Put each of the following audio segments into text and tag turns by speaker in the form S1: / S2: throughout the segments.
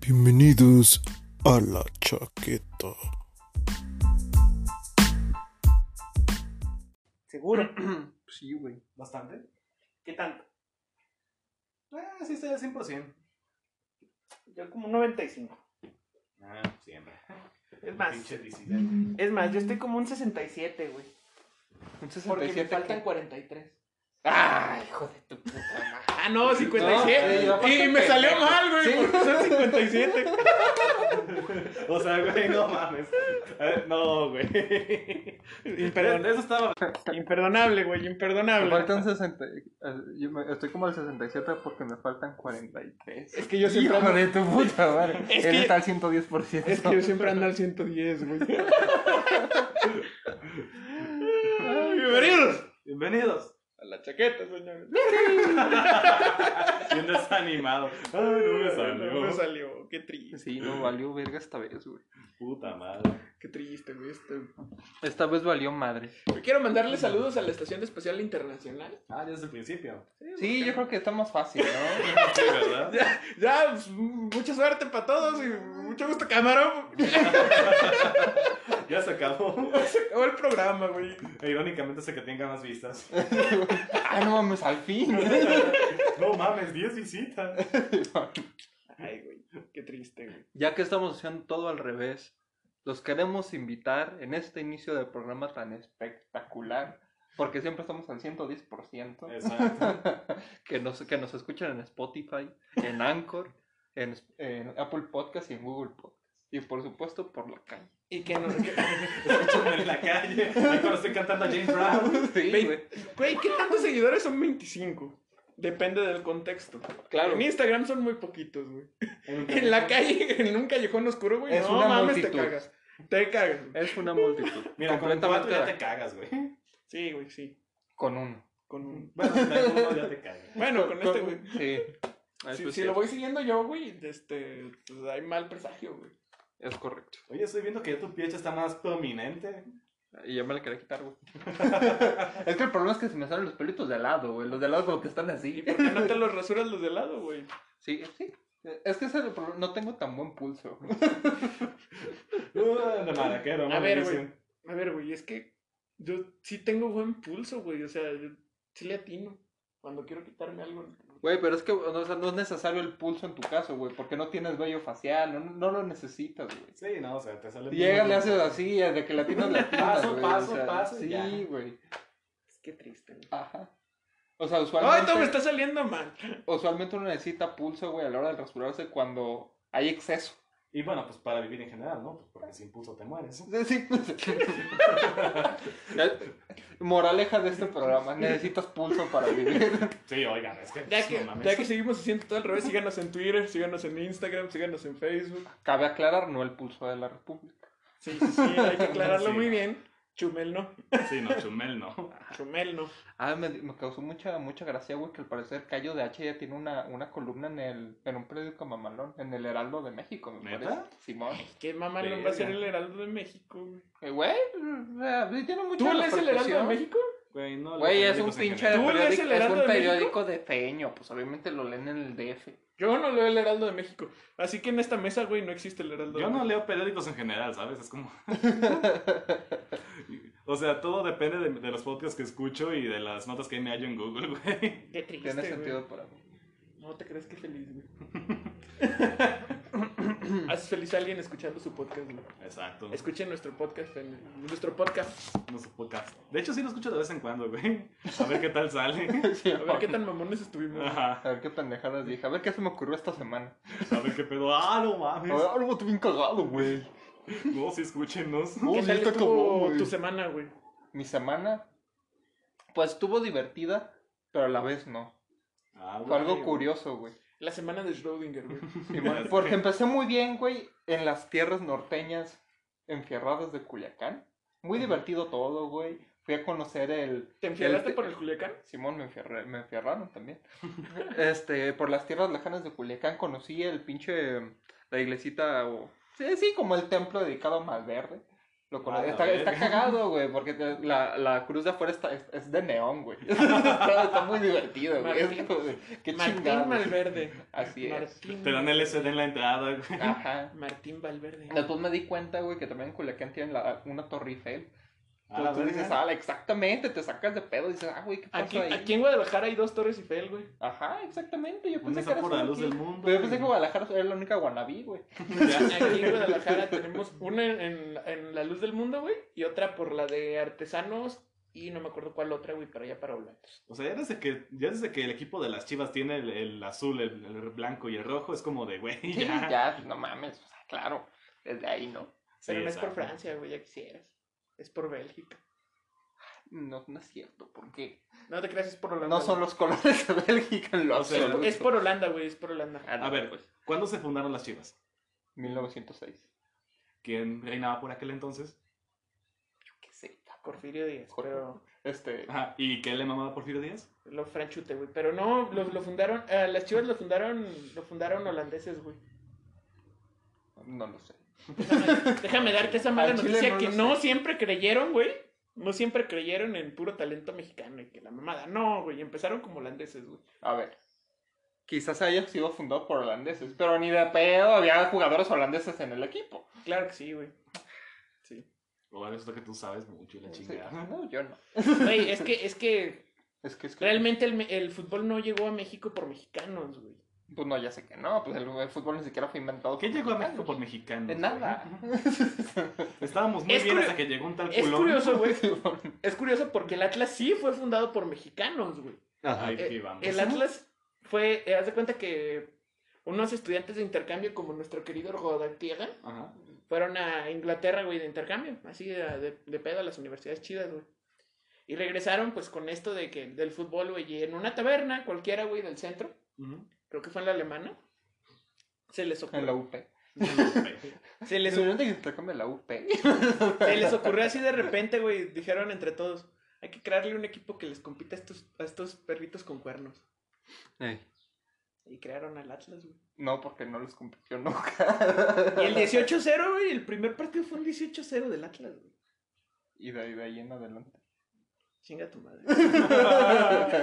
S1: Bienvenidos a la chaqueta.
S2: Seguro.
S3: Sí, güey.
S2: Bastante.
S3: ¿Qué tanto?
S2: Ah, sí, estoy al 100%.
S3: Yo como un 95.
S2: Ah, siempre.
S3: Es más,
S2: Pinche disidente.
S3: es más, yo estoy como un 67, güey.
S2: Un
S3: Porque
S2: 67
S3: me faltan
S2: que-
S3: 43. ¡Ay, Ah, hijo de tu puta madre! Ah, no,
S2: No, sí,
S3: 57.
S2: aparte
S3: y me
S2: pendejo.
S3: salió mal, güey,
S2: Sí.
S3: porque son 57.
S2: O sea, güey, no mames. Eh, No, güey.
S3: Imperdonable.
S2: Eso estaba.
S3: Imperdonable, güey,
S4: Me
S3: imperdonable.
S4: faltan 60. eh, yo me- estoy como al 67 porque me faltan 43.
S3: Es que yo siempre
S4: Hijo
S3: ando,
S4: de tu puta madre.
S3: Es
S4: Él
S3: que-
S4: está al 110%.
S3: es que yo siempre ando al 110, güey. Ay, Bienvenidos
S2: Bienvenidos.
S3: a la chaqueta, señores.
S2: Bien desanimado. Ay, no me salió.
S3: No me salió, qué triste.
S4: Sí, no valió verga esta vez, güey.
S2: Puta madre.
S3: Qué triste, güey. esto.
S4: Esta vez valió madre.
S3: Quiero mandarle saludos a la Estación Espacial Internacional.
S2: Ah, desde el principio.
S4: Sí, yo creo que está más fácil, ¿no?
S2: Sí, ¿verdad?
S3: Ya, ya, pues, mucha suerte para todos y mucho gusto, camarón.
S2: Ya se acabó.
S3: Se acabó el programa, güey.
S2: E irónicamente es el que tenga más vistas.
S4: Ah, no mames, al fin.
S2: No mames, 10 visitas.
S3: Ay, güey, qué triste, güey.
S4: Ya que estamos haciendo todo al revés, los queremos invitar en este inicio del programa tan espectacular, porque siempre estamos al 110%.
S2: Exacto.
S4: que nos, que nos escuchan en Spotify, en Anchor, en, en Apple Podcast y en Google Podcast. Y por supuesto por la calle.
S3: Y que no. que-
S2: Escúchame en la calle. Ahí cuando estoy cantando a James Brown.
S4: Sí,
S3: Ve-
S4: güey.
S3: Güey, ¿qué tantos seguidores son 25? Depende del contexto. Claro. En Instagram son muy poquitos, güey. En la calle, en un callejón oscuro, güey.
S4: Es
S3: no
S4: una
S3: mames, te
S4: multitud.
S3: cagas. Te cagas. güey.
S4: Es una multitud.
S2: Mira, con
S4: completamente
S2: cuatro ya te
S4: de-
S2: cagas, güey.
S3: Sí, güey, sí.
S4: Con uno.
S3: Con un...
S2: Bueno, de uno ya te cagas.
S3: Bueno, con este, güey.
S4: Sí.
S3: Si,
S4: Ah, Eso es
S3: si lo
S4: cierto.
S3: voy siguiendo yo, güey, este, pues, hay mal presagio, güey.
S4: Es correcto.
S2: Oye, estoy viendo que ya tu piecha está más prominente.
S4: Y ya me la quería quitar, güey. es que el problema es que se me salen los pelitos de al lado, güey. Los de al lado como que están
S3: ¿Y
S4: así.
S3: por qué no te los rasuras los de lado, güey?
S4: Sí, sí. Es que ese es el problema. No tengo tan buen pulso.
S2: Uh, de maraquero,
S3: A ver,
S2: maldición.
S3: A ver, güey, es que yo sí tengo buen pulso, güey. O sea, yo sí le atino. Cuando quiero quitarme algo.
S4: Güey, pero es que no, o sea, no es necesario el pulso en tu caso, güey. Porque no tienes vello facial. No, no lo necesitas, güey.
S2: Sí, no, o sea, te sale.
S4: Llega, le haces así, eh, de que la tienes, la tienes.
S2: Paso,
S4: güey,
S2: paso,
S4: o sea,
S2: paso, ya.
S4: Sí, güey.
S3: Qué triste, güey.
S4: Ajá. O sea,
S3: ¡Ay,
S4: usualmente,
S3: todo me está saliendo mal!
S4: usualmente uno necesita pulso, güey, a la hora de rasurarse cuando hay exceso.
S2: Y bueno, pues para vivir en general, ¿no? Pues porque sin pulso te mueres.
S4: Sí, sí, pues. El- Moraleja de este programa, necesitas pulso para vivir.
S2: Sí, oigan, es que.
S3: Ya que,
S2: no mames.
S3: ya que seguimos haciendo todo al revés, síganos en Twitter, síganos en Instagram, síganos en Facebook.
S4: Cabe aclarar, no el pulso de la República.
S3: Sí, sí, sí, hay que aclararlo
S2: Sí.
S3: muy bien. Chumel no.
S2: Sí, no, chumel no.
S3: Chumel no.
S4: Ah, me, me causó mucha, mucha gracia, güey, que al parecer Cayo de H ya tiene una, una columna en el, en un periódico mamalón, en el Heraldo de México, me
S2: ¿Neta?
S4: parece. Simón.
S3: ¿Qué mamá no va a ser el Heraldo de México, güey?
S4: Eh, Güey, eh, tiene mucha
S3: ¿Tú lees el Heraldo de
S4: repercusión.
S3: México?
S2: Güey, no.
S4: Güey,
S2: los
S4: es un
S2: periódicos en
S4: pinche
S2: general.
S3: ¿Tú lees
S4: periódico,
S3: el
S4: es
S3: Heraldo
S4: un
S3: de
S4: periódico de feño, pues obviamente lo leen en el DF.
S3: Yo no leo el Heraldo de México. Así que en esta mesa, güey, no existe el Heraldo
S2: Yo
S3: de
S2: no
S3: México.
S2: leo periódicos en general, ¿sabes? Es como. o sea, todo depende de, de los podcasts que escucho y de las notas que me hallo en Google, güey.
S3: Qué triste,
S4: Tiene
S3: güey.
S4: sentido para mí.
S3: No te crees que feliz, güey. Haces feliz a alguien escuchando su podcast, güey.
S2: Exacto.
S3: Escuchen nuestro podcast en nuestro podcast.
S2: No sé, podcast. De hecho, sí lo escucho de vez en cuando, güey. A ver qué tal sale.
S3: A ver qué tan mamones estuvimos. güey.
S2: Ajá.
S4: A ver qué pendejadas dije, a ver qué se me ocurrió esta semana.
S2: A ver qué pedo. Ah, no
S4: A
S2: mames.
S3: Pues
S4: ver, algo bien cagado, güey.
S2: No, sí, escúchenos.
S4: No,
S3: ¿Qué
S4: Uh, sí
S3: tal
S4: está
S3: estuvo
S4: cabrón, güey.
S3: tu semana, güey?
S4: Mi semana, pues estuvo divertida, pero a la vez no.
S2: Ah,
S4: Fue algo
S2: güey.
S4: curioso, güey.
S3: La semana de Schrödinger, güey.
S4: Simón, Porque empecé muy bien, güey, en las tierras norteñas enfierradas de Culiacán. Muy divertido todo, güey. Fui a conocer el
S3: ¿Te enfialaste
S4: Este-
S3: por el Culiacán?
S4: Simón, me, enferré- me enferraron también. este, por las tierras lejanas de Culiacán conocí el pinche, la iglesita, o, sí, sí, como el templo dedicado a Malverde. Lo
S3: Ah,
S2: A la
S4: color... está, está
S2: verga.
S4: cagado, güey, porque te- la, la cruz de afuera está, es, es de neón, güey. está, está muy divertido, güey. Es
S3: Martín-
S4: como de, qué
S3: Martín
S4: chingado.
S3: Valverde.
S4: Así es.
S3: Martín,
S2: Te dan LCD en la entrada, güey.
S4: Ajá.
S3: Martín Valverde.
S4: Después me di cuenta, güey, que también en Culiacán tienen la- una torre Eiffel.
S2: A la
S4: Tú, tú dices,
S2: verga.
S4: ah, exactamente, te sacas de pedo y dices, ah, güey, ¿qué pasó
S3: Aquí,
S4: ahí?
S3: aquí en Guadalajara hay dos Torres Eiffel, güey.
S4: Ajá, exactamente. Yo
S2: ¿Dónde
S4: pensé que
S2: está
S4: era
S2: por la
S4: solo
S2: luz
S4: aquí.
S2: del mundo?
S4: Pero yo pensé que Guadalajara era la única guanabí, güey.
S3: Aquí en Guadalajara tenemos una en, en- en la luz del mundo, güey, y otra por la de artesanos y no me acuerdo cuál otra, güey, pero allá para Oblatos.
S2: O sea, ya desde, que, ya desde que el equipo de las chivas tiene el, el azul, el, el blanco y el rojo, es como de, güey,
S4: Sí,
S2: ya.
S4: ya, no mames, o sea, claro. Desde ahí, ¿no?
S2: Sí,
S3: Pero no es por
S2: exacto.
S3: Francia, güey, ya quisieras. Es por Bélgica.
S4: No, no es cierto, ¿por qué?
S3: No te creas, es por Holanda.
S4: No son los colores de Bélgica en lo
S2: O sea,
S4: absoluto.
S3: güey. Es por Holanda, güey, es por Holanda.
S4: Ah, no,
S2: A ver.
S4: pues.
S2: ¿Cuándo se fundaron las chivas?
S4: 1906.
S2: ¿Quién reinaba por aquel entonces?
S4: ¿Qué sé?
S3: Porfirio Díaz,
S4: Jorge.
S3: pero
S4: Este.
S2: Ajá. ¿Y qué le mamaba Porfirio Díaz?
S3: lo franchute, güey. Pero no, lo, lo fundaron, ah, las chivas lo fundaron, lo fundaron holandeses, güey.
S4: No lo sé.
S3: Déjame, déjame darte esa mala
S4: Al chile
S3: noticia
S4: no
S3: que
S4: lo
S3: no
S4: sé.
S3: siempre creyeron, güey. No siempre creyeron en puro talento mexicano y que la mamada. No, güey, empezaron como holandeses, güey.
S4: A ver. Quizás haya sido fundado por holandeses, pero ni de pedo había jugadores holandeses en el equipo.
S3: Claro que sí, güey. Sí.
S2: O eso que tú sabes mucho y la
S4: Sí,
S2: chingada.
S4: No, yo no.
S3: Güey, es que, es que
S4: Es que es que.
S3: realmente el, me- el fútbol no llegó a México por mexicanos, güey.
S4: Pues no, ya sé que no. Pues el, el fútbol ni siquiera fue inventado.
S2: ¿Qué
S4: por
S2: llegó a
S4: mexicanos.
S2: México por mexicanos?
S4: De
S2: güey?
S4: nada.
S2: Estábamos muy
S3: Es
S2: bien
S3: curio-
S2: hasta que llegó un tal
S3: Es
S2: culón.
S3: curioso, güey. Es curioso porque el Atlas sí fue fundado por mexicanos, güey.
S2: Ahí
S3: Eh,
S2: sí, vamos.
S3: El Atlas fue, eh, haz de cuenta que unos estudiantes de intercambio como nuestro querido Rodatiega
S2: Ajá.
S3: fueron a Inglaterra, güey, de intercambio, así de, de- de pedo a las universidades chidas, güey. Y regresaron pues con esto de que del fútbol, güey, y en una taberna cualquiera, güey, del centro,
S2: Ujú.
S3: creo que fue en la alemana, se les
S4: En la
S3: ocurrió,
S4: UP.
S3: se les,
S4: Imagínate que te cambie la UP.
S3: se les ocurrió así de repente, güey, dijeron entre todos, hay que crearle un equipo que les compita a estos, a estos perritos con cuernos. Y crearon al Atlas, güey.
S4: No, porque no les compitió nunca.
S3: Y el 18-0, güey, el primer partido fue un 18-0 del Atlas, güey.
S4: Y de, ahí- de ahí en adelante.
S3: Chinga tu madre.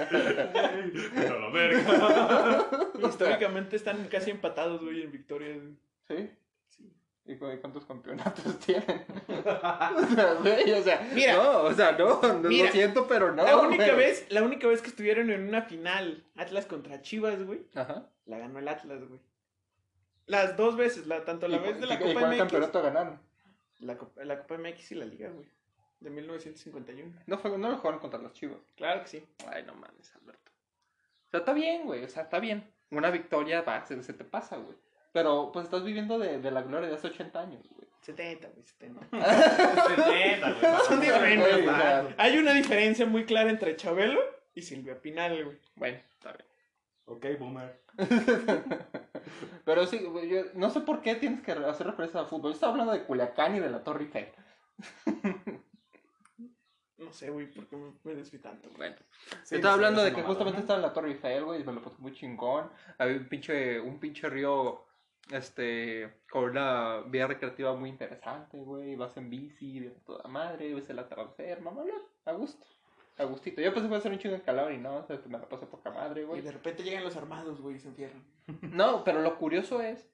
S2: Pero la verga.
S3: Históricamente están casi empatados, güey, en victorias, güey.
S4: ¿Sí?
S3: Sí.
S4: ¿Y cu- cuántos campeonatos tienen? o sea, güey, o sea,
S3: Mira.
S4: no, o sea, no, no,
S3: Mira.
S4: lo siento, pero no.
S3: la única
S4: güey.
S3: vez, la única vez que estuvieron en una final, Atlas contra Chivas, güey,
S4: Ajá.
S3: la ganó el Atlas, güey. Las dos veces, la, tanto la
S4: ¿Y
S3: vez
S4: cu-
S3: de la
S4: y cu- y
S3: Copa
S4: cuál
S3: MX,
S4: campeonato ganaron?
S3: la, Copa- la Copa MX y la Liga, güey, de 1951.
S4: No, fue, no lo jugaron contra los chivos.
S3: Claro que sí.
S4: Ay, no mames, Alberto. O sea, está bien, güey. O sea, está bien. Una victoria va, se, se te pasa, güey. Pero, pues, estás viviendo de, de la gloria de hace 80 años, güey.
S3: 70, güey, 70.
S2: Se neta, güey.
S3: Son
S4: Güey,
S3: diferentes,
S4: o sea,
S3: güey. Hay una diferencia muy clara entre Chabelo y Silvia Pinal, güey.
S4: Bueno, está bien.
S2: Ok, boomer.
S4: Pero sí, güey, yo no sé por qué tienes que hacer referencia al fútbol. Yo estaba hablando de Culiacán y de la Torre Eiffel.
S3: No sé, güey, por qué me, me desfí tanto, güey.
S4: Bueno,
S2: Sí,
S4: estaba
S2: no sé,
S4: hablando
S2: es
S4: de que
S2: mamador,
S4: justamente
S2: ¿no?
S4: estaba en la Torre Eiffel, güey, y me lo puse muy chingón. Había un pinche, un pinche río, este, con una vía recreativa muy interesante, güey. Vas en bici, de toda madre, ves el atardecer, mamá, a gusto. A gustito. Yo pensé que iba a ser un chingo de calor y no, o sea, me la pasé poca madre,
S3: Y
S4: güey.
S3: de repente llegan los armados, güey, y se entierran.
S4: No, pero lo curioso es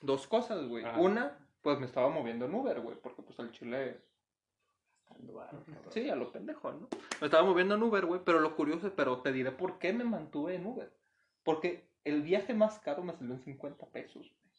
S4: dos cosas, güey.
S2: Ajá.
S4: Una, pues me estaba moviendo en Uber, güey, porque pues el chile
S3: Ando varo, cabrón.
S4: Sí, a lo pendejo, ¿no? Me estaba moviendo en Uber, güey, pero lo curioso, pero te diré por qué me mantuve en Uber. Porque el viaje más caro me salió en 50 pesos. güey.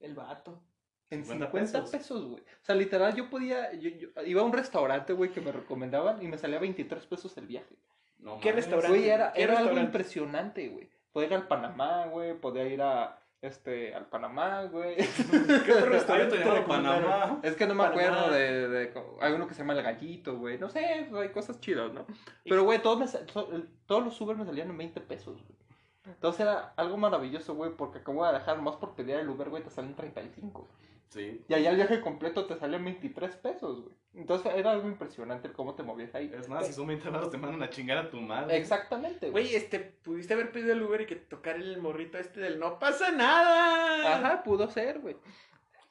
S3: El vato.
S4: En
S2: 50
S4: 50,
S2: pesos.
S4: pesos, güey. O sea, literal, yo podía, yo, yo iba a un restaurante, güey, que me recomendaban y me salía 23 pesos el viaje.
S2: No
S3: ¿Qué
S2: mames.
S3: restaurante?
S4: Güey, era,
S3: ¿Qué
S4: era algo
S3: restaurante?
S4: impresionante, güey. Podía ir al Panamá, güey, podía ir a, este, al Panamá, güey.
S3: ¿Qué otro
S2: Hay otro
S3: restaurante te
S2: llamado
S3: recomendaron?
S2: Panamá.
S4: Es que no me
S3: Panamá.
S4: acuerdo de, de- Hay uno que se llama El Gallito, güey. No sé, hay cosas chidas, ¿no? Pero, güey, todos, me sa- to- el- todos los Uber me salían en 20 pesos, güey. Entonces era algo maravilloso, güey, porque acabo de dejar más por pedir el Uber, güey, te salen 35.
S2: Sí.
S4: Y allá el viaje completo te sale en 23 pesos, güey. Entonces era algo impresionante el cómo te movías ahí. Eh,
S2: Es más, si son 20 baros te mandan a chingar a tu madre.
S4: Exactamente, güey.
S3: Güey, este, pudiste haber pedido el Uber y que tocar el morrito este del no pasa nada.
S4: Ajá, pudo ser, güey.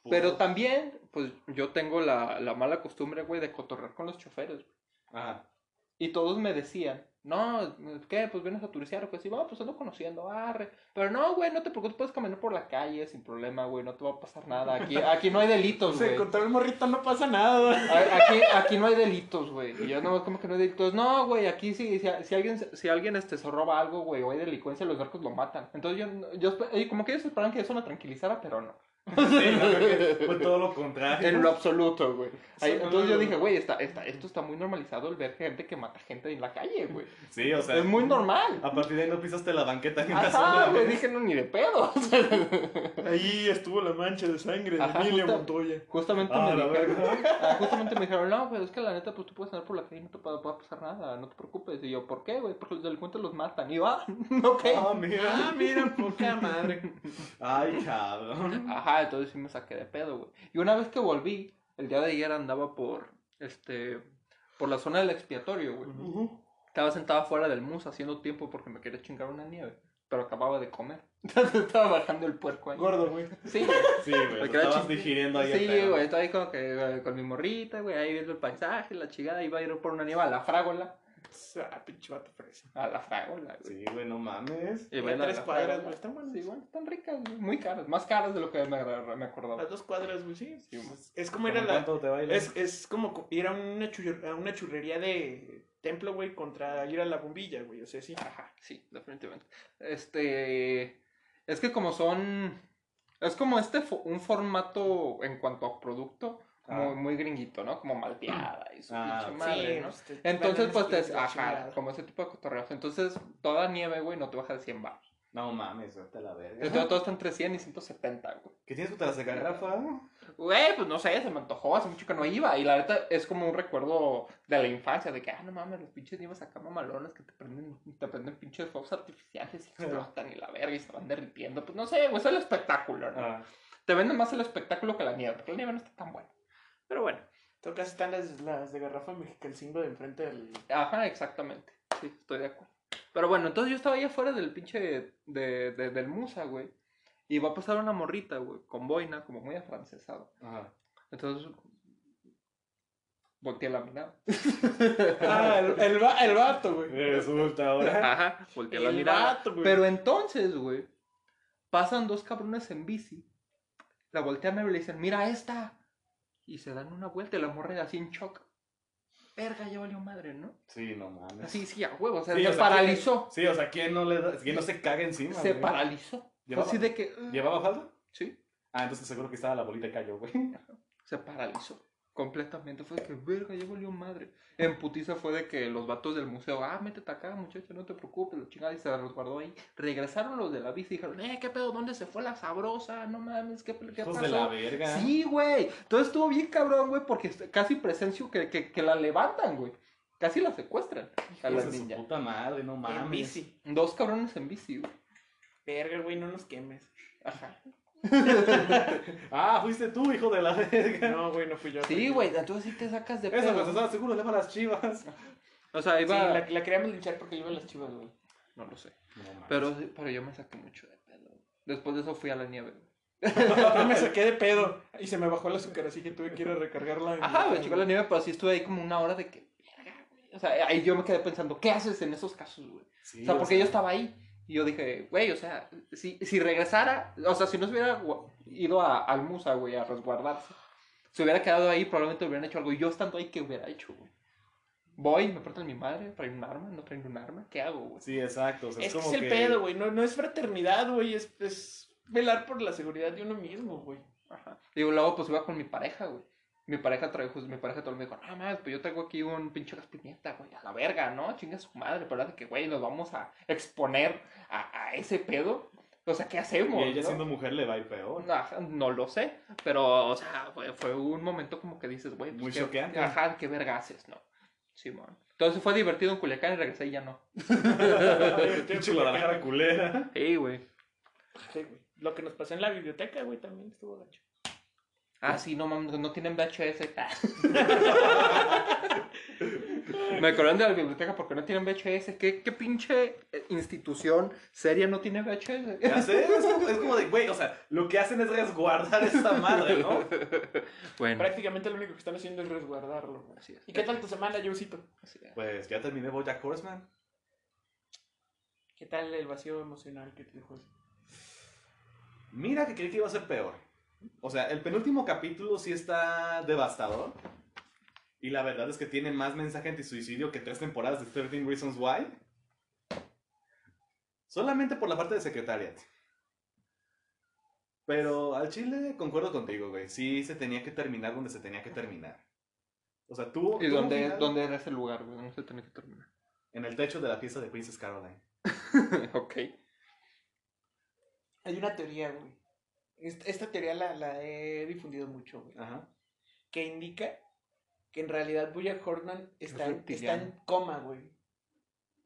S4: Pero también, pues yo tengo la, la mala costumbre, güey, de cotorrear con los choferes. güey.
S2: Ajá.
S4: Y todos me decían, no, ¿qué? Pues vienes a turistear, pues sí, vamos, pues ando conociendo, arre. Pero no, güey, no te preocupes, puedes caminar por la calle sin problema, güey, no te va a pasar nada. Aquí, aquí no hay delitos, güey.
S3: el morrito no pasa nada.
S4: A- Aquí, aquí no hay delitos, güey. Y yo no, como que no hay delitos. No, güey, aquí sí, si, si alguien, si alguien este, se roba algo, güey, o hay delincuencia, los narcos lo matan. Entonces yo, yo espe- eh, como que ellos esperaban que eso me tranquilizara, pero no.
S2: Sí, no, creo que fue todo lo contrario.
S4: En lo absoluto, güey. Ahí-
S2: Sí,
S4: Entonces yo
S2: no.
S4: dije, güey, está, está, esto está muy normalizado el ver gente que mata gente en la calle, güey.
S2: Sí, o sea.
S4: Es muy normal.
S2: A partir de ahí no pisaste la banqueta ni una sola
S4: Ajá, güey,
S2: vez.
S4: dije, no, ni de pedo.
S1: Ahí estuvo la mancha de sangre de
S4: Ajá,
S1: Emilio
S4: justo.
S1: Montoya.
S4: Justamente
S2: Ah,
S4: me
S2: la
S4: dijeron,
S2: verga.
S4: ah, justamente me dijeron, no, pero es que la neta, pues tú puedes andar por la calle y no te va va a pasar nada, no te preocupes. Y yo, ¿por qué, güey? Porque los delincuentes los matan. Y yo, ah, ok.
S2: Ah, mira.
S3: Ah, mira, poca madre.
S2: Ay, cabrón.
S4: Ajá, entonces sí me saqué de pedo, güey. Y una vez que volví, el día de ayer andaba por, este, por la zona del expiatorio, güey. Estaba sentado afuera del mus haciendo tiempo porque me quería chingar una nieve. Pero acababa de comer. Entonces estaba bajando el puerco ahí.
S3: Gordo, güey.
S4: Sí, güey.
S2: Sí, güey.
S4: Porque
S2: lo
S4: era
S2: Estabas
S4: chiste.
S2: digiriendo ahí el
S4: Sí,
S2: pedo.
S4: güey, estaba ahí como que güey, con mi morrita, güey, ahí viendo el paisaje, la chingada, iba a ir por una nieve a la frágola.
S3: Ah, pinche vato fresa.
S4: A la frágola,
S2: Sí,
S4: güey.
S2: güey, no mames.
S4: Y
S3: Iba a
S4: la-
S3: tres
S4: la
S3: cuadras,
S4: Frágola.
S3: güey, están buenas.
S4: Sí, güey, están ricas, güey, muy caras, más caras de lo que me, me acordaba.
S3: Las dos cuadras, güey, sí.
S4: Sí, güey.
S3: Es como ir a la.
S2: ¿Cuánto te bailas?
S3: Es, es como co- ir a una, churre- a una churrería de templo, güey, contra ir a la bombilla, güey. O sea, sí.
S4: Ajá, sí, definitivamente. Este, es que como son, es como este, fo- un formato en cuanto a producto
S2: Ah.
S4: muy, muy gringuito, ¿no? Como malteada y su
S2: Ah,
S4: pinche madre,
S3: Sí,
S4: ¿no?
S3: pues, te-
S4: Entonces,
S3: te
S4: pues,
S3: mandan
S4: te,
S3: la
S4: ajá,
S3: chingada.
S4: como ese tipo de cotorreos. Entonces, toda nieve, güey, no te baja de 100 bar.
S2: No mames, vete a la verga.
S4: Entonces, todo Este está entre 100 y 170, güey.
S2: ¿Qué tienes contra esa garrafa?
S4: Güey, pues no sé, se me antojó, hace mucho que no iba. Y la neta es como un recuerdo de la infancia, de que, ah, no mames, los pinches nieves acá mamalones que te prenden, te prenden pinches fuegos artificiales y explotan y la verga y se van derritiendo. Pues no sé, güey, es el espectáculo, ¿no?
S2: Ah,
S4: Te venden más el espectáculo que la nieve, porque la nieve no está tan buena. Pero bueno,
S3: En todo caso están las, las de garrafa mexicancingo de enfrente del.
S4: ajá, exactamente. Sí, estoy de acuerdo. Pero bueno, entonces yo estaba ahí afuera del pinche de, de- de- del Musa, güey. Y va a pasar una morrita, güey, con boina, como muy afrancesado.
S2: ajá.
S4: Entonces, volteé a la mirada.
S3: Ah, el, el, va- el vato, güey.
S2: Resulta ahora.
S4: Ajá, volteé la
S3: El
S4: mirada.
S3: vato, güey.
S4: Pero entonces, güey, pasan dos cabrones en bici, la voltean a ver y le dicen, mira esta. Y se dan una vuelta y la morre así en shock. Verga, ya valió madre, ¿no?
S2: Sí, no mames.
S4: Sí, sí, a huevo, o sea,
S2: Sí,
S4: se
S2: o sea,
S4: paralizó.
S2: Sí, o sea, ¿quién no le da- quién no se caga encima?
S4: Se
S2: güey?
S4: paralizó. Fue
S2: Llevaba-
S4: así de que. "Ah".
S2: ¿Llevaba falda?
S4: Sí,
S2: Ah, entonces seguro que estaba la bolita y cayó, güey.
S4: se paralizó completamente. Fue de que, verga, ya valió madre. En putiza fue de que los vatos del museo, ah, métete acá, muchacho, no te preocupes, la chingada, y se los guardó ahí. Regresaron los de la bici y dijeron, eh, qué pedo, ¿dónde se fue la sabrosa? No mames, qué, qué
S2: Hijos de la
S4: pasó.
S2: verga.
S4: Sí, güey. Entonces estuvo bien cabrón, güey, porque est- casi presencio que, que, que la levantan, güey. Casi la secuestran a
S2: Hijos
S4: la
S2: de su
S4: niña.
S2: puta madre, no
S3: En
S2: mames.
S3: bici.
S4: Dos cabrones en bici, güey.
S3: Verga, güey, no nos quemes.
S4: Ajá.
S2: Ah, fuiste tú, hijo de la verga.
S3: No, güey, no fui yo.
S4: Sí, güey, entonces sí te sacas de
S2: Esa
S4: pedo.
S2: persona seguro le va a las chivas.
S4: O sea,
S3: Sí,
S4: iba...
S3: la, la queríamos linchar porque le iba a las chivas, güey.
S4: No lo sé.
S2: No mames.
S4: Pero, sí- pero yo me saqué mucho de pedo. güey. Después de eso fui a la nieve. güey.
S3: Yo me saqué de pedo y se me bajó el azúcar, así que tuve que ir a recargarla. en-
S4: Ajá, me chocó la nieve, pero sí estuve ahí como una hora de que. "Verga, güey". O sea, ahí yo me quedé pensando, ¿qué haces en esos casos, güey?
S2: Sí,
S4: O sea, porque yo estaba ahí y yo dije, güey, o sea, si, si regresara, o sea, si no se hubiera gu- ido a, al Musa, güey, a resguardarse, se hubiera quedado ahí, probablemente hubieran hecho algo. Y yo estando ahí, ¿qué hubiera hecho, güey? Voy, me portan mi madre, traen un arma, no traen un arma, ¿qué hago, güey?
S2: Sí, exacto. o sea,
S3: Es que
S2: como
S3: es el pedo, güey. No, no es fraternidad, güey. Es, es velar por la seguridad de uno mismo, güey.
S4: Ajá. Digo, luego pues iba con mi pareja, güey. Mi pareja trajo, mi pareja todo me dijo, no más, pues yo traigo aquí un pinche gaspineta, güey, a la verga, ¿no? Chinga su madre, pero de que, güey, nos vamos a exponer a, a ese pedo. O sea, ¿qué hacemos?
S2: Y ella
S4: no?
S2: siendo mujer le va a ir peor.
S4: Ajá, no lo sé, pero, o sea, fue, fue un momento como que dices, güey, pues,
S2: Muy
S4: qué-
S2: choqueante.
S4: Ajá, qué verga haces, ¿no? Simón. Entonces fue divertido en Culiacán y regresé y ya no.
S2: Pinche Guadalajara culera.
S4: Sí, güey.
S3: Sí, güey. Lo que nos pasó en la biblioteca, güey, también estuvo gacho.
S4: Pues Ah, sí, no mames, no tienen VHS. Me acordaron de la biblioteca porque no tienen VHS. ¿Qué, qué pinche eh, institución seria no tiene VHS?
S2: Ya sé, es como, es como de, güey, o sea, lo que hacen es resguardar esa madre, ¿no?
S4: Bueno,
S3: Prácticamente lo único que están haciendo es resguardarlo. güey.
S4: así es.
S3: ¿Y qué tal tu semana, Josito?
S4: Así es.
S2: Pues ya terminé Bojack Horseman.
S3: ¿Qué tal el vacío emocional que te dejó? eso?
S2: Mira que creí que iba a ser peor. O sea, el penúltimo capítulo sí está devastador. Y la verdad es que tiene más mensaje antisuicidio que tres temporadas de 13 Reasons Why. Solamente por la parte de Secretariat. Pero al chile concuerdo contigo, güey. Sí se tenía que terminar donde se tenía que terminar. O sea, tú...
S4: ¿Y
S2: tú
S4: dónde,
S2: final-
S4: dónde era ese lugar, güey? No se tenía que terminar.
S2: En el techo de la pieza de Princess Caroline.
S4: ok.
S3: Hay una teoría, güey. Est- Esta teoría la, la he difundido mucho,
S4: Ah.
S3: güey.
S2: Ajá.
S3: Que indica que en realidad Bojack Horseman está, en-
S4: Es
S3: está
S4: reptiliano.
S3: en coma, güey.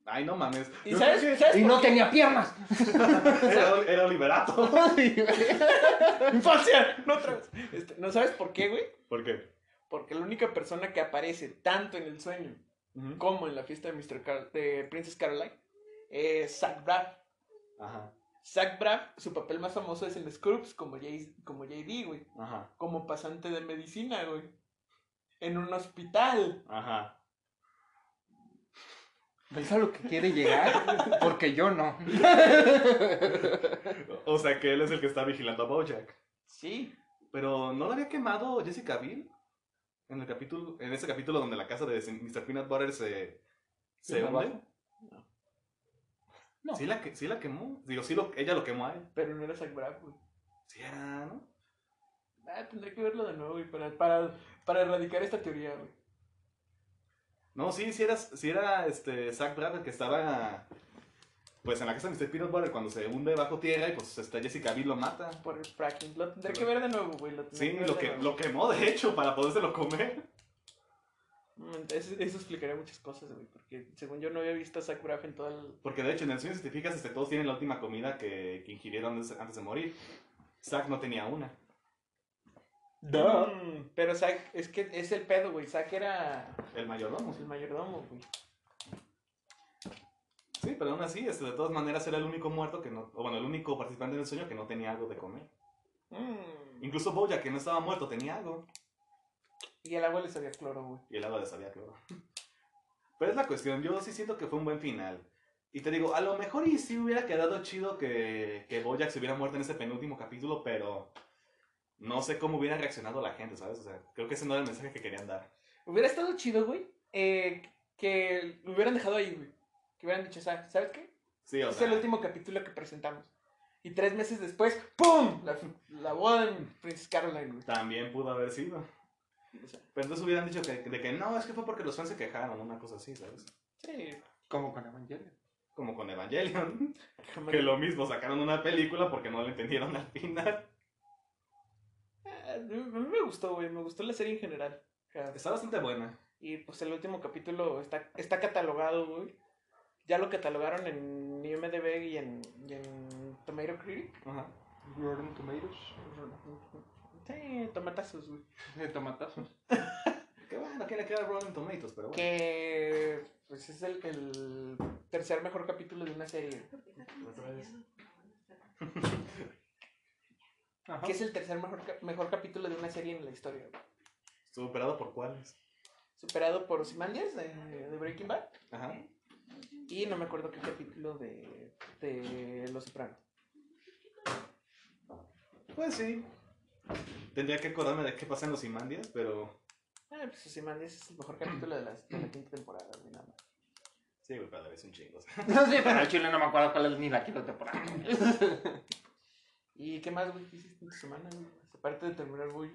S2: Ay, no mames.
S3: ¿Y
S2: Yo
S3: sabes,
S2: creo
S3: sabes
S4: ¡Y
S3: por
S4: no
S3: qué?
S4: tenía piernas!
S2: que Era, era liberato.
S3: ¡Infancia! No, otra vez. Este, ¿No sabes por qué, güey?
S2: ¿Por qué?
S3: Porque la única persona que aparece tanto en el sueño
S2: Ujú.
S3: como en la fiesta de, Mr. Car- de Princess Caroline es Zach Braff.
S2: Ajá.
S3: Zach Braff, su papel más famoso es en Scrubs como, J- como JD, güey.
S2: Ajá.
S3: Como pasante de medicina, güey. En un hospital.
S2: Ajá.
S4: ¿Ves Pues a lo que quiere llegar? Porque yo no.
S2: O sea que él es el que está vigilando a Bojack.
S3: Sí.
S2: Pero ¿no la había quemado Jessica Biel? En el capítulo, en ese capítulo donde la casa de Mr. Peanut Butter se, se
S4: ¿La
S2: hunde.
S4: abajo?
S2: No. Sí la, que- sí la quemó. Digo, sí lo, ella lo quemó a él.
S3: Pero no era Zach Braff, güey.
S2: Sí era, ¿no?
S3: Ah, tendré que verlo de nuevo, güey, para, para, para erradicar esta teoría, güey.
S2: No, sí, sí era, sí era este Zach Braff el que estaba pues en la casa de Mr. Peanut Butter cuando se hunde bajo tierra y pues este, Jessica Biel lo mata.
S3: Por el fracking. Lo tendré que ver de nuevo, güey. Lo tendré
S2: Sí,
S3: ver
S2: lo
S3: de
S2: que
S3: nuevo.
S2: lo quemó de hecho para podérselo comer.
S3: Mm, Eso, eso explicaría muchas cosas, güey. Porque según yo no había visto a Zach Braff en todo el.
S2: Porque de hecho en el sueño científicas este, todos tienen la última comida que, que ingirieron antes, antes de morir. Zack no tenía una.
S3: Mm, pero Zach, es que es el pedo, güey. Zach era pues,
S2: El mayordomo. sí.
S3: el mayordomo, güey.
S2: Sí, pero aún así, este, de todas maneras era el único muerto que no, o bueno, el único participante en el sueño que no tenía algo de comer.
S3: Mm,
S2: Incluso Boya, que no estaba muerto, tenía algo.
S3: Y el agua le sabía cloro, güey.
S2: Y el agua le sabía cloro. Pero es la cuestión, yo sí siento que fue un buen final. Y te digo, a lo mejor y sí hubiera quedado chido que, que Bojack se hubiera muerto en ese penúltimo capítulo, pero no sé cómo hubiera reaccionado la gente, ¿sabes? O sea, creo que ese no era el mensaje que querían dar.
S3: Hubiera estado chido, güey. eh, que lo hubieran dejado ahí, güey. Que hubieran dicho, "Zach, ¿sabes qué?
S2: Sí, o
S3: Es
S2: sea,
S3: el último capítulo que presentamos. Y tres meses después, ¡pum! La, la boda de Princess Caroline, güey.
S2: También pudo haber sido.
S3: O sea,
S2: Pero entonces hubieran dicho que, de que no, es que fue porque los fans se quejaron, una cosa así, ¿sabes?
S3: sí.
S4: Como con Evangelio.
S2: Como con Evangelion.
S3: jamás-
S2: que lo mismo, sacaron una película porque no la entendieron al final.
S3: Ah, A mí me gustó, güey. Me gustó la serie en general. O sea,
S2: Está bastante buena.
S3: Y pues el último capítulo está, está catalogado, güey. Ya lo catalogaron en IMDb y en, y en Tomato Critic.
S2: Ajá.
S4: Rotten Tomatoes.
S3: Sí, tomatazos, güey.
S4: De tomatazos.
S2: Que bueno, que le queda Rotten Tomatoes, pero bueno.
S3: Que pues es el, el tercer mejor capítulo de una serie.
S2: Otra vez.
S4: Ajá.
S3: Que es el tercer mejor, ca- mejor capítulo de una serie en la historia. güey.
S2: ¿Superado por cuáles?
S3: Superado por Simandias de, de Breaking Bad.
S2: Ajá.
S3: Y no me acuerdo qué capítulo de, de Los Sopranos.
S2: Pues sí. Tendría que acordarme de qué pasa en los Imandias, pero.
S3: Ah, pues Simandias es el mejor capítulo de la, de la quinta temporada, güey, nada más.
S2: Sí, güey, pero es un chingo. o sea.
S4: No sé, pero al chile no me acuerdo cuál es ni la quinta temporada.
S3: ¿Y qué más, güey, ¿Qué hiciste en tu semana, güey? Aparte de terminar Bully.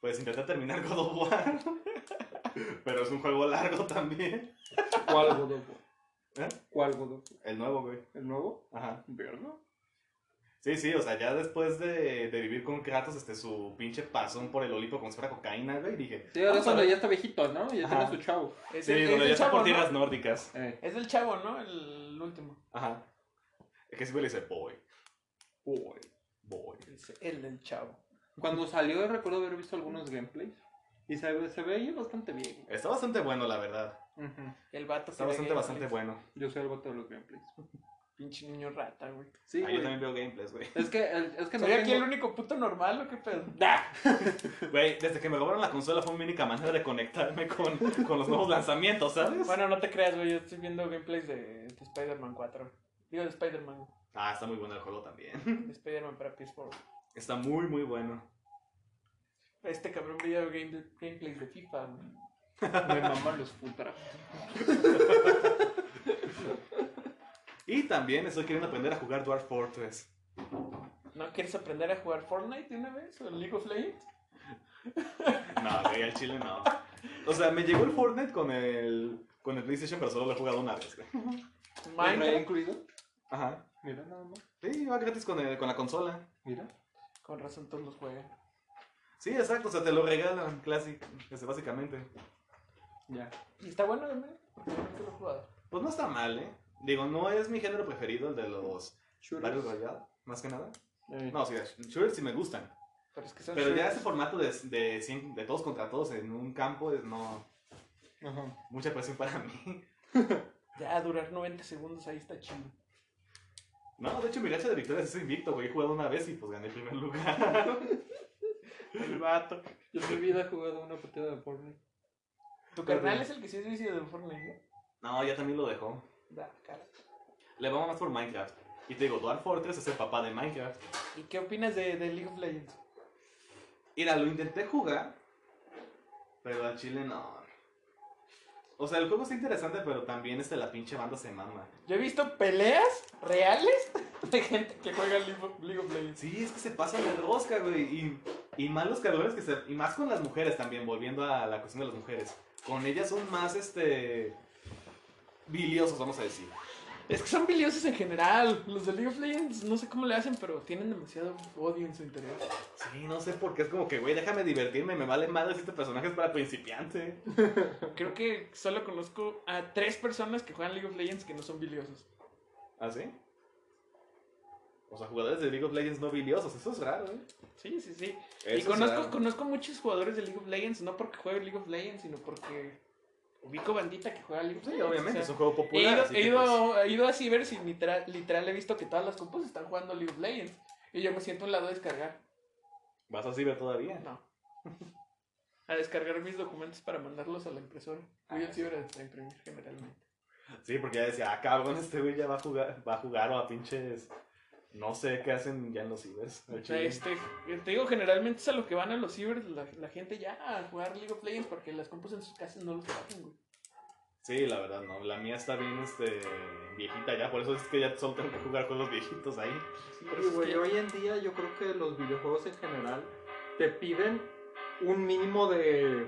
S2: Pues intenté terminar God of War. pero es un juego largo también.
S4: ¿Cuál Godofo?
S2: ¿Eh?
S4: ¿Cuál Godofo?
S2: El nuevo, güey.
S4: ¿El nuevo?
S2: Ajá.
S4: ¿Verdad?
S2: Sí, sí, o sea, ya después de, de vivir con Kratos, este, su pinche pasón por el Olimpo como si fuera cocaína, güey, dije...
S4: Sí, ahora
S2: vamos a
S4: cuando
S2: ver.
S4: ya está viejito, ¿no? Ya
S2: Ajá.
S4: tiene su chavo.
S3: Es
S2: Sí,
S3: el- es
S2: donde
S3: el
S2: ya está
S3: chavo,
S2: por
S3: ¿no?
S2: tierras nórdicas.
S4: Eh.
S3: Es el chavo, ¿no? El último.
S2: Ajá. Es que siempre le dice, boy, boy, boy.
S3: Es el del chavo.
S4: Cuando salió, recuerdo haber visto algunos gameplays. Y se, se veía bastante bien.
S2: Está bastante bueno, la verdad.
S4: Ujú.
S3: El vato
S2: Está
S3: que ve
S2: bastante,
S3: gameplays.
S2: bastante bueno.
S4: Yo soy el voto de los gameplays.
S3: Pinche niño rata, güey.
S4: Sí,
S2: Ah, yo
S4: güey.
S2: también veo gameplays, güey.
S4: Es que, el- es que no
S3: ¿Soy aquí el
S4: tengo-
S3: único puto normal o qué pedo?
S2: Güey, desde que me robaron la consola fue mi única manera de conectarme con, con los nuevos lanzamientos, ¿sabes?
S3: Bueno, no te creas, güey. Yo estoy viendo gameplays de, de Spider-Man 4. Digo, de Spider-Man.
S2: Ah, está muy bueno el juego también.
S3: De Spider-Man para PS4.
S2: Está muy, muy bueno.
S3: Este cabrón video game, gameplays de FIFA, güey.
S4: Me maman los full trap.
S2: Y también estoy queriendo aprender a jugar Dwarf Fortress.
S3: ¿No quieres aprender a jugar Fortnite de una vez? ¿O League of Legends?
S2: No, güey, al chile no. O sea, me llegó el Fortnite con el, con el PlayStation, pero solo lo he jugado una vez, güey.
S4: ¿Minecraft
S3: Minecraft.
S4: incluido?
S2: Ajá.
S4: Mira nada más.
S2: Sí, va gratis con, el- con la consola.
S4: Mira.
S3: Con razón todos los juegan.
S2: Sí, exacto, o sea, te lo regalan, clásico, ese, básicamente.
S4: Ya.
S3: Y está bueno de Minecraft, porque yo nunca lo he jugado.
S2: Pues no está mal, ¿eh? Digo, no es mi género preferido, el de los Battle Royale, más que nada. No, sí, shooters sí me gustan.
S3: Pero es que son
S2: Pero ya
S3: shooters.
S2: ese formato de, de, cien- de todos contra todos en un campo es no...
S4: Ajá.
S2: Mucha presión para mí.
S3: Ya, durar 90 segundos ahí está chido.
S2: No, de hecho, mi racha de victorias es invicto, güey. He jugado una vez y pues gané el primer lugar.
S3: El vato.
S4: Yo en mi vida he jugado una partida de Fortnite.
S3: Tu carnal es el que sí es vicio de Fortnite,
S2: No, ya también lo dejó.
S3: ¿no? Da, cara.
S2: Le vamos más por Minecraft. Y te digo, Dwarf Fortress es el papá de Minecraft.
S3: ¿Y qué opinas de, de League of Legends?
S2: Mira, lo intenté jugar, pero al chile no. O sea, el juego está interesante, pero también este, la pinche banda se mama.
S3: Yo he visto peleas reales de gente que juega League of, League of Legends.
S2: Sí, es que se pasa de rosca, güey. Y, y más los cargadores que se. Y más con las mujeres también, volviendo a la cuestión de las mujeres. Con ellas son más, este. biliosos, vamos a decir.
S3: Es que son biliosos en general. Los de League of Legends, no sé cómo le hacen, pero tienen demasiado odio en su interior.
S2: Sí, no sé por qué. Es como que, güey, déjame divertirme. Me vale madre si este personaje es para principiante.
S3: Creo que solo conozco a tres personas que juegan League of Legends que no son biliosos.
S2: ¿Ah, sí? O sea, jugadores de League of Legends no biliosos. Eso es raro, güey.
S3: Sí, sí, sí. y
S2: Eso es
S3: conozco,
S2: raro.
S3: conozco muchos jugadores de League of Legends, no porque juegue League of Legends, sino porque ubico bandita que juega League of
S2: Sí,
S3: Legends.
S2: obviamente,
S3: o
S2: es
S3: sea,
S2: un juego
S3: He
S2: popular.
S3: ido,
S2: así
S3: he,
S2: que, pues,
S3: ido, he ido a cibers y literal, literal he visto que todas las compas están jugando League of Legends. Y yo me siento a un lado a descargar.
S2: ¿Vas a ciber todavía?
S3: No. A descargar mis documentos para mandarlos a la impresora. Voy
S4: Ah,
S3: al ciber a, a imprimir generalmente.
S2: Sí, porque ya decía, ah, cabrón, este güey ya va a jugar, va a jugar o a pinches... No sé qué hacen ya en los cibers. al
S3: O sea,
S2: chile.
S3: este, te digo, generalmente es a lo que van a los cibers la, la gente ya a jugar League of Legends porque las compas en sus casas no lo juegan, güey.
S2: Sí, la verdad, no. La mía está bien, este... Viejita ya, por eso es que ya solo tengo que jugar con los viejitos ahí.
S4: Sí,
S3: Pero es
S4: güey.
S3: que-
S4: Hoy en día yo creo que los videojuegos en general te piden un mínimo de.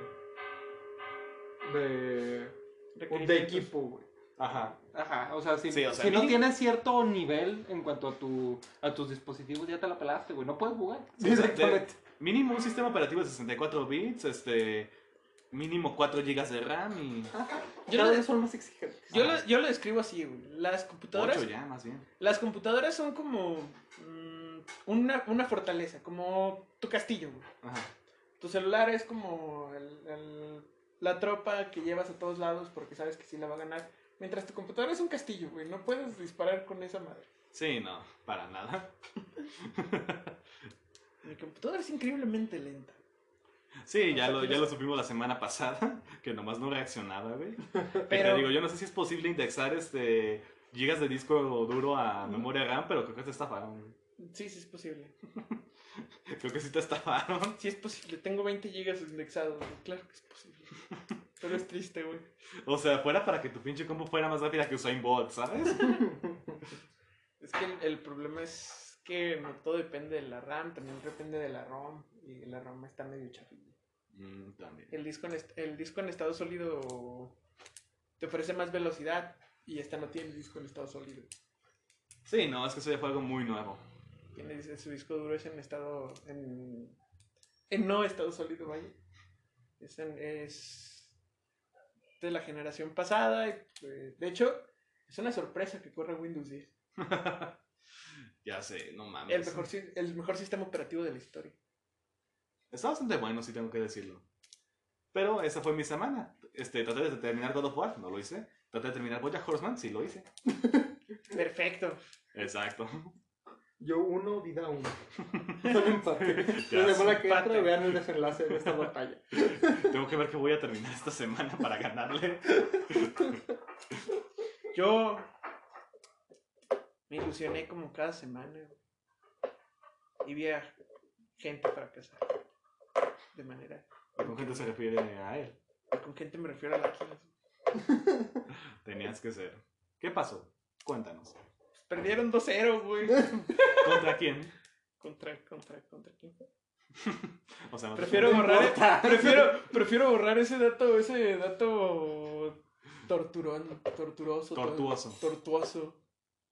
S4: de. de
S3: Requerimientos.
S4: equipo, güey.
S2: Ajá.
S4: Ajá, o sea, si,
S2: Sí, o sea,
S4: si no
S2: mínimo-
S4: tienes cierto nivel en cuanto a tu a tus dispositivos, ya te la pelaste, güey. No puedes jugar.
S2: Sí, exactamente. Mínimo un sistema operativo de 64 bits, este... Mínimo 4 GB de RAM y...
S3: Ah, Yo
S4: Cada
S3: lo-
S4: vez son más exigentes.
S3: Yo lo, yo lo describo así, güey. Las computadoras,
S2: 8 ya, más bien.
S3: las computadoras son como mm, una, una fortaleza, como tu castillo, güey.
S2: Ajá.
S3: Tu celular es como el- el- la tropa que llevas a todos lados porque sabes que sí la va a ganar. Mientras tu computadora es un castillo, güey. No puedes disparar con esa madre.
S2: Sí, no, para nada.
S3: Mi computadora es increíblemente lenta.
S2: Sí,
S3: O
S2: ya
S3: sea,
S2: lo, ya
S3: tienes-
S2: lo supimos la semana pasada, que nomás no reaccionaba, güey. Pero...
S3: Pero-
S2: digo, yo no sé si es posible indexar este gigas de disco duro a memoria RAM, pero creo que te estafaron. güey.
S3: Sí, sí es posible.
S2: Creo que sí te estafaron.
S3: Sí es posible. Tengo 20 gigas indexados. güey. Claro que es posible. Pero es triste, güey.
S2: O sea, fuera para que tu pinche compu fuera más rápida que Usain Bolt, ¿sabes?
S3: Es que el, el problema es que no todo depende de la RAM, también depende de la ROM. Y la ROM está medio chafilla.
S2: Mm, también.
S3: El disco en, est- el disco en estado sólido te ofrece más velocidad y esta no tiene disco en estado sólido.
S2: Sí, no, es que eso ya fue algo muy nuevo.
S3: Tiene dice, su disco duro es en estado. en, en no estado sólido, vaya. Es, en- es de la generación pasada. y, eh, de hecho, es una sorpresa que corra Windows 10.
S2: Ya sé, no mames.
S3: El mejor, si- el mejor sistema operativo de la historia.
S2: Está bastante bueno, sí tengo que decirlo. Pero esa fue mi semana. Este, traté de terminar God of War, no lo hice. Traté de terminar Boya Horseman, sí lo hice.
S3: Perfecto.
S2: Exacto.
S4: Yo uno, vida uno. Solo empate. La semana que
S3: Empate.
S4: entra vean el desenlace de esta batalla.
S2: Tengo que ver qué voy a terminar esta semana para ganarle.
S3: Yo me ilusioné como cada semana güey. y vi a gente fracasar. De manera.
S2: ¿A ¿Con gente se refiere a él?
S3: Con gente me refiero a la Pues, Atlas.
S2: Tenías que ser. ¿Qué pasó? Cuéntanos.
S3: Perdieron 2-0, güey.
S2: ¿Contra quién?
S3: Contra, contra, contra quién fue?
S2: O sea, no te-
S3: Prefiero borrar, prefiero, prefiero borrar ese dato, ese dato torturón, torturoso. tor-
S2: Tortuoso.
S3: Tortuoso.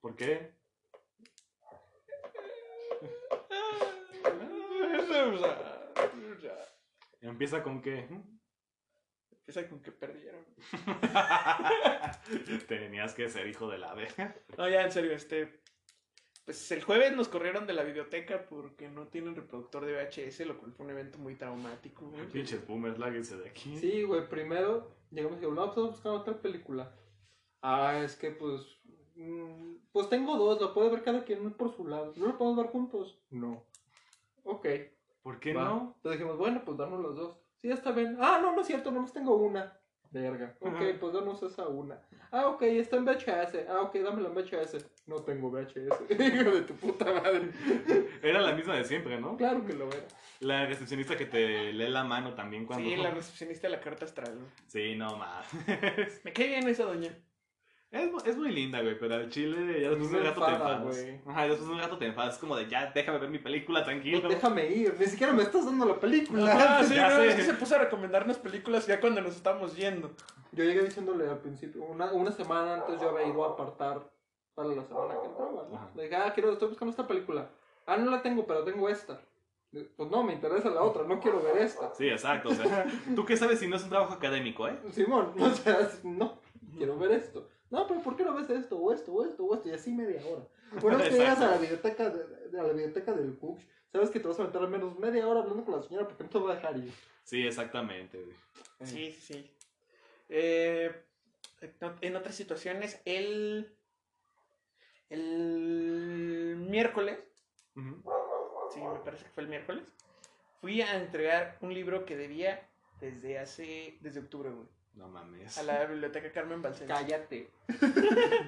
S2: ¿Por qué?
S3: Ah,
S2: ¿Empieza con qué? ¿Mm?
S3: Empieza con que perdieron.
S2: Tenías que ser hijo de la verga.
S3: No, ya, en serio, este. Pues el jueves nos corrieron de la biblioteca porque no tienen reproductor de VHS, lo cual fue un evento muy traumático, güey.
S2: Pinches boomers, láguense de aquí.
S4: Sí, güey, primero llegamos y dijimos, no, pues vamos a buscar otra película. Ah, es que pues. mm, Pues tengo dos, la puede ver cada quien por su lado. ¿No la podemos ver juntos? No. Ok.
S2: ¿Por qué
S4: va.
S2: no?
S4: Entonces dijimos, bueno, pues darnos los dos. Sí, está bien. Ah, no, no es cierto, nomás tengo una. Verga. Ok,
S2: Ajá.
S4: pues danos esa una. Ah, ok, está en VHS. Ah, ok, dame la VHS. No tengo VHS. Hijo de tu puta madre.
S2: Era la misma de siempre, ¿no?
S4: claro que lo era.
S2: La recepcionista que te lee la mano también cuando.
S3: Sí, la recepcionista de la carta astral. güey.
S2: Sí, no más.
S3: Me cae bien esa doña.
S2: Es, mu- es muy linda, güey, pero al chile ya después de
S4: Me
S2: un rato te
S4: enfada,
S2: enfadas.
S4: güey.
S2: Ajá, después de un rato te enfadas. Es como de ya, déjame ver mi película, tranquilo.
S4: Déjame ir. Ni siquiera me estás dando la película.
S3: Ah, sí,
S2: Ya
S3: no,
S2: sé.
S3: es que se puso a recomendarnos películas ya cuando nos estábamos yendo.
S4: Yo llegué diciéndole al principio, una, una semana antes yo había ido a apartar para la semana que entraba.
S2: Ajá.
S4: ¿no? Le dije, ah, quiero, estoy buscando esta película. Ah, no la tengo, pero tengo esta. Le- Pues no, me interesa la otra, no quiero ver esta.
S2: Sí, exacto. O sea, ¿tú qué sabes si no es un trabajo académico, eh?
S4: Simón, o sea, es- no, quiero ver esto. No, pero ¿por qué no ves esto, o esto, o esto, o esto? Y así media hora. Una vez que llegas a la biblioteca, de- de- a la biblioteca del Cooks, sabes que te vas a meter al menos media hora hablando con la señora porque no te va a dejar ir.
S2: Sí, exactamente. güey.
S3: Sí, sí, sí. Eh, en- en otras situaciones, el. El miércoles,
S2: Ujú.
S3: sí, me parece que fue el miércoles, fui a entregar un libro que debía desde hace. desde octubre, güey.
S2: No
S3: A
S2: mames.
S3: la biblioteca Carmen Balcells.
S4: Cállate.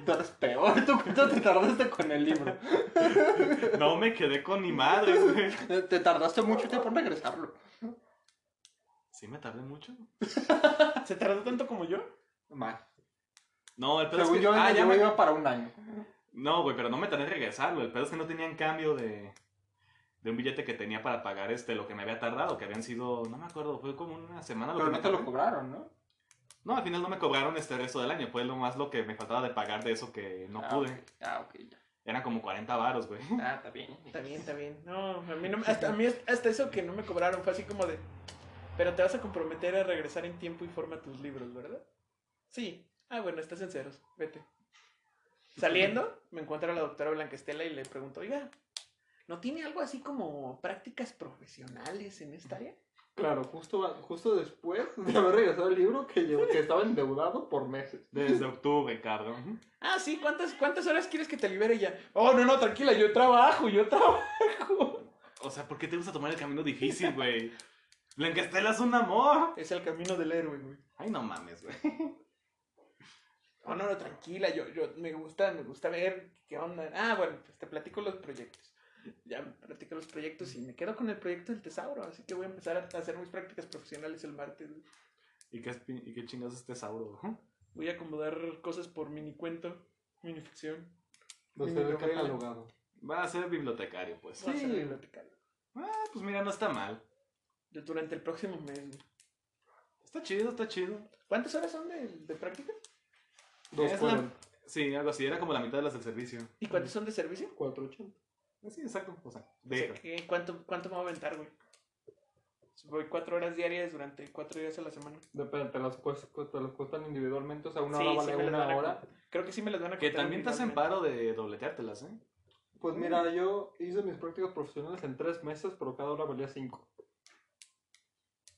S4: Tú eres peor. ¿Tú cuánto te tardaste con el libro?
S2: No me quedé con mi madre, güey.
S4: Te tardaste mucho tiempo en regresarlo.
S2: ¿Sí me tardé mucho?
S3: ¿Se tardó tanto como yo?
S4: Mal.
S2: No, el pedo
S4: Según
S2: es que...
S4: yo,
S2: Ah,
S4: yo
S2: ya me-
S4: iba para un año.
S2: No, güey, pero no me tardé en regresarlo. El pedo es que no tenían cambio de... De un billete que tenía para pagar este lo que me había tardado, que habían sido, no me acuerdo, fue como una semana lo
S4: Pero
S2: que
S4: no
S2: me
S4: te lo
S2: tardé.
S4: cobraron, ¿no?
S2: No, al final no me cobraron este resto del año, fue lo más lo que me faltaba de pagar de eso que no
S4: Ah,
S2: pude.
S4: ok. Ah, ok, ya.
S2: Eran como 40 varos, güey.
S4: Ah, está bien.
S3: Está bien, está bien. No, a mí, no, me- hasta, a mí hasta eso que no me cobraron fue así como de. Pero te vas a comprometer a regresar en tiempo y forma tus libros, ¿verdad? Sí. Ah, bueno, estás en ceros. Vete. Saliendo, me encuentro a la doctora Blanquestela y le pregunto, oiga, ¿no tiene algo así como prácticas profesionales en esta área?
S4: Claro, justo, va- justo después de haber regresado el libro que, yo, que estaba endeudado por meses.
S2: Desde octubre, cabrón.
S3: Ah, sí, ¿cuántas, cuántas horas quieres que te libere ya? Oh, no, no, tranquila, yo trabajo, yo trabajo.
S2: O sea, ¿por qué te gusta tomar el camino difícil, güey? Blanquestela es un amor.
S3: Es el camino del héroe, güey. Oh,
S2: Ay, no mames, güey.
S3: No, no, no, tranquila, yo, yo, me gusta, me gusta ver qué onda. Ah, bueno, pues te platico los proyectos. Ya me platico los proyectos y me quedo con el proyecto del tesauro, así que voy a empezar a hacer mis prácticas profesionales el martes.
S2: ¿Y qué, espi- y qué chingados es este tesauro?
S3: Voy a acomodar cosas por mini cuento, mini ficción.
S4: Lo
S3: Ni
S4: se ve
S3: novela.
S4: catalogado.
S2: Va a ser bibliotecario, pues.
S3: Voy a ser
S4: Sí.
S3: bibliotecario.
S2: Ah, pues mira, no está mal.
S3: Yo Durante el próximo mes. güey.
S2: Está chido, está chido.
S3: ¿Cuántas horas son de, de práctica?
S4: Dos
S2: Es la-
S4: fueron
S2: Sí, algo así. Era como la mitad de las del servicio.
S3: ¿Y cuántas son de servicio?
S4: 480.
S2: Sí, exacto. O sea,
S3: O sea,
S2: de...
S3: ¿qué- ¿cuánto, ¿Cuánto me voy a aventar, güey? Voy cuatro horas diarias durante cuatro días a la semana.
S4: Depende, te las, cuesta, te las cuestan individualmente, o sea, una
S3: Sí,
S4: hora
S3: sí
S4: vale
S3: me las van
S4: una
S3: a
S4: hora.
S3: Creo que sí me las van a
S2: que
S3: contar
S2: también te hacen
S3: individualmente.
S2: paro de dobleteártelas, ¿eh?
S4: Pues mira,
S3: Mm.
S4: yo hice mis prácticas profesionales en tres meses, pero cada hora valía cinco.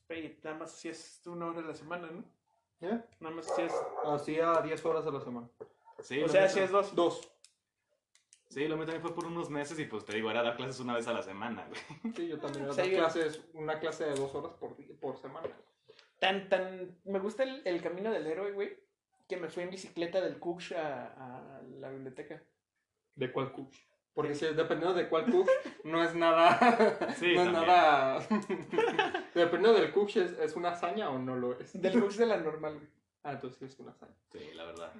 S3: Pero nada más si es una hora a la semana, ¿no?
S4: ¿Eh?
S3: Nada más si es.
S4: Hacía 10 horas a la semana.
S2: Sí,
S3: o
S2: lo
S3: sea,
S2: mío
S3: si es
S2: tam-
S3: dos.
S4: Dos.
S2: sí, lo mío también fue por unos meses y pues te digo, era dar clases una vez a la semana, güey.
S4: Sí, yo también.
S3: O
S4: Era
S3: sea,
S4: dar
S3: yo-
S4: clases, una clase de dos horas por, di- por semana.
S3: Tan, tan. Me gusta el, el camino del héroe, güey. Que me fui en bicicleta del Cooks a, a la biblioteca.
S4: ¿De cuál cook? Porque si es dependiendo de cuál cook, no es nada.
S2: Sí,
S4: no es
S2: también.
S4: nada. dependiendo del cook, ¿es, es una hazaña o no lo es?
S3: Del Cooks de la normal, güey.
S4: Ah, entonces sí es una hazaña.
S2: Sí, la verdad.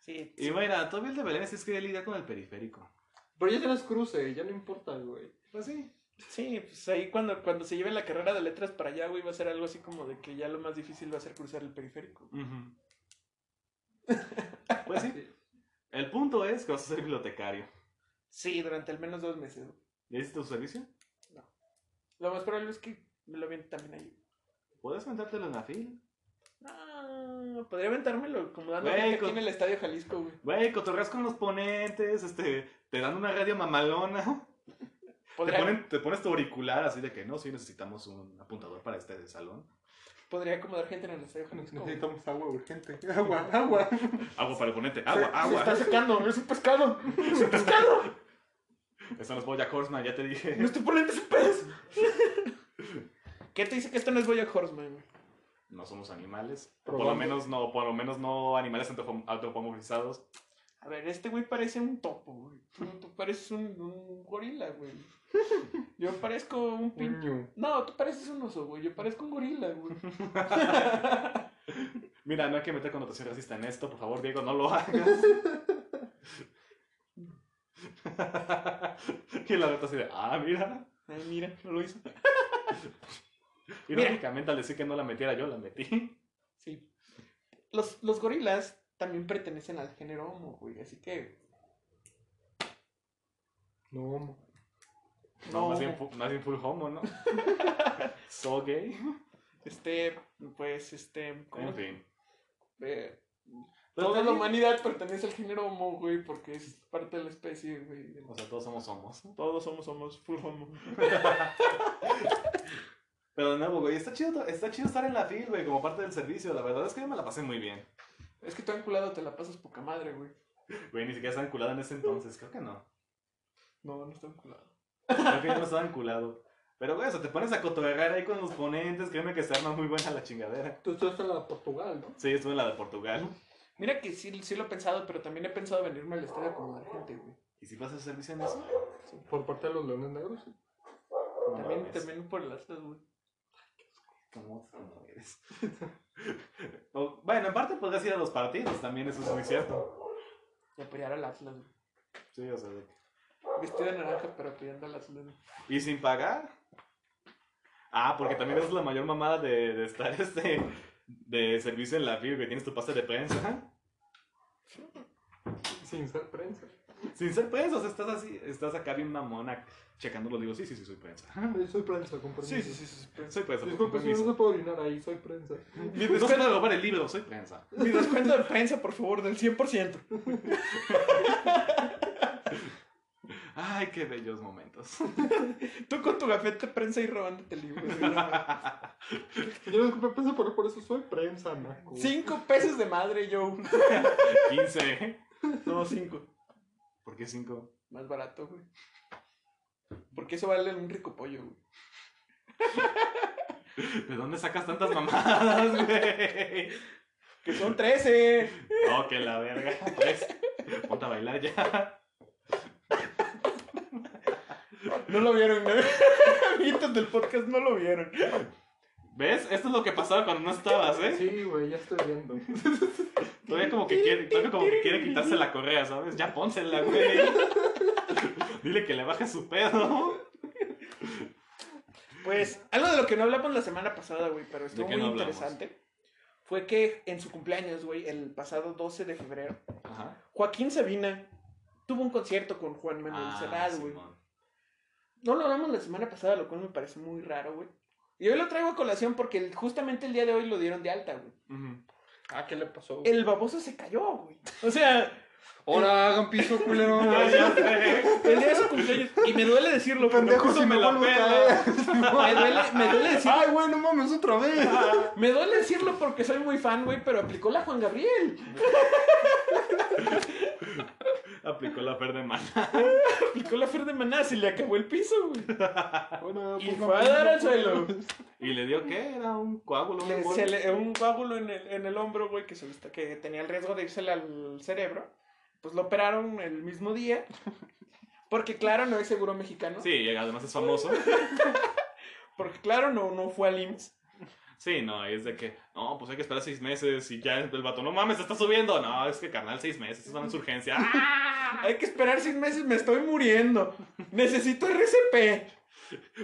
S3: Sí.
S2: Y mira, todavía el de Belén es que lidia con el periférico.
S4: Pero ya tienes cruce, ya no importa, güey.
S2: Pues sí.
S3: Sí, pues ahí cuando, cuando se lleve la carrera de letras para allá, güey, va a ser algo así como de que ya lo más difícil va a ser cruzar el periférico.
S2: Pues sí. El punto es que vas a ser bibliotecario.
S3: Sí, durante al menos dos meses. güey.
S2: ¿Ya hiciste tu servicio?
S3: Lo más probable es que me lo aviente también ahí.
S2: ¿Puedes aventártelo en la fila?
S3: Ah, podría aventármelo como dando
S2: Güey,
S3: vuelta aquí
S2: con-
S3: en el Estadio Jalisco, güey.
S2: Güey, cotorreas con los ponentes, este, te dan una radio mamalona. Te,
S3: Podría,
S2: ponen- te pones tu auricular así de que no, sí necesitamos un apuntador para este salón.
S3: podría acomodar gente en el Estadio Jalisco. güey.
S4: Necesitamos agua urgente. Agua, agua.
S2: Agua para el ponente, agua, agua.
S3: Se está secando, es un pescado. Es un pescado.
S2: Están los Boya Horseman, ya te
S3: Me
S2: dije.
S3: estoy poniendo un pez. ¿Qué te dice que esto no es Boya Horseman? güey?
S2: No somos animales. Por
S4: Probando.
S2: lo menos no, por lo menos no animales antropom- antropomorfizados.
S3: A ver, este güey parece un topo, güey. Tú, tú pareces un, un gorila, güey. Yo parezco un
S2: Mm.
S3: pin...
S4: Niño.
S3: No, tú pareces un oso, güey. Yo parezco un gorila, güey.
S2: Mira, no hay que meter connotación racista en esto, por favor, Diego, no lo hagas. y la neta así de, ah, mira.
S3: Ay, mira, no lo hizo. Mira.
S2: Irónicamente, al decir que no la metiera yo, la metí.
S3: Sí. Los, los gorilas también pertenecen al género homo, güey. Así que...
S4: No, mo.
S2: No,
S3: No,
S2: más, bien, fu- más bien full homo, ¿no? so gay.
S3: Este, pues, este... ¿cómo?
S2: En fin.
S3: Eh,
S2: Pero
S3: toda la
S2: también-
S3: humanidad pertenece al género homo, güey, porque es parte de la especie, güey.
S2: O sea, todos somos homos.
S3: Todos somos homos, full homo.
S2: Pero de nuevo, güey, está chido, está chido estar en la fila, güey, como parte del servicio. La verdad es que yo me la pasé muy bien.
S3: Es que tú enculado te la pasas poca madre, güey.
S2: Güey, ni siquiera estaba enculado en ese entonces, creo que no.
S3: No, no está enculado.
S2: Creo que yo no estaba enculado. Pero, güey, o sea, te pones a cotorrear ahí con los ponentes, créeme que se arma muy buena la chingadera.
S4: Tú estás en la Portugal, ¿no?
S2: Sí, estuve en la de Portugal.
S3: Mira que sí, sí lo he pensado, pero también he pensado venirme al estadio a acomodar gente, güey.
S2: ¿Y si vas a hacer servicio en eso?
S4: Por parte de los leones negros. sí.
S2: No
S3: También,
S2: mames.
S3: también por las dos, güey.
S2: ¿Cómo, cómo eres? O, bueno, en parte podrías ir a los partidos también, eso es muy cierto.
S3: Y apoyar al Atlas, güey.
S2: Sí, o sea, de-
S3: Vestido de naranja, pero apoyando al Atlas, güey.
S2: ¿Y sin pagar? Ah, porque también es la mayor mamada de, de estar este de servicio en la FIB, que tienes tu pase de prensa.
S4: Sin ser prensa.
S2: Sin ser prensa, o sea, estás así, estás acá bien mamona, checándolo, digo, sí, sí, sí, soy prensa.
S4: Soy prensa, con permiso.
S3: sí.
S2: Soy prensa, por
S4: Disculpe, si no
S2: permiso.
S4: se puede orinar ahí, soy prensa.
S3: Mi
S2: No se
S3: descuento,
S2: puede robar el libro, soy prensa.
S3: mi descuento de prensa, por favor, del 100%.
S2: Ay, qué bellos momentos.
S3: Tú con tu gafete de prensa y robándote libros, güey.
S4: Yo disculpe, prensa, pero por eso soy prensa, naco.
S3: Cinco pesos de madre, Joe.
S2: 15.
S3: No, cinco.
S2: ¿Por qué 5?
S3: Más barato, güey. Porque eso vale un rico pollo, güey.
S2: ¿De dónde sacas tantas mamadas, güey?
S3: Que son 13.
S2: No, que la verga. Pues, ponte a bailar ya.
S3: No lo vieron, ¿no? Amiguitos del podcast no lo vieron.
S2: ¿Ves? Esto es lo que pasaba cuando no estabas, ¿eh?
S4: Sí, güey, ya estoy viendo.
S2: Todavía como que quiere, todavía como que quiere quitarse la correa, ¿sabes? Ya pónsela, güey. Dile que le baje su pedo.
S3: Pues, algo de lo que no hablamos la semana pasada, güey, pero estuvo
S2: qué
S3: muy
S2: no hablamos?
S3: interesante. Fue que en su cumpleaños, güey, el pasado 12 de febrero,
S2: Ajá.
S3: Joaquín Sabina tuvo un concierto con Juan Manuel
S2: Ah,
S3: Serrat, güey. No lo hablamos la semana pasada, lo cual me parece muy raro, güey. Y hoy lo traigo a colación porque el- justamente el día de hoy lo dieron de alta, güey.
S2: Ujú.
S4: Ah, ¿qué le pasó?
S3: El baboso se cayó, güey. O sea,
S4: Ahora hagan piso, culero.
S3: El día de su cumpleaños. Y me duele decirlo, pero
S1: Pendejo,
S3: incluso
S1: si me
S3: me la
S1: vuelvo a
S3: pela.
S1: caer.
S3: Me duele, me duele decirlo.
S1: Ay, güey, no mames, otra vez.
S3: Me duele decirlo porque soy muy fan, güey, pero aplicó la Juan Gabriel.
S2: Aplicó la perra de mano.
S3: Aplicó la Fer de Maná, se le acabó el piso, güey.
S1: Ahora,
S3: Y
S1: pongan
S3: fue a
S1: piso,
S3: dar
S1: pongan
S3: al suelo.
S2: ¿Y le dio qué? ¿Era un coágulo? un
S3: Le-
S2: embol-
S3: se le- un coágulo en el, en el hombro, güey, que, se le está- que tenía el riesgo de írsele al cerebro. Pues lo operaron el mismo día. Porque, claro, no es seguro mexicano.
S2: Sí, y además es famoso.
S3: Porque, claro, no, no fue al IMSS.
S2: Sí, no, es de que, no, pues hay que esperar seis meses y ya el vato, no mames, se está subiendo. No, es que carnal, seis meses, es una insurgencia. ¡Ah!
S3: Hay que esperar seis meses, me estoy muriendo. Necesito RCP.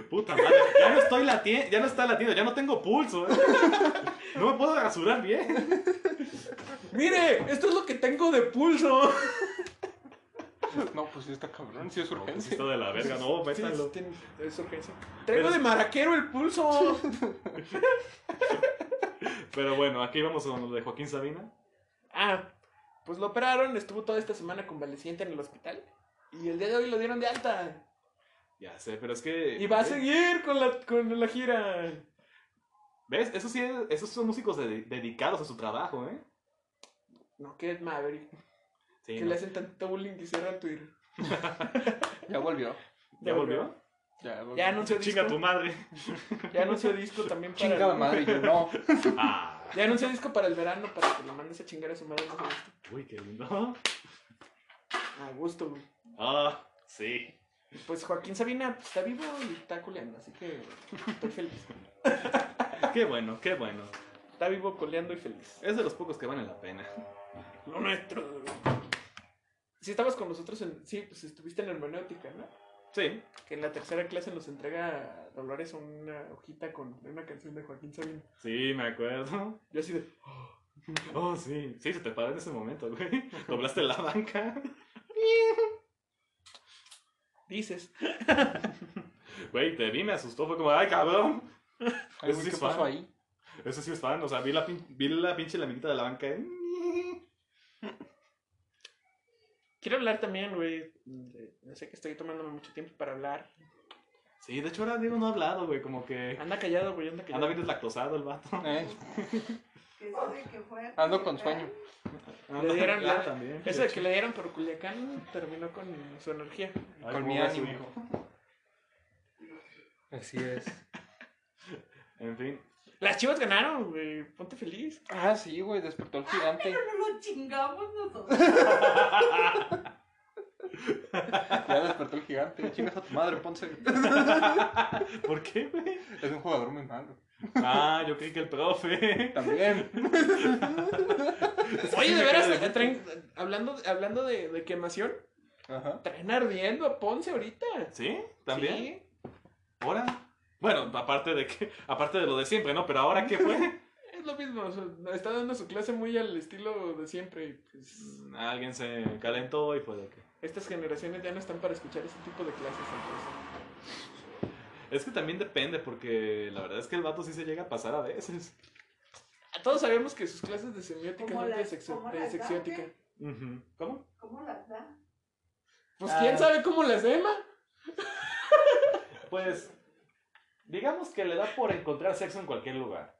S2: Puta madre, ya no estoy latiendo, ya no está latiendo, ya no tengo pulso. ¿eh? No me puedo rasurar bien.
S3: Mire, esto es lo que tengo de pulso.
S4: No, pues sí está cabrón, sí es
S2: No, pues,
S4: urgencia.
S2: esto de la verga, no,
S3: Sí,
S2: métalo.
S3: tiene- es urgencia. Traigo de maraquero el pulso.
S2: Pero bueno, aquí vamos con lo de Joaquín Sabina.
S3: Ah, pues lo operaron, estuvo toda esta semana convaleciente en el hospital. Y el día de hoy lo dieron de alta.
S2: Ya sé, pero es que.
S3: Y va a seguir con la, con la gira.
S2: ¿Ves? Eso sí, es- esos son músicos de- dedicados a su trabajo, ¿eh?
S3: No, que es Maverick.
S2: Sí.
S3: que
S2: ¿no?
S3: le hacen tanto bullying que cierra Twitter.
S4: Ya volvió.
S2: ¿Ya volvió?
S4: Ya volvió.
S3: Ya anunció
S2: Chinga tu
S3: disco.
S2: madre.
S3: Ya anunció disco también para.
S4: Chingada madre, yo no.
S2: Ah.
S3: Ya anunció disco para el verano para que lo mandes a chingar a su madre. más a gusto.
S2: Uy, qué lindo.
S3: A gusto, güey.
S2: Ah, sí.
S3: Pues Joaquín Sabina pues, está vivo y está coleando, así que estoy feliz.
S2: Qué bueno, qué bueno.
S3: Está vivo, coleando y feliz.
S2: Es de los pocos que valen la pena.
S3: Lo nuestro. Si estabas con nosotros en. Sí, pues estuviste en hermenéutica, ¿no?
S2: Sí.
S3: Que en la tercera clase nos entrega Dolores una hojita con una canción de Joaquín Sabina.
S2: Sí, me acuerdo.
S3: Yo así de.
S2: Oh, sí. Sí, se te paró en ese momento, güey. Doblaste la banca.
S3: Dices.
S2: Güey, te vi, me asustó. Fue como, ay, cabrón.
S4: Ay,
S2: Eso
S4: güey,
S2: sí
S4: ¿Qué
S2: es fan.
S4: pasó ahí?
S2: Eso sí es fan. O sea, vi la, pin- vi la pinche laminita de la banca. ¿eh?
S3: Quiero hablar también, güey. de- No sé que estoy tomándome mucho tiempo para hablar.
S2: Sí, de hecho ahora Diego no ha hablado, güey. Como que
S3: Anda callado, güey, anda callado.
S2: anda bien deslactosado el vato.
S4: Eh,
S5: Que eso de que fue a
S4: ando con
S5: Culiacán,
S4: sueño.
S3: Le dieron
S2: ya
S3: la-
S2: también.
S3: Eso de que le dieron por Culiacán terminó con su energía.
S2: Ay,
S4: con
S2: cómo
S4: mi
S2: ve a su
S4: ánimo.
S2: hijo.
S4: Así es.
S2: En fin.
S3: Las chivas ganaron, güey. Ponte feliz.
S4: Ah, sí, güey, despertó el gigante.
S5: Pero no lo chingamos nosotros.
S4: Ya despertó el gigante. Chingas a tu madre, Ponce.
S2: ¿Por qué, güey?
S4: Es un jugador muy malo.
S2: Ah, yo creí que el profe.
S4: También.
S3: Oye, de veras, eh, traen- hablando, hablando de, de quemación,
S4: Ajá.
S3: traen ardiendo a Ponce ahorita.
S2: ¿Sí? ¿También? ¿Ahora? Bueno, aparte de que, aparte de lo de siempre, ¿no? Pero ahora qué fue?
S3: Sí, es lo mismo. o sea, está dando su clase muy al estilo de siempre. y, pues,
S2: Mm, Alguien se calentó y fue de que.
S3: estas generaciones ya no están para escuchar ese tipo de clases. entonces.
S2: Es que también depende, porque la verdad es que el vato sí se llega a pasar a veces.
S3: Todos sabemos que sus clases de semiótica
S5: ¿Cómo
S3: son de,
S5: las-
S3: sexo-
S5: cómo
S3: de
S5: las da,
S3: sexiótica.
S5: qué?
S2: ¿Cómo?
S5: ¿Cómo las da?
S3: Pues quién
S2: Ah.
S3: sabe cómo las dema.
S2: Pues, digamos que le da por encontrar sexo en cualquier lugar.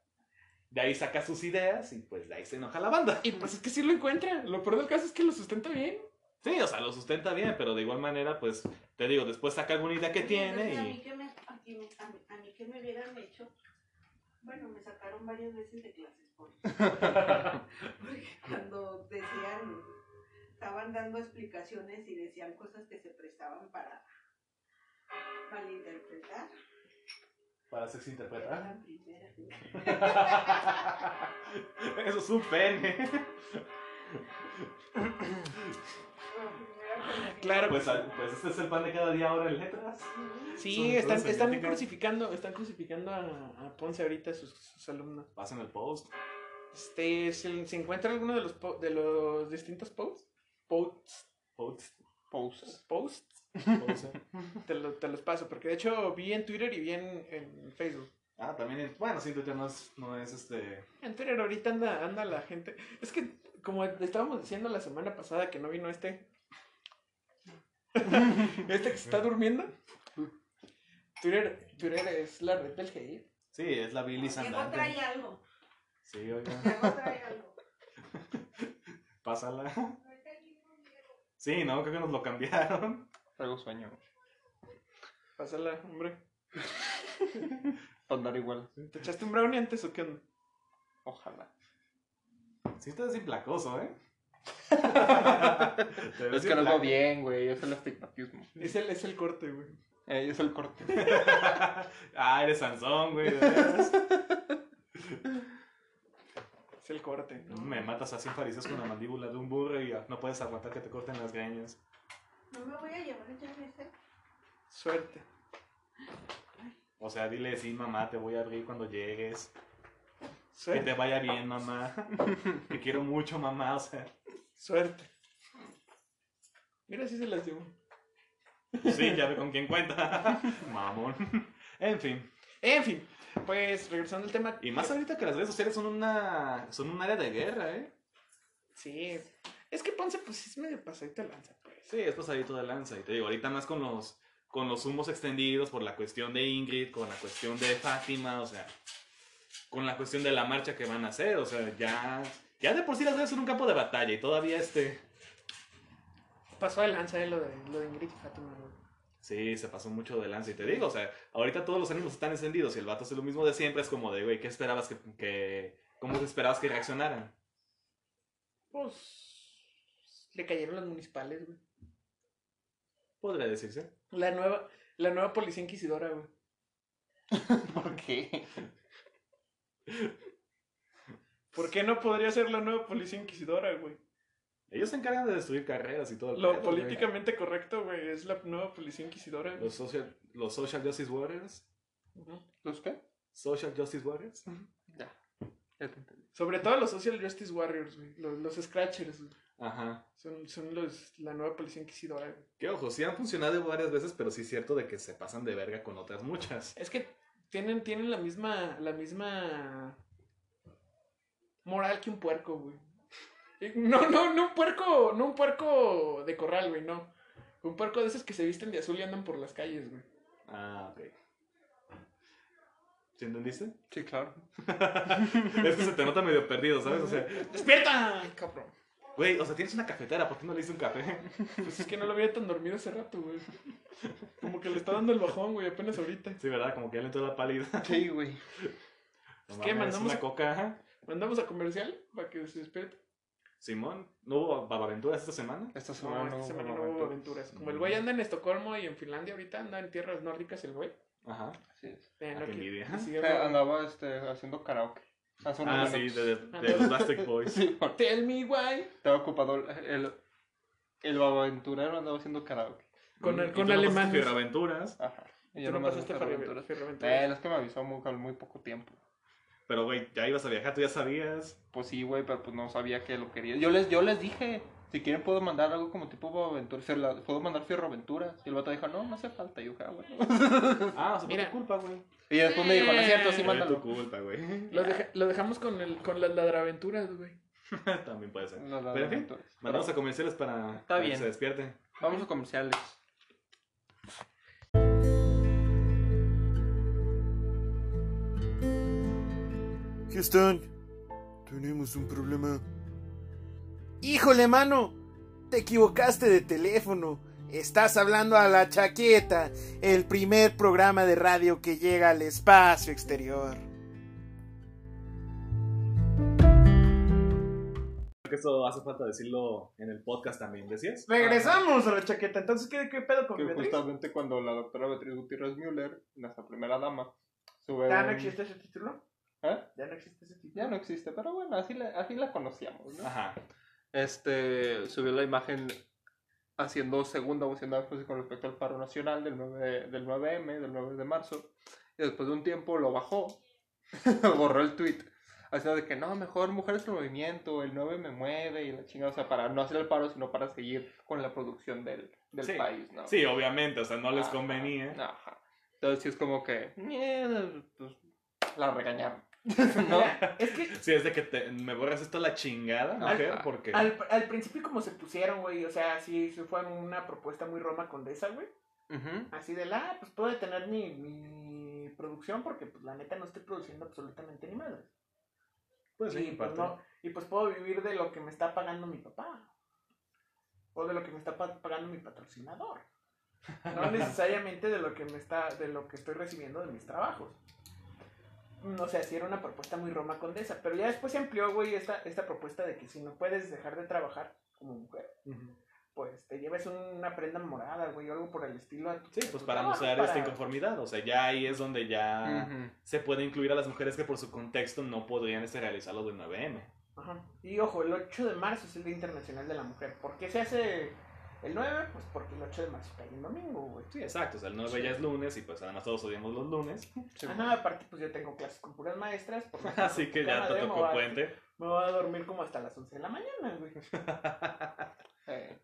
S2: De ahí saca sus ideas y pues de ahí se enoja la banda.
S3: Y pues es que sí lo encuentra. Lo peor del caso es que lo sustenta bien.
S2: Sí, o sea, lo sustenta bien, pero de igual manera, pues, te digo, después saca alguna idea que tiene
S5: Entonces, A mí
S2: y.
S5: que me, a mí me- a mí- a mí que me hubieran hecho. Bueno, me sacaron varias veces de clases. Por, porque cuando decían, estaban dando explicaciones y decían cosas que se prestaban para malinterpretar.
S2: Para sexo interpretar.
S5: La primera.
S2: Eso es un pene.
S3: Claro.
S2: Pues, ah, pues este es el pan de cada día ahora en letras. Son
S3: Sí,
S2: todas
S3: están, están
S2: semióticas.
S3: crucificando, están crucificando a, a Ponce ahorita sus, sus alumnos.
S2: Pasen el post.
S3: Este, ¿se, se encuentra alguno de los po- de los distintos posts? Posts,
S2: Post.
S4: Pausa.
S3: posts,
S2: pose.
S3: te, lo- te los paso, porque de hecho vi en Twitter y vi en, en Facebook.
S2: Ah, también. el- Bueno, sí, Twitter no es, no es este.
S3: En Twitter ahorita anda, anda la gente. Es que como estábamos diciendo la semana pasada que no vino este. este que se está durmiendo. Twitter, Twitter es la red del hate.
S2: Sí, es la bilis
S5: Luego
S2: andante.
S5: trae algo.
S2: Sí, oiga,
S5: Luego trae algo.
S2: pásala. Sí, no, creo que nos lo cambiaron.
S4: Traigo sueño.
S3: Pásala, hombre.
S4: Para andar igual.
S3: ¿Te echaste un brownie antes o qué onda?
S4: Ojalá.
S2: Sí, estás sin placoso, ¿eh? Te ves
S4: Es que no
S2: flaco.
S4: hago bien, güey. Es el astigmatismo.
S3: Es el, es el corte, güey.
S4: Eh, es el corte.
S2: Ah, eres Sansón, güey. de veras.
S3: Es el corte. ¿no?
S2: Me matas así fariseos con la mandíbula de un burro y ya no puedes aguantar que te corten las greñas.
S5: No me voy a llevar ya este.
S3: Suerte.
S2: O sea, dile, sí, mamá, te voy a abrir cuando llegues. Que
S3: Suerte.
S2: te vaya bien, mamá. Te quiero mucho, mamá. O sea,
S3: Suerte. Mira, si se las dio.
S2: sí, ya ve con quién cuenta. Mamón. En fin.
S3: En fin, pues regresando al tema.
S2: Y más ahorita que las redes sociales son una son un área de guerra, ¿eh?
S3: Sí. Es que Ponce, pues es medio pasadito de lanza, pues.
S2: Sí, es pasadito de lanza. Y te digo, ahorita más con los con los humos extendidos por la cuestión de Ingrid, con la cuestión de Fátima, o sea, con la cuestión de la marcha que van a hacer, o sea, ya ya de por sí las redes son un campo de batalla y todavía este
S3: Pasó de lanza eh, lo de, lo de Ingrid y Fátima, güey.
S2: Sí, se pasó mucho de lanza y te digo, o sea, ahorita todos los ánimos están encendidos y el vato hace lo mismo de siempre, es como de, güey, ¿qué esperabas que, que cómo te esperabas que reaccionaran?
S3: Pues. Le cayeron los municipales, güey.
S2: Podría decirse.
S3: La nueva, la nueva policía inquisidora, güey.
S4: ¿Por qué?
S3: ¿Por qué no podría ser la nueva policía inquisidora, güey?
S2: Ellos se encargan de destruir carreras y todo el
S3: Lo
S2: pedo, güey.
S3: políticamente correcto, güey, es la nueva policía inquisidora. güey.
S2: Los social, los social justice warriors.
S3: Ujú.
S4: ¿Los qué?
S2: Social justice warriors.
S4: Ya. Ya te entendí.
S3: Sobre todo los Social Justice Warriors, güey. Los, los Scratchers, güey.
S2: Ajá.
S3: Son, son los, la nueva policía inquisidora, güey.
S2: Que ojo, sí han funcionado varias veces, pero sí es cierto de que se pasan de verga con otras muchas.
S3: Es que tienen, tienen la misma. la misma moral que un puerco, güey. Eh, No, no, no un puerco. No un puerco de corral, güey, no. Un puerco de esos que se visten de azul y andan por las calles, güey.
S2: Ah, ok. ¿Sí entendiste?
S4: Sí, claro.
S2: es que se te nota medio perdido, ¿sabes? O sea,
S3: ¡Despierta! Cabrón.
S2: güey, o sea, tienes una cafetera, ¿por qué no le hice un café?
S3: Pues es que no lo veía tan dormido hace rato, güey. Como que le está dando el bajón, güey, apenas ahorita.
S2: Sí, ¿verdad? Como que ya le entró la pálida.
S4: Sí, güey.
S2: No
S3: Es que
S2: mames,
S3: mandamos
S2: una
S3: a-
S2: coca. ajá.
S3: ¿Mandamos a comercial para que se despierte?
S2: Simón, ¿no hubo Babaventuras esta semana?
S4: Esta semana
S3: No, esta
S4: no, hubo
S3: semana no
S4: momento.
S3: hubo aventuras. Como el güey anda en Estocolmo y en Finlandia ahorita, anda en tierras nórdicas el güey.
S2: Ajá.
S4: Así es.
S3: Eh,
S2: Ah,
S3: no
S2: qué
S3: quiere-
S2: envidia.
S3: sí,
S4: Eh,
S3: güey.
S4: andaba este, haciendo karaoke. Hace unos
S2: Ah, sí,
S4: minutos.
S2: de, de- de los Plastic Boys.
S4: Sí, por-
S3: Tell me why.
S4: Estaba ocupado el, el, el aventurero andaba haciendo karaoke.
S3: Con,
S2: ¿Y
S3: el,
S2: tú
S3: con
S2: no pasaste
S3: alemanes.
S2: Fiebraventuras.
S4: Ajá. Y
S3: Tú
S4: yo
S3: no
S4: nomás
S3: pasaste
S4: hasta
S3: Ferraventura.
S4: aventuras.
S3: Ferraventura.
S4: Bueno, es que me avisó muy, con muy poco tiempo.
S2: Pero, güey, ya ibas a viajar, tú ya sabías.
S4: Pues sí, güey, pero pues no sabía que lo quería. Yo les, yo les dije, si quieren puedo mandar algo como tipo aventura, se la- puedo mandar Fierro Aventura. Y el vato dijo, no, no hace falta. Y yo, "Ah, bueno".
S2: Ah, o sea,
S3: Mira.
S2: por tu culpa, güey.
S4: Y después me dijo, no es cierto, sí,
S3: Eh,
S2: Fue tu
S4: mándalo.
S2: culpa, güey.
S3: Lo, deja- lo dejamos con, el, con las ladraventuras, güey.
S2: También puede ser.
S4: No, no,
S2: Pero, en fin,
S4: aventuras.
S2: Mandamos a comerciales para,
S4: Está
S2: para que
S4: bien.
S2: se despierte.
S4: Vamos a comerciales.
S6: ¿Qué están? Tenemos un problema. ¡Híjole, mano! Te equivocaste de teléfono. Estás hablando a la chaqueta, el primer programa de radio que llega al espacio exterior.
S2: Creo que eso hace falta decirlo en el podcast también, ¿decías?
S3: Regresamos a la chaqueta. Entonces, ¿qué, qué pedo con
S4: Que
S3: Beatriz?
S4: justamente cuando la doctora Beatriz Gutiérrez Müller, nuestra primera dama, sube...
S3: ¿Ya no
S4: un-
S3: existe ese título?
S4: ¿Eh?
S3: ¿Ya no existe ese título?
S4: Ya no existe, pero bueno, así la, así la conocíamos, ¿no?
S2: Ajá.
S4: Este, subió la imagen haciendo segunda voz énfasis con respecto al paro nacional del 9, del 9M, del 9 de marzo. Y después de un tiempo lo bajó, borró el tweet, haciendo de que no, mejor mujeres del movimiento, el 9 me mueve y la chingada, o sea, para no hacer el paro, sino para seguir con la producción del, del
S2: Sí.
S4: país, ¿no?
S2: Sí, obviamente, o sea, no
S4: Ah,
S2: les
S4: Ajá,
S2: convenía.
S4: Ajá. Entonces sí es como que, "Eh, pues, la regañaron. ¿No?
S3: Mira, es que
S2: Si es de que te- me borras esto a la chingada, mujer,
S4: Ajá.
S2: porque...
S3: al, al principio como se pusieron, güey, o sea, sí, sí fue una propuesta muy Roma Condesa, güey.
S4: Ujú.
S3: Así de la, ah, pues puedo detener mi, mi producción porque pues la neta no estoy produciendo absolutamente ni madre.
S2: Pues sí,
S3: y,
S2: en
S3: pues,
S2: parte.
S3: no- y pues puedo vivir de lo que me está pagando mi papá. O de lo que me está pa- pagando mi patrocinador. No necesariamente de lo que me está, de lo que estoy recibiendo de mis trabajos. No sé, si era una propuesta muy Roma Condesa. Pero ya después se amplió, güey, esta, esta propuesta de que si no puedes dejar de trabajar como mujer, pues te lleves una prenda morada, güey, o algo por el estilo. a tu-
S2: Sí,
S3: a
S2: pues
S3: tu
S2: para
S3: trabajo,
S2: mostrar
S3: para-
S2: esta inconformidad. O sea, ya ahí es donde ya
S4: Ujú.
S2: se puede incluir a las mujeres que por su contexto no podrían este, realizar lo de 9M.
S3: Ajá. Y ojo, el 8 de marzo es el Día Internacional de la Mujer. ¿Por qué se hace el 9? Pues porque el 8 de marzo cae en domingo, güey.
S2: Sí, exacto. O sea, el 9 ya es lunes y pues además todos odiamos los lunes.
S4: Sí.
S3: Ajá, aparte pues yo tengo clases con puras maestras. por lo tanto,
S2: Así que
S3: puta
S2: ya
S3: madre,
S2: te
S3: me
S2: tocó
S3: voy a-
S2: puente.
S3: Me voy a dormir como hasta las 11 de la mañana, güey.
S4: Eh,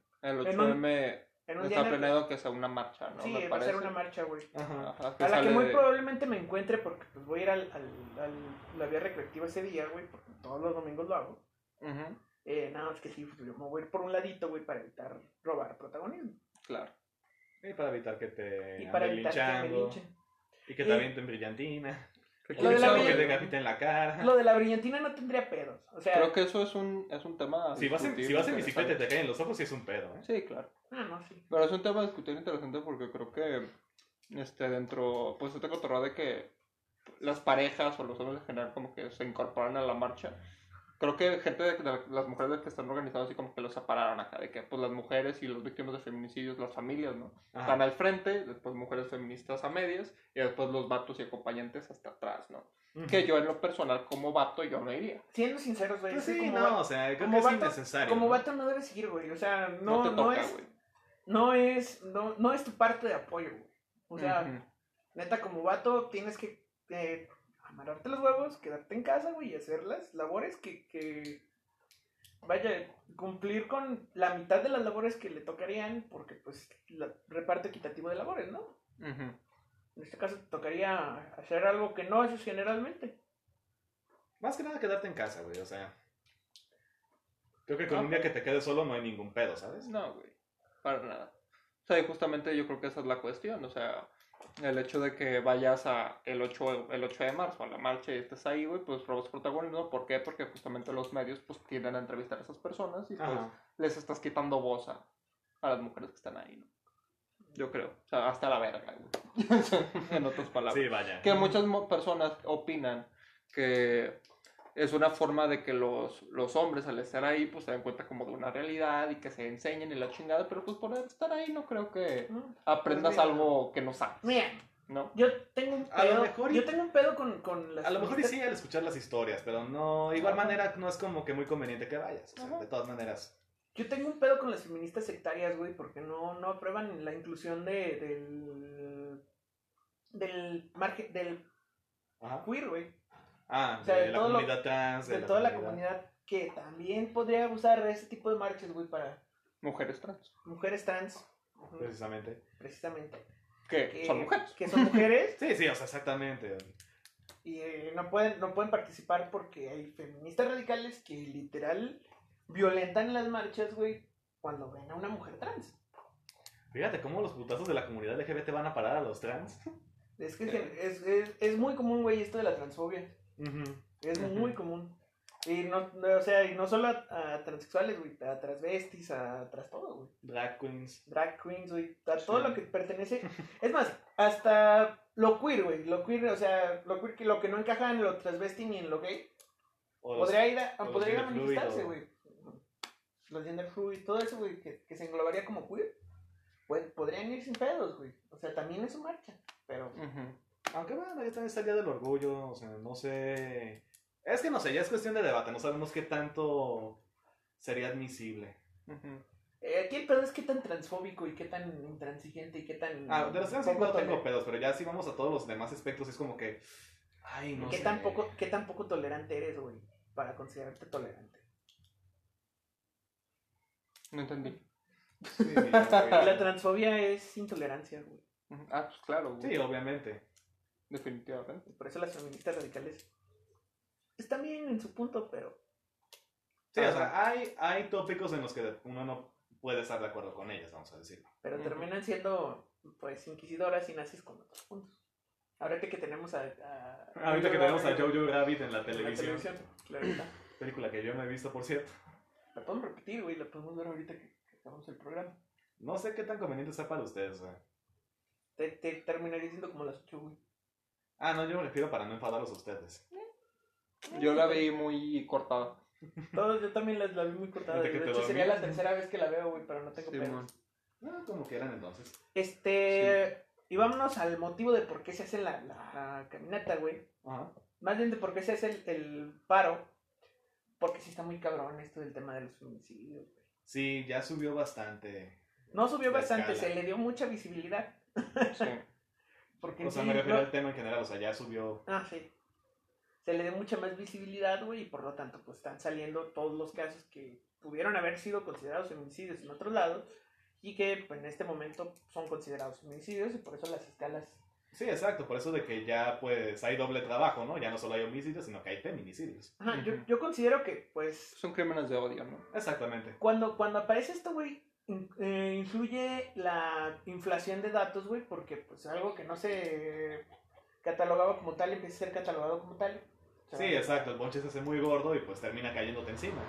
S3: En
S4: el 8
S3: un-
S4: m
S3: En un día
S4: está
S3: en el-
S4: planeado que sea una marcha, ¿no?
S3: Sí,
S4: Me
S3: va a ser
S4: parece.
S3: una marcha, güey.
S2: Ajá.
S4: Ajá, que
S3: A la que
S4: sale
S3: muy
S4: de-
S3: probablemente me encuentre porque pues voy a ir al, al- al- la vía recreativa ese día, güey, porque todos los domingos lo hago.
S4: Ujú,
S3: Eh, nada más que sí, pues, yo me voy a ir por un ladito, güey, para evitar robar protagonismo.
S4: Claro.
S2: Y para evitar que te
S3: Y para
S2: anden
S3: evitar que me
S2: linchando,
S3: linchen.
S2: Y que
S3: Y-
S2: te avienten brillantina.
S3: Lo de la
S2: o que
S3: brilla-
S2: te capiten la cara.
S3: Lo de la brillantina no tendría pedos. O sea,
S4: Creo que eso es un, es un tema.
S2: Si vas, en, si
S4: discutible,
S2: vas en
S4: interesante.
S2: bicicleta y te caen los ojos, sí es un pedo, ¿eh?
S4: Sí, claro.
S3: ah, no, sí.
S4: Pero es un tema discutir interesante porque creo que este dentro, pues este cotorreo de que las parejas o los hombres en general como que se incorporan a la marcha. Creo que gente de, de las mujeres que están organizadas así como que los separaron acá, de que pues las mujeres y los víctimas de feminicidios, las familias, ¿no?
S2: Ajá.
S4: Están al frente, después mujeres feministas a medias y después los vatos y acompañantes hasta atrás, ¿no?
S2: Ujú.
S4: Que yo en lo personal como vato yo no iría.
S3: Siendo sinceros, güey.
S2: Pues
S3: es que
S2: sí,
S3: como
S2: no,
S3: va-
S2: o sea, creo
S3: como
S2: que es
S3: vato-
S2: innecesario.
S3: como
S2: ¿no?
S3: vato no debes seguir, güey. O sea, no,
S4: No, te
S3: no
S4: toca,
S3: es,
S4: güey.
S3: no es, no, no es tu parte de apoyo, güey. O sea,
S4: Ujú.
S3: neta, como vato tienes que eh, amarrarte los huevos, quedarte en casa, güey, y hacer las labores que, que, vaya, cumplir con la mitad de las labores que le tocarían, porque pues la, reparto equitativo de labores, ¿no?
S4: Ujú.
S3: En este caso te tocaría hacer algo que no haces generalmente.
S2: Más que nada quedarte en casa, güey, o sea. Creo que con un
S3: pues
S2: día que te quedes solo no hay ningún pedo, ¿sabes?
S4: No, güey, para nada. O sea, y justamente yo creo que esa es la cuestión, o sea, el hecho de que vayas a el 8, el 8 de marzo a la marcha y estés ahí, güey, pues robas protagonismo, ¿por qué? Porque justamente los medios pues tienden a entrevistar a esas personas y pues
S2: Ajá.
S4: les estás quitando voz a, a las mujeres que están ahí, ¿no? Yo creo, o sea, hasta la verga, güey. en otras palabras
S2: Sí, vaya.
S4: que muchas mo- personas opinan que es una forma de que los, los hombres al estar ahí pues se den cuenta como de una realidad y que se enseñen y la chingada, pero pues por estar ahí no creo que
S3: ¿no?
S4: aprendas
S3: Pues mira.
S4: algo que no sabes,
S3: Mira,
S4: ¿no?
S3: Yo tengo un
S2: A lo
S3: pedo.
S2: mejor y-
S3: yo tengo un pedo con, con las.
S2: A lo mejor y
S3: feministas.
S2: sí al escuchar las historias, pero no, de igual manera no es como que muy conveniente que vayas. O sea,
S3: Ajá.
S2: de todas maneras.
S3: Yo tengo un pedo con las feministas sectarias, güey, porque no, no aprueban la inclusión de, del. del margen. del
S2: Ajá.
S3: queer, güey.
S2: Ah,
S3: O sea,
S2: de
S3: de
S2: la
S3: todo lo-
S2: comunidad trans, de,
S3: De
S2: la
S3: toda la
S2: comunidad.
S3: comunidad que también podría usar ese tipo de marchas, güey, para
S4: Mujeres trans,
S3: mujeres trans. Ujú,
S2: Pues, Precisamente.
S3: Precisamente.
S4: que
S3: Que-
S4: son mujeres.
S3: Que son mujeres
S2: Sí, sí, o sea, exactamente.
S3: y eh, no, pueden, no pueden participar porque hay feministas radicales que literal violentan las marchas, güey, cuando ven a una mujer trans.
S2: Fíjate cómo los putazos de la comunidad LGBT van a parar a los trans.
S3: Es que gen- es, es, es muy común, güey, esto de la transfobia. Es
S4: Ujú.
S3: muy común. Y no, no, o sea, y no solo a, a transexuales, güey, a transvestis, a tras todo, güey.
S2: Drag queens.
S3: Drag queens, güey, a todo lo que pertenece. Es más, hasta lo queer, güey, lo queer, o sea, lo queer que lo que no encaja en lo transvesti ni en lo gay,
S2: O los-
S3: podría ir a,
S2: o los
S3: podría ir a
S2: gender fluid,
S3: manifestarse,
S2: o-
S3: güey. Los gender fluid, todo eso, güey, que, que se englobaría como queer, pues podrían ir sin pedos, güey. O sea, también es su marcha, pero...
S4: Ujú.
S2: Aunque bueno, ya también está el día del orgullo, o sea, no sé. Es que no sé, ya es cuestión de debate, no sabemos qué tanto sería admisible.
S4: Ujú.
S3: Eh, aquí el pedo es qué tan transfóbico y qué tan intransigente y qué tan.
S2: Ah, de los trans
S3: poco
S2: no tengo
S3: toler-
S2: pedos, pero ya si vamos a todos los demás aspectos es como que. Ay, no
S3: ¿Qué
S2: sé.
S3: tan, poco, ¿Qué tan poco tolerante eres, güey? Para considerarte tolerante.
S4: No entendí.
S2: Sí,
S3: La
S2: obviamente.
S3: transfobia es intolerancia, güey.
S4: Ujú. Ah, pues claro, güey,
S2: Sí, obviamente.
S4: definitivamente.
S3: Por eso las feministas radicales
S7: está bien en su punto, pero
S2: Sí, o sea, hay, hay tópicos en los que uno no puede estar de acuerdo con ellos, vamos a decir.
S7: pero
S4: Ujú.
S7: terminan siendo pues inquisidoras y nazis con otros puntos. Ahorita que tenemos a, a-
S2: Ahorita que tenemos a Jojo Rabbit en la
S7: en la
S2: televisión,
S7: claro está.
S2: película que yo no he visto, por cierto.
S7: La podemos repetir, güey, la podemos ver ahorita que, que acabamos el programa.
S2: No sé qué tan conveniente sea para ustedes, güey.
S7: Te, te terminaría siendo como las ocho, güey.
S2: Ah, no, yo me refiero para no enfadarlos a ustedes.
S4: Yo la vi muy cortada.
S7: Todos, yo también las, la vi muy cortada.
S2: Ahorita
S7: De
S2: que te
S7: hecho, sería la
S2: dormiste.
S7: tercera vez que la veo, güey, pero no tengo pedo.
S4: Simón.
S2: No, como quieran entonces.
S7: Este. Y vámonos al motivo de por qué se hace la, la caminata, güey.
S2: Ajá.
S7: Más bien de por qué se hace el, el paro. Porque sí está muy cabrón esto del tema de los feminicidios, güey.
S2: Sí, ya subió bastante.
S7: No subió
S2: La
S7: bastante,
S2: escala.
S7: se le dio mucha visibilidad.
S4: Sí.
S7: Porque
S2: O sea,
S7: sí,
S2: me refiero
S7: no-
S2: al tema en general, o sea, ya subió.
S7: Ah, sí. Se le dio mucha más visibilidad, güey, y por lo tanto, pues están saliendo todos los casos que pudieron haber sido considerados feminicidios en otros lados y que pues, en este momento son considerados feminicidios y por eso las escalas
S2: Sí, exacto, por eso de que ya pues hay doble trabajo, ¿no? Ya no solo hay homicidios, sino que hay feminicidios.
S7: Ajá, yo,
S4: Ujú.
S7: yo considero que, pues,
S4: Son crímenes de odio, ¿no?
S2: Exactamente.
S7: cuando, cuando aparece esto, güey, in- eh, influye la inflación de datos, güey, porque, pues, algo que no se catalogaba como tal empieza a ser catalogado como tal. O sea,
S2: Sí, exacto, el bonche se hace muy gordo y pues termina cayéndote encima.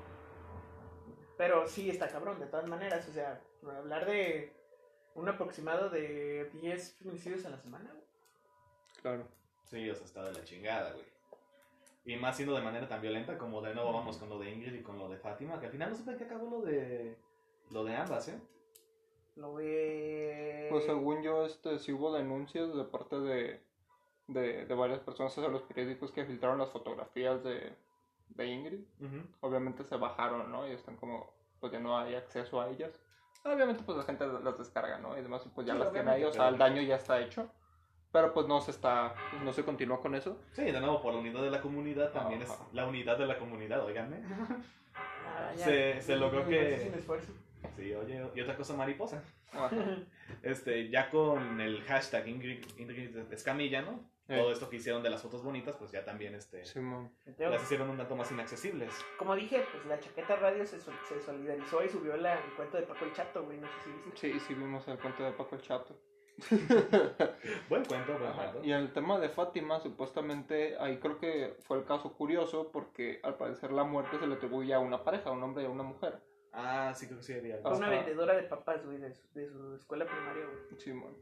S7: Ujú. Pero sí está cabrón, de todas maneras. O sea, hablar de un aproximado de 10 feminicidios a la semana, güey.
S4: Claro.
S2: Sí, o sea, está de la chingada, güey. Y más siendo de manera tan violenta como de nuevo vamos con lo de Ingrid y con lo de Fátima, que al final no supe en qué acabó lo de lo de ambas, ¿eh?
S7: Lo ve.
S4: Pues según yo, este, sí hubo denuncias de parte de, de, de varias personas a los periódicos que filtraron las fotografías de, de Ingrid. Obviamente se bajaron, ¿no? Y están como, pues ya no hay acceso a ellas. Obviamente pues la gente las descarga, ¿no? Y demás, y, pues ya
S2: Sí,
S4: las tiene ahí,
S2: obviamente,
S4: o sea, el
S2: pero-
S4: daño ya está hecho. Pero pues no se está, no se continúa con eso.
S2: Sí, de nuevo, por la unidad de la comunidad también
S4: Ajá.
S2: es la unidad de la comunidad, óiganme.
S7: Ah, ya.
S2: se- se logró que-
S7: Lo hice sin esfuerzo.
S2: Sí, oye, y otra cosa mariposa.
S4: Ajá.
S2: Este, ya con
S4: Ah.
S2: el hashtag Ingrid, Ingrid Escamilla, ¿no?
S4: Eh.
S2: Todo esto que hicieron de las fotos bonitas, pues ya también este,
S4: Simón.
S7: Pero,
S2: las hicieron un tanto más inaccesibles.
S7: Como dije, pues la chaqueta radio se, sol- se solidarizó y subió la, el cuento de Paco el Chato, güey. No sé si viste.
S4: Sí, sí vimos el cuento de Paco el Chato.
S2: Buen cuento, buen
S4: Ajá.
S2: cuento.
S4: Y en el tema de Fátima, supuestamente, ahí creo que fue el caso curioso porque al parecer la muerte se le atribuye a una pareja, a un hombre y a una mujer.
S2: Ah, sí, creo que sí había algo.
S7: Fue una
S4: Ajá.
S7: vendedora de papas, güey, de su, de su escuela primaria, güey.
S4: Simón.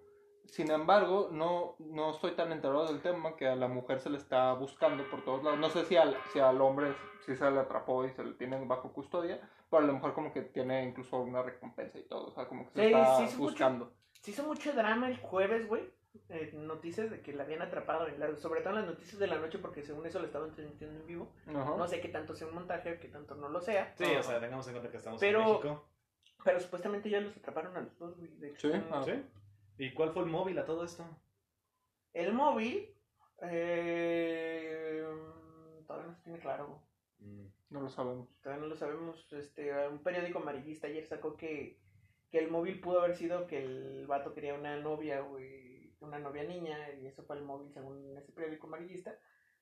S4: Sin embargo, no, no estoy tan enterado del tema que a la mujer se le está buscando por todos lados. No sé si al, si al hombre si se le atrapó y se le tiene bajo custodia, pero a la mujer como que tiene incluso una recompensa y todo. O sea, como que se
S7: Sí,
S4: está
S7: sí, supucho.
S4: buscando.
S7: Se hizo mucho drama el jueves, güey. eh, noticias de que la habían atrapado, en la- sobre todo en las noticias de la noche, porque según eso la estaban transmitiendo en vivo.
S4: Ajá.
S7: No sé qué tanto sea un montaje, qué tanto no lo sea.
S2: Sí,
S4: Ah.
S2: o sea, tengamos en cuenta que estamos
S7: Pero-
S2: en México.
S7: Pero supuestamente ya los atraparon a los dos, güey. de hecho. Mm,
S4: Sí, ah.
S2: ¿Sí? ¿Y cuál fue el móvil a todo esto?
S7: El móvil. eh, todavía no se tiene claro, güey.
S2: Mm.
S4: No lo sabemos.
S7: Todavía no lo sabemos. Este, un periódico amarillista ayer sacó que, que el móvil pudo haber sido que el vato quería una novia, güey, una novia niña, y eso fue el móvil según ese periódico amarillista.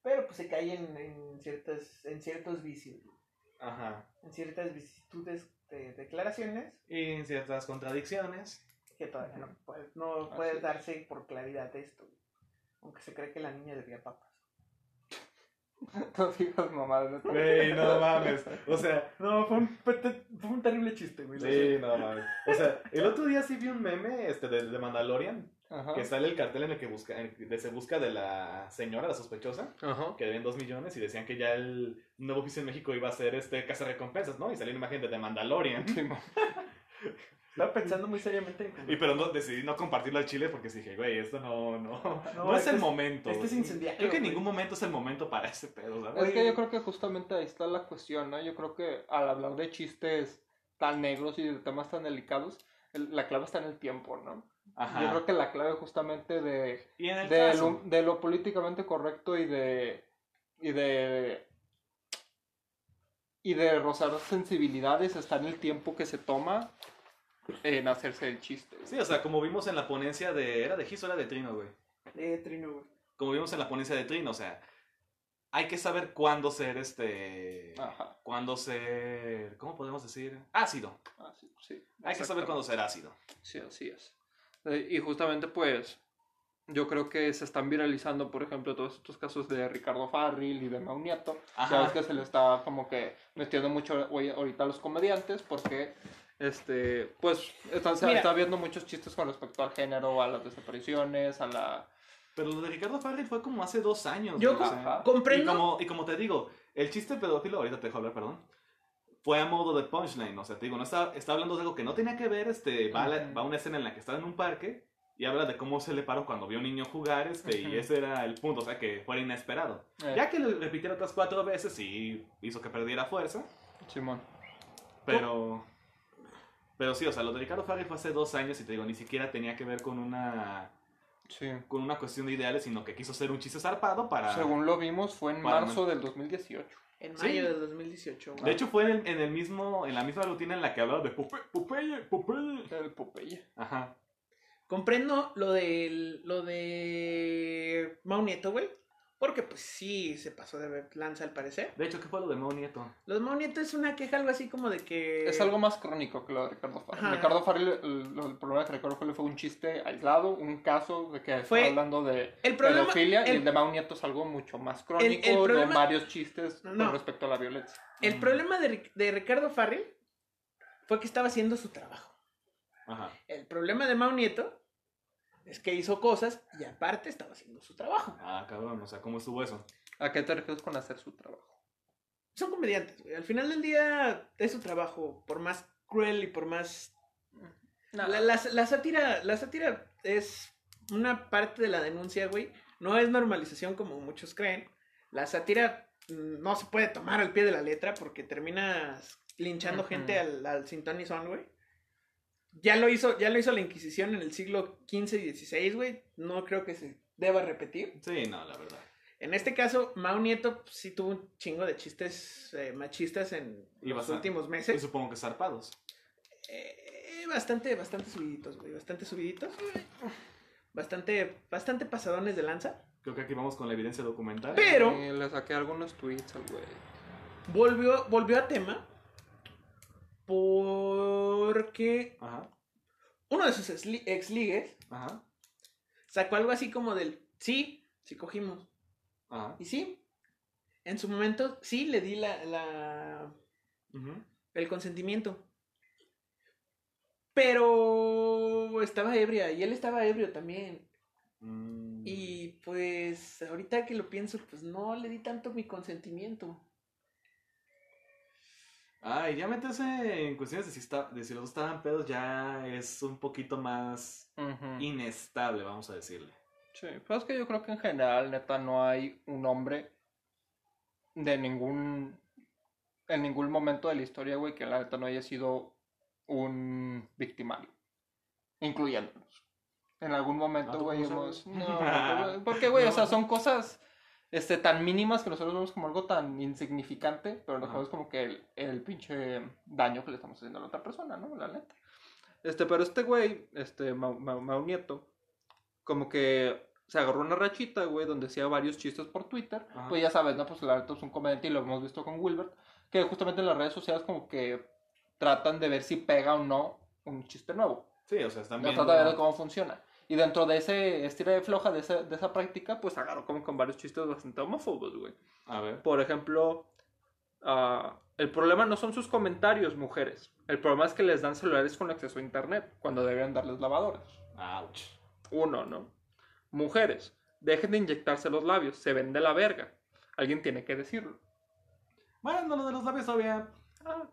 S7: Pero pues se cae en, en ciertas, en ciertos vicios, güey,
S2: Ajá.
S7: en ciertas vicisitudes de declaraciones
S2: Y en ciertas contradicciones.
S7: que todavía no puede, no
S4: Así
S7: puede
S4: es.
S7: darse por claridad esto, güey. aunque se cree que la niña debía papas.
S4: No digas mamadas, neta.
S2: Güey, no mames. O sea,
S7: No, fue un, terrible chiste, güey.
S2: sí, no mames. O sea, el otro día sí vi un meme este, de, de Mandalorian
S4: Ajá.
S2: que sale el cartel en el que busca, en el que se busca de la señora, la sospechosa,
S4: Ajá.
S2: que deben dos millones y decían que ya el nuevo oficio en México iba a ser este casa recompensas, ¿no? Y salió una imagen de The Mandalorian.
S4: Simón.
S7: Estaba pensando muy seriamente en
S2: Y pero no, decidí no compartirlo al chile porque dije, güey, esto no, no, no,
S7: No,
S2: es
S7: este
S2: el
S7: es-
S2: momento.
S7: este es
S2: güey.
S7: incendiario,
S2: Creo que en
S7: güey.
S2: ningún momento es el momento para ese pedo, ¿sabes?
S4: Es que yo creo que justamente ahí está la cuestión, ¿no? Yo creo que al hablar de chistes tan negros y de temas tan delicados, el- la clave está en el tiempo, ¿no?
S2: Ajá.
S4: Yo creo que la clave justamente de,
S2: Y en el
S4: de,
S2: caso,
S4: lo, de lo políticamente correcto y de, y de y de rozar sensibilidades está en el tiempo que se toma en hacerse el chiste.
S2: Sí, o sea, como vimos en la ponencia de... ¿Era de Giz o era de Trino, güey?
S7: Eh, Trino, güey.
S2: Como vimos en la ponencia de Trino, o sea... hay que saber cuándo ser este.
S4: Ajá.
S2: Cuándo ser. ¿Cómo podemos decir? Ácido.
S4: Ah, sí, sí.
S2: Hay que saber cuándo ser ácido.
S4: Sí, así es. Eh, Y justamente pues yo creo que se están viralizando, por ejemplo, todos estos casos de Ricardo Farril y de Mau Nieto. Ya ves
S2: Ajá.
S4: que se le está como que metiendo mucho hoy- ahorita a los comediantes porque este pues están, se
S7: Mira.
S4: está viendo muchos chistes con respecto al género, a las desapariciones, a la...
S2: Pero lo de Ricardo Farrell fue como hace dos años.
S7: Yo
S2: güey,
S4: co-
S2: o sea.
S7: comprendo.
S2: Y como, y como te digo, el chiste pedófilo, ahorita te dejo hablar, perdón, fue a modo de punchline. O sea, te digo, no está, está hablando de algo que no tenía que ver. Este, va, a la-
S4: Ujú.
S2: va a una escena en la que estaba en un parque y habla de cómo se le paró cuando vio a un niño jugar. Este,
S4: Ujú.
S2: Y ese era el punto, o sea, que fuera inesperado.
S4: eh,
S2: Ya que lo repitiera otras cuatro veces y hizo que perdiera fuerza.
S4: Simón.
S2: Pero. Pero sí, o sea, lo de Ricardo Farrell fue hace dos años y te digo, ni siquiera tenía que ver con una.
S4: Sí.
S2: con una cuestión de ideales, sino que quiso ser un chiste zarpado para.
S4: Según lo vimos fue en
S2: Ah. para-
S4: marzo del 2018.
S7: En
S2: Sí.
S7: mayo del 2018, güey.
S2: De hecho, fue en el, en el mismo, en la misma rutina en la que hablaba de Pope- Popeye, Popeye.
S4: El Popeye.
S2: Ajá.
S7: Comprendo lo del lo de Mau Nieto, güey. Porque pues sí, se pasó de lanza al parecer.
S2: De hecho, ¿qué fue lo de Mau Nieto?
S7: Los Mau Nieto es una queja algo así como de que...
S4: Es algo más crónico que lo de Ricardo Farrell.
S7: Ajá.
S4: Ricardo Farrell, el, el problema de Ricardo Farrell fue un chiste aislado, un caso de que
S7: Fue-
S4: fue hablando de
S7: El problema...
S4: pedofilia y
S7: el-
S4: el de Mau Nieto es algo mucho más crónico,
S7: el problema-
S4: de varios chistes
S7: No.
S4: con respecto a la violencia.
S2: Mm,
S7: El problema de, Ric- de Ricardo Farrell fue que estaba haciendo su trabajo.
S2: Ajá.
S7: El problema de Mau Nieto es que hizo cosas y aparte estaba haciendo su trabajo.
S2: Ah, cabrón, o sea, ¿cómo estuvo eso?
S4: ¿A qué te refieres con hacer su trabajo?
S7: Son comediantes, güey. Al final del día es su trabajo, por más cruel y por más... La, la- la sátira, la sátira es una parte de la denuncia, güey. No es normalización como muchos creen. La sátira mm, no se puede tomar al pie de la letra porque terminas linchando
S4: Ujú.
S7: gente al, al sin ton ni son, güey. Ya lo hizo, ya lo hizo la Inquisición en el siglo XV y XVI, güey. No creo que se deba repetir.
S2: Sí, no, la verdad.
S7: En este caso, Mao Nieto pues, sí tuvo un chingo de chistes eh, machistas en
S2: Y
S7: los
S2: bastante. Pues
S7: últimos
S2: Y
S7: meses.
S2: supongo que zarpados.
S7: Eh, bastante, bastante subiditos, güey. Bastante subiditos. Bastante, bastante pasadones de lanza.
S2: Creo que aquí vamos con la evidencia documental.
S7: Pero
S4: Eh, le saqué algunos tweets al güey.
S7: volvió, volvió a tema. Porque
S2: Ajá,
S7: uno de sus exli- exligues
S2: ajá,
S7: sacó algo así como del sí, sí cogimos.
S2: ajá.
S7: Y sí. En su momento sí le di la- la
S2: ujú.
S7: el consentimiento. Pero estaba ebria y él estaba ebrio también.
S2: Mm.
S7: Y pues ahorita que lo pienso, pues no le di tanto mi consentimiento.
S2: Ay, ya meterse en cuestiones de si, está- de si los dos estaban pedos ya es un poquito más
S4: Ujú.
S2: inestable, vamos a decirle.
S4: Sí, pero es que yo creo que en general, neta, no hay un hombre de ningún. En ningún momento de la historia, güey, que la neta no haya sido un victimario. Incluyéndonos. En algún
S2: Ah,
S4: momento,
S2: ¿tú
S4: güey,
S2: cómo
S4: hemos. No, no, güey, porque, güey, o sea, son cosas este, tan mínimas que nosotros vemos como algo tan insignificante, pero
S2: Ajá.
S4: no es como que el, el pinche daño que le estamos haciendo a la otra persona, ¿no? La neta. Este, pero este güey, este, Mau, Mau- Mau Nieto, como que se agarró una rachita, güey, donde hacía varios chistes por Twitter.
S2: Ajá.
S4: Pues ya sabes, ¿no? Pues la neta es un comediante y lo hemos visto con Wilbert, que justamente en las redes sociales como que tratan de ver si pega o no un chiste nuevo.
S2: Sí, o sea, están
S4: No
S2: viendo...
S4: trata de ver cómo funciona. Y dentro de ese estira de floja, de esa, de esa práctica, pues agarró como con varios chistes bastante homófobos, güey.
S2: A ver.
S4: Por ejemplo, ah, el problema no son sus comentarios, mujeres. El problema es que les dan celulares con acceso a internet, cuando deberían darles lavadoras.
S2: Ouch.
S4: Uno, ¿no? Mujeres, dejen de inyectarse los labios, se ven de la verga. Alguien tiene que decirlo.
S2: Bueno, lo de los labios todavía...
S4: Ah.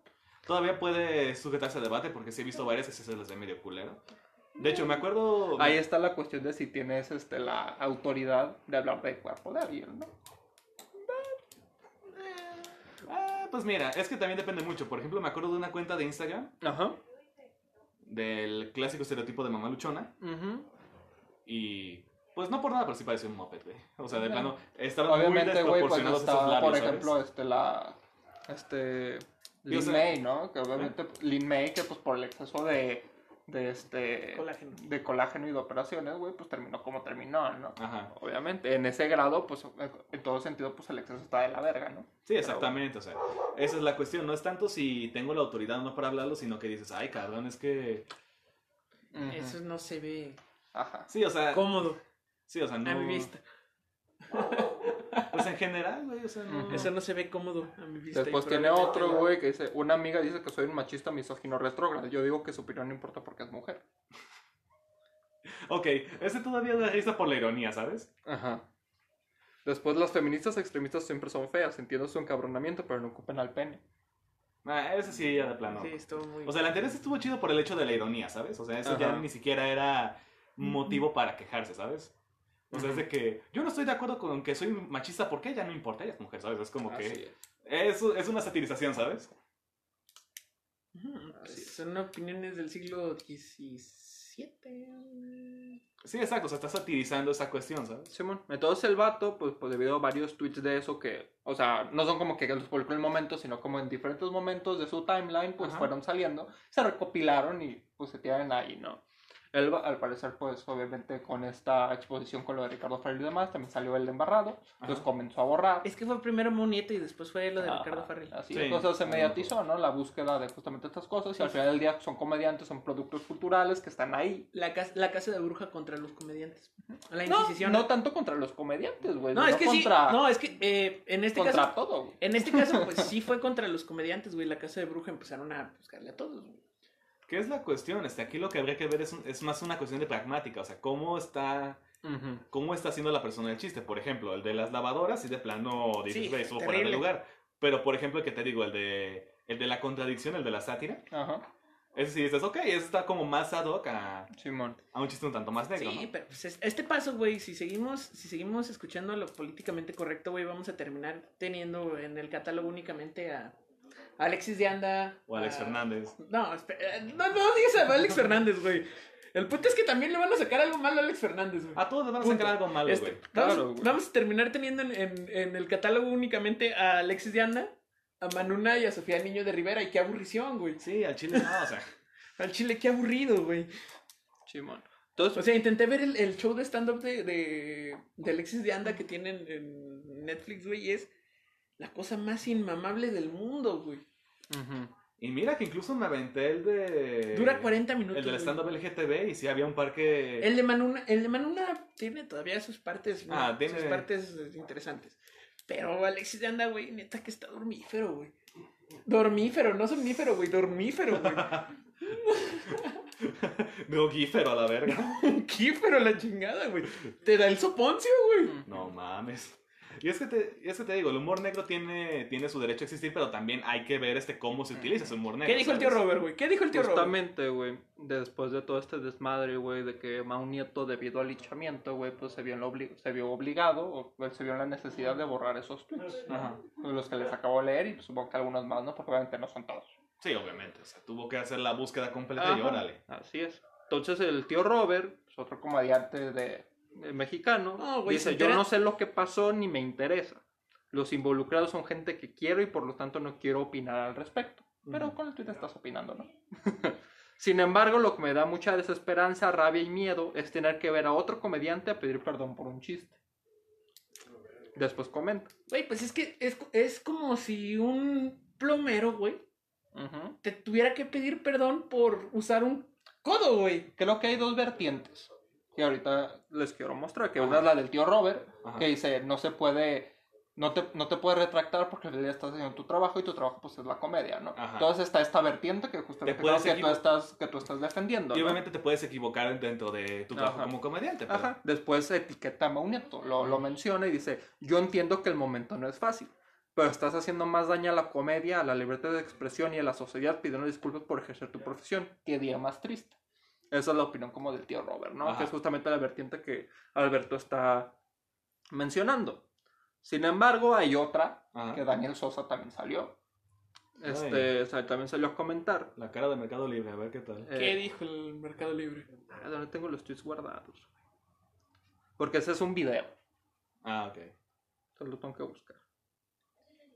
S2: Todavía puede sujetarse a debate porque sí he visto varias que sí se les ve medio culero. De hecho, me acuerdo...
S4: Ahí está la cuestión de si tienes este, la autoridad de hablar del cuerpo de alguien, ¿no?
S2: Ah, pues mira, es que también depende mucho. Por ejemplo, me acuerdo de una cuenta de Instagram
S4: Ajá.
S2: del clásico estereotipo de mamá luchona
S4: Ujú.
S2: y... Pues no por nada, pero sí parecía un moped, güey. O sea, de plano, estaban
S4: Obviamente,
S2: muy
S4: güey, cuando
S2: desproporcionados esos
S4: está,
S2: labios,
S4: por
S2: ¿sabes?
S4: ejemplo, este, la... Este...
S2: Y, o
S4: Lin
S2: sea-
S4: May, ¿no? Que obviamente Lin May, que pues por el pues, exceso de de este
S3: Colágeno.
S4: de colágeno y de operaciones, güey, pues terminó como terminó, ¿no?
S2: Ajá.
S4: Obviamente, en ese grado, pues en todo sentido, pues el exceso está de la verga, ¿no?
S2: Sí, exactamente, o sea, esa es la cuestión, no es tanto si tengo la autoridad o no para hablarlo, sino que dices, ay, cabrón, es que...
S4: Ujú.
S3: Eso no se ve
S4: Ajá.
S2: Sí, o sea,
S3: cómodo
S2: sí, o sea, no...
S3: a mi vista.
S2: Pues en general, güey, o sea, no...
S4: Ujú.
S3: Eso no se ve cómodo a mi vista.
S4: Después
S3: y
S4: tiene
S3: probablemente
S4: otro,
S3: no.
S4: güey, que dice, una amiga dice que soy un machista misógino retrógrado. Yo digo que su opinión no importa porque es mujer.
S2: Ok, ese todavía da risa por la ironía, ¿sabes?
S4: Ajá. Después las feministas extremistas siempre son feas, entiendo su encabronamiento, pero no ocupen al pene.
S2: Ah, ese sí ya de plano.
S3: Sí, estuvo muy.
S2: O sea, el anterior sí estuvo chido por el hecho de la ironía, ¿sabes? O sea, eso ya
S4: Ajá.
S2: ni siquiera era motivo para quejarse, ¿sabes? O sea, es de que yo no estoy de acuerdo con que soy machista porque ya no importa, ella es mujer, ¿sabes? Es como
S3: Ah,
S2: que
S4: Así es.
S2: es, es una satirización, ¿sabes?
S3: Ujú,
S4: Así es.
S3: son opiniones del siglo XVII.
S2: Sí, exacto, o sea, está satirizando esa cuestión, ¿sabes?
S4: Simón, entonces el vato, pues, pues debido a varios tweets de eso que, o sea, no son como que los publicó en el momento, sino como en diferentes momentos de su timeline, pues
S2: Ajá.
S4: fueron saliendo, se recopilaron y pues se tiran ahí, ¿no? Él, va- al parecer, pues obviamente con esta exposición con lo de Ricardo Farrell y demás, también salió el embarrado, entonces comenzó a borrar.
S3: Es que fue primero Monieto y después fue lo de
S4: Ajá,
S3: Ricardo Farrell.
S4: Así
S2: Sí,
S4: es, entonces se
S2: a lo
S4: mediatizó, ¿no? La búsqueda de justamente estas cosas y al final del día son comediantes, son productos culturales que están ahí.
S3: La, cas- la casa de bruja contra los comediantes. La
S4: No,
S3: Inquisición.
S4: no tanto contra los comediantes, güey.
S3: No, es que
S4: contra,
S3: sí. No, es que eh, en este
S4: contra
S3: caso.
S4: todo, güey.
S3: En este caso, pues sí fue contra los comediantes, güey. La casa de bruja empezaron a buscarle a todos, güey.
S2: ¿Qué es la cuestión? Este, aquí lo que habría que ver es, un- es más una cuestión de pragmática, o sea, cómo está,
S4: Ujú.
S2: cómo está haciendo la persona el chiste. Por ejemplo, el de las lavadoras y de plano dices,
S3: Sí,
S2: güey, estuvo fuera de
S3: terrible.
S2: lugar. Pero, por ejemplo, el que te digo, el de, el de la contradicción, el de la sátira,
S4: Ajá,
S2: Eso sí dices, ok, eso está como más ad hoc a,
S4: Simón.
S2: a un chiste un tanto más negro,
S3: Sí,
S2: ¿no?
S3: pero pues, es- este paso, güey, si seguimos, si seguimos escuchando lo políticamente correcto, güey, vamos a terminar teniendo en el catálogo únicamente a Alexis de Anda.
S2: O Alex Fernández.
S3: No, espe- eh, no, no digas a Alex Fernández, güey. El punto es que también le van a sacar algo malo a Alex Fernández, güey.
S2: A todos les van a
S3: Punto.
S2: sacar algo malo, güey.
S3: Este, vamos,
S4: Claro, güey.
S3: vamos a terminar teniendo en, en- en el catálogo únicamente a Alexis de Anda, a Manuna y a Sofía Niño de Rivera. Y qué aburrición, güey.
S2: Sí, al chile no, o sea.
S3: Al chile, qué aburrido, güey.
S4: Simón.
S3: O sea, intenté ver el, el show de stand-up de, de, de Alexis de Anda que tienen en Netflix, güey, y es la cosa más inmamable del mundo, güey.
S4: Pues Ujú.
S2: Y mira que incluso me aventé el de...
S3: Dura 40 minutos.
S2: Eh, El del
S3: güey.
S2: stand-up LGTB y sí había un parque...
S3: El de Manuna, el de Manuna tiene todavía sus partes, ¿no?
S2: Ah, tiene-
S3: sus partes eh, interesantes. Pero Alexis de Anda, güey, neta que está dormífero, güey. Dormífero, no somnífero, güey, dormífero, güey.
S2: Droguífero a la verga.
S3: ¿Qué? Pero la chingada, güey. Te da el soponcio, güey.
S4: Mm.
S2: no mames. Y es que, te, y es que te digo, el humor negro tiene, tiene su derecho a existir, pero también hay que ver este cómo se utiliza ese humor negro.
S3: ¿Qué dijo el tío
S2: ¿sabes?
S3: Robert, güey? ¿Qué dijo el
S2: Pues
S3: tío Robert?
S4: Justamente, güey, después de todo este desmadre, güey, de que Mau Nieto, debido al linchamiento, güey, pues se vio, en lo obli- se vio obligado, o él se vio en la necesidad de borrar esos tweets,
S3: Ah,
S2: Ajá.
S4: los que les acabo de leer y supongo que algunos más, ¿no? Porque obviamente no son todos.
S2: Sí, obviamente. O sea, tuvo que hacer la búsqueda completa y
S4: Ajá.
S2: órale.
S4: Así es. Entonces el tío Robert, pues, otro comediante de, de mexicano,
S3: No, güey, se
S4: dice, yo
S3: entera-
S4: no sé lo que pasó ni me interesa. Los involucrados son gente que quiero y por lo tanto no quiero opinar al respecto. Pero con el tweet estás opinando, ¿no? Sin embargo, lo que me da mucha desesperanza, rabia y miedo es tener que ver a otro comediante a pedir perdón por un chiste. Después comenta.
S3: Güey, pues es que es, es como si un plomero, güey,
S4: Ujú.
S3: te tuviera que pedir perdón por usar un codo, güey.
S4: Creo que hay dos vertientes que ahorita les quiero mostrar, que una es la del tío Robert,
S2: Ajá.
S4: que dice, no se puede, no te, no te puedes retractar porque al final estás haciendo tu trabajo y tu trabajo pues es la comedia, ¿no?
S2: Ajá.
S4: Entonces está esta vertiente que
S2: Te
S4: justamente creo
S2: puedes
S4: que tú,
S2: equivo-
S4: estás, que tú estás defendiendo.
S2: Y
S4: ¿no?
S2: obviamente te puedes equivocar dentro de tu trabajo
S4: Ajá.
S2: como comediante. pero-
S4: Ajá. Después etiqueta a Mauneto, lo, lo menciona y dice, yo entiendo que el momento no es fácil, pero estás haciendo más daño a la comedia, a la libertad de expresión y a la sociedad pidiendo disculpas por ejercer tu profesión. Qué día más triste. Esa es la opinión como del tío Robert, ¿no?
S2: Ajá.
S4: Que es justamente la vertiente que Alberto está mencionando. Sin embargo, hay otra
S2: Ajá.
S4: que Daniel Sosa también salió. Este, o sea, también salió a comentar.
S2: La cara de Mercado Libre, a ver qué tal.
S4: Eh,
S3: ¿Qué dijo el Mercado Libre?
S4: Ah, ¿Dónde tengo los tweets guardados? Porque ese es un video.
S2: Ah, ok.
S4: Entonces lo tengo que buscar.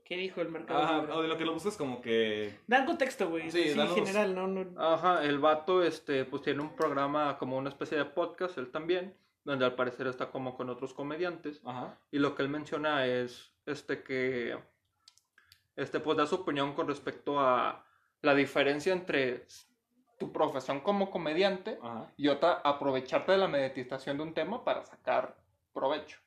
S3: ¿Qué dijo el mercado libre?
S2: Ajá, o de lo que lo buscas como que...
S3: Dan contexto, güey.
S2: Sí,
S3: Sí,
S2: danos-
S3: en general, no, no.
S4: Ajá, el vato, este, pues tiene un programa como una especie de podcast, él también, donde al parecer está como con otros comediantes.
S2: Ajá.
S4: Y lo que él menciona es, este, que, este, pues da su opinión con respecto a la diferencia entre tu profesión como comediante
S2: Ajá.
S4: y otra, aprovecharte de la meditación de un tema para sacar provecho.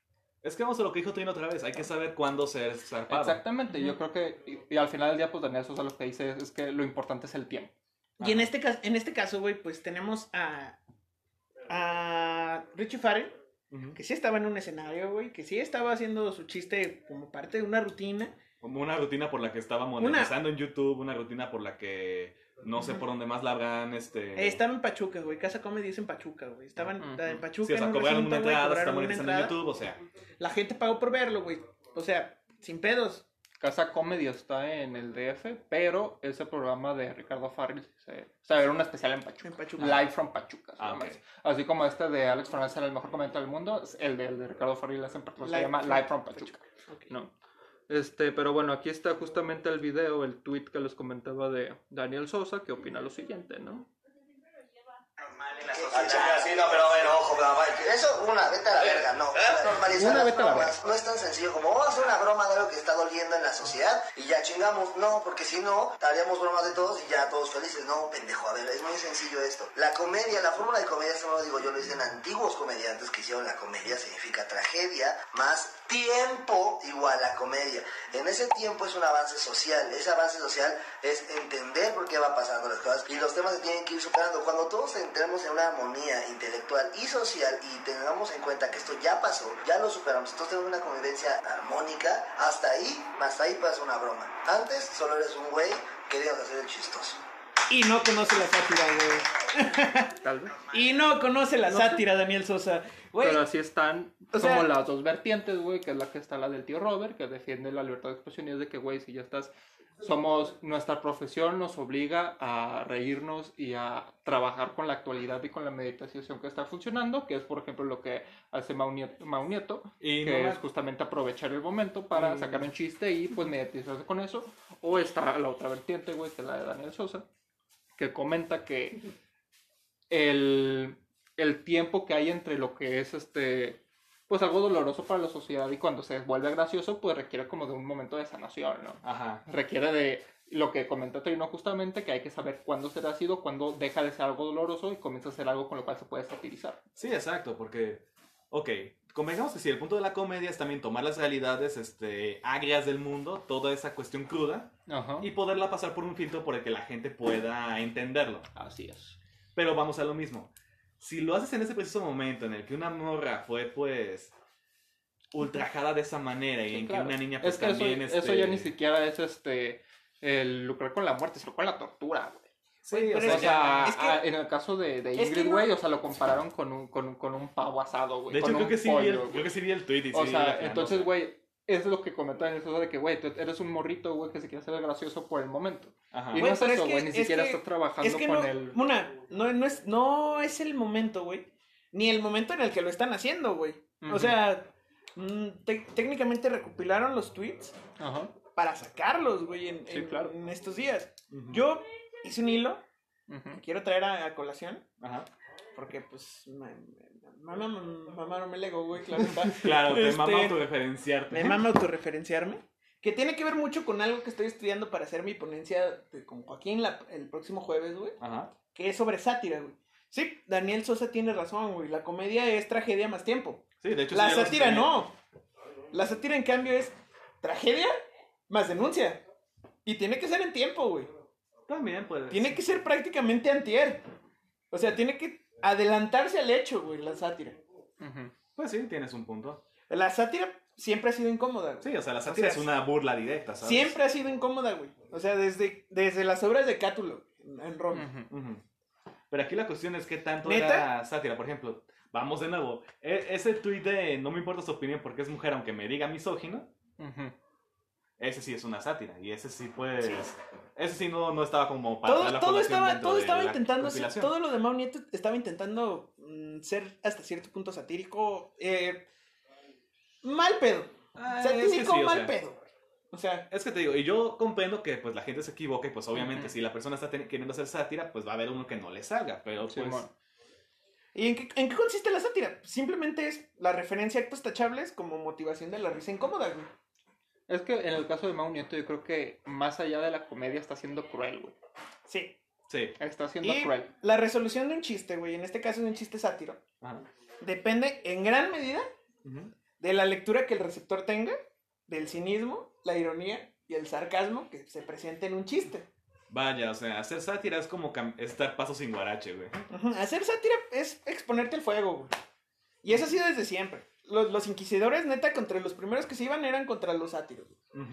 S2: Es que vamos a lo que dijo Trino otra vez. Hay que saber cuándo ser zarpado.
S4: Exactamente, yo creo que, y, y al final del día, pues Daniel Sosa lo que dice es, es que lo importante es el tiempo.
S3: Y en este, caso, en este caso, güey, pues tenemos a. A Richie Farrell,
S2: Ujú.
S3: que sí estaba en un escenario, güey, que sí estaba haciendo su chiste como parte de una rutina.
S2: Como una rutina por la que estaba monetizando en YouTube, una rutina por la que no sé por dónde más la habrán, este...
S3: Eh, estaba en Pachuca, güey, Casa Comedy es en Pachuca, güey. Estaba en,
S4: Ujú.
S3: en Pachuca.
S2: Sí, o
S3: en
S2: sea,
S3: un
S2: cobraron una
S3: recinto, güey,
S2: entrada, se está
S3: cobraron una
S2: monetizando en
S3: entrada.
S2: YouTube, o sea...
S3: La gente pagó por verlo, güey. O sea, sin pedos.
S4: Casa Comedy está en el DF, pero ese programa de Ricardo Farrell, se- o sea, era un especial en Pachuca.
S3: En Pachuca.
S4: Live from Pachuca. se
S2: Ah,
S4: llama
S2: ok.
S4: ese. Así como este de Alex Fernández era el mejor comentario del mundo, es el de, el de Ricardo Farrell es en Pachuca, se
S3: Live
S4: llama
S3: from
S4: Live from Pachuca.
S3: Ok.
S4: No. Este, pero bueno, aquí está justamente el video, el tweet que les comentaba de Daniel Sosa, que opina lo siguiente, ¿no?
S8: Ah, chinga, sí, no, pero bueno, ojo, pero vaya.
S9: Eso, una, vete a la verga,
S8: ¿eh?
S9: no. Normalizar
S4: Una,
S9: las
S4: vete a la
S9: bromas. No es tan sencillo como, vamos a hacer una broma de algo que está doliendo en la sociedad y ya chingamos. No, porque si no, haríamos bromas de todos y ya todos felices. No, pendejo, a ver, es muy sencillo esto. La comedia, la fórmula de comedia, eso no lo digo yo, lo dicen antiguos comediantes que hicieron la comedia, significa tragedia más tiempo igual a comedia. En ese tiempo es un avance social, ese avance social es entender por qué va pasando las cosas y los temas se tienen que ir superando. Cuando todos entremos en una armonía intelectual y social y tengamos en cuenta que esto ya pasó, ya lo superamos, entonces tenemos una convivencia armónica, hasta ahí, hasta ahí pasa una broma. Antes solo eres un güey que debes hacer el chistoso.
S3: Y no conoce la sátira, güey.
S4: Tal vez.
S3: Y no conoce la sátira, Daniel Sosa. Güey,
S4: Pero así están
S3: o
S4: como
S3: sea-
S4: las dos vertientes, güey, que es la que está la del tío Robert, que defiende la libertad de expresión y es de que, güey, si ya estás, somos, nuestra profesión nos obliga a reírnos y a trabajar con la actualidad y con la meditación que está funcionando, que es, por ejemplo, lo que hace Maunieto, Maunieto
S2: Y no
S4: que
S2: me-
S4: es justamente aprovechar el momento para sacar un chiste y pues mediatizarse con eso. O está la otra vertiente, güey, que es la de Daniel Sosa, que comenta que el, el tiempo que hay entre lo que es este, pues algo doloroso para la sociedad y cuando se vuelve gracioso, pues requiere como de un momento de sanación, ¿no?
S2: Ajá.
S4: Requiere de lo que comenta Trino justamente, que hay que saber cuándo será ácido, cuándo deja de ser algo doloroso y comienza a ser algo con lo cual se puede satirizar.
S2: Sí, exacto, porque, ok, convengamos que si el punto de la comedia es también tomar las realidades este, agrias del mundo, toda esa cuestión cruda,
S4: Ajá.
S2: y poderla pasar por un filtro por el que la gente pueda entenderlo.
S4: Así es.
S2: Pero vamos a lo mismo. Si lo haces en ese preciso momento en el que una morra fue, pues, ultrajada de esa manera y
S4: Sí,
S2: en
S4: claro.
S2: que una niña, pues,
S4: es que eso,
S2: también, este...
S4: eso ya ni siquiera es este el lucrar con la muerte, sino con la tortura, güey.
S2: Sí, o
S4: O
S2: sea,
S4: sea,
S3: es que-
S4: a- en el caso de, de
S3: es que
S4: Ingrid,
S3: no-
S4: güey, o sea, lo compararon con un, con, un- con un pavo asado, güey.
S2: de hecho,
S4: con
S2: creo
S4: un
S2: que, sí vi
S4: pollo,
S2: el,
S4: güey.
S2: creo que sí vi el tweet y
S4: O
S2: sí,
S4: sea,
S2: al final,
S4: entonces,
S2: o
S4: güey, es lo que comentan en el caso de que, güey, tú eres un morrito, güey, que se quiere hacer el gracioso por el momento.
S2: sea, ajá.
S4: Y
S3: Güey,
S4: no es
S3: pero es
S4: eso,
S3: que-
S4: güey, ni
S3: es
S4: siquiera
S3: que-
S4: estás trabajando
S3: es que
S4: con
S3: no,
S4: el...
S3: Mona, no, no es, no es el momento, güey. Ni el momento en el que lo están haciendo, güey.
S4: Ujú.
S3: O sea, mm, tec- técnicamente recopilaron los tweets
S4: Ajá.
S3: para sacarlos, güey, en,
S4: Sí,
S3: en-
S4: claro.
S3: en estos días.
S2: Ujú.
S3: Yo hice un hilo
S4: ujú.
S3: que quiero traer a, a colación,
S2: Ajá.
S3: porque pues ma- ma- mamá, mamá no me lego, güey, claro está.
S2: Claro, te mama
S3: Este,
S2: autorreferenciarte.
S3: Me mama autorreferenciarme. Que tiene que ver mucho con algo que estoy estudiando para hacer mi ponencia de- con Joaquín la- el próximo jueves, güey.
S2: Ajá.
S3: Que es sobre sátira, güey. Sí, Daniel Sosa tiene razón, güey. La comedia es tragedia más tiempo.
S2: Sí, de hecho...
S3: La
S2: sí, ya lo
S3: sátira
S2: sé.
S3: no. La sátira, en cambio, es tragedia más denuncia. Y tiene que ser en tiempo, güey.
S2: También, pues...
S3: Tiene que ser prácticamente antier. O sea, tiene que adelantarse al hecho, güey, la sátira.
S4: ujú.
S2: Pues sí, tienes un punto.
S3: La sátira siempre ha sido incómoda, güey.
S2: Sí, o sea, la sátira
S3: O sea,
S2: es una burla directa, ¿sabes?
S3: Siempre ha sido incómoda, güey. O sea, desde, desde las obras de Cátulo en, en Roma.
S4: Ujú.
S2: Ujú. Pero aquí la cuestión es qué tanto
S3: ¿Neta?
S2: era sátira. Por ejemplo, vamos de nuevo. E- ese tuit de no me importa su opinión porque es mujer, aunque me diga misógino,
S4: Ujú.
S2: ese sí es una sátira. Y ese sí, pues. Ese sí no, no estaba como para
S3: Todo,
S2: la
S3: todo
S2: colación
S3: estaba,
S2: dentro
S3: todo
S2: de
S3: estaba
S2: la
S3: intentando, ser-
S2: compilación.
S3: todo lo de Mao Nieto estaba intentando mm, ser hasta cierto punto satírico. eh, mal pedo.
S2: Ah, es que
S3: Satírico,
S2: sí, o
S3: mal
S2: sea,
S3: pedo. güey. O sea,
S2: Es que te digo, y yo comprendo que pues la gente se equivoca y pues obviamente si la persona está ten- queriendo hacer sátira, pues va a haber uno que no le salga, pero pues...
S4: Simón.
S3: ¿y en qué, en qué consiste la sátira? Simplemente es la referencia a actos tachables como motivación de la risa incómoda, güey.
S4: Es que en el caso de Mau Nieto, yo creo que más allá de la comedia está siendo cruel, güey.
S3: Sí.
S2: sí.
S4: Está siendo
S3: Y
S4: cruel.
S3: la resolución de un chiste, güey, en este caso de un chiste sátiro,
S2: Ajá.
S3: depende en gran medida
S2: Ujú.
S3: de la lectura que el receptor tenga, del cinismo, la ironía y el sarcasmo que se presente en un chiste.
S2: Vaya, o sea, hacer sátira es como cam- es dar paso sin guarache, güey.
S3: Ujú, Hacer sátira es exponerte al fuego, güey. Y eso ha sido desde siempre. Los, los inquisidores, neta, contra los primeros que se iban eran contra los sátiros. güey.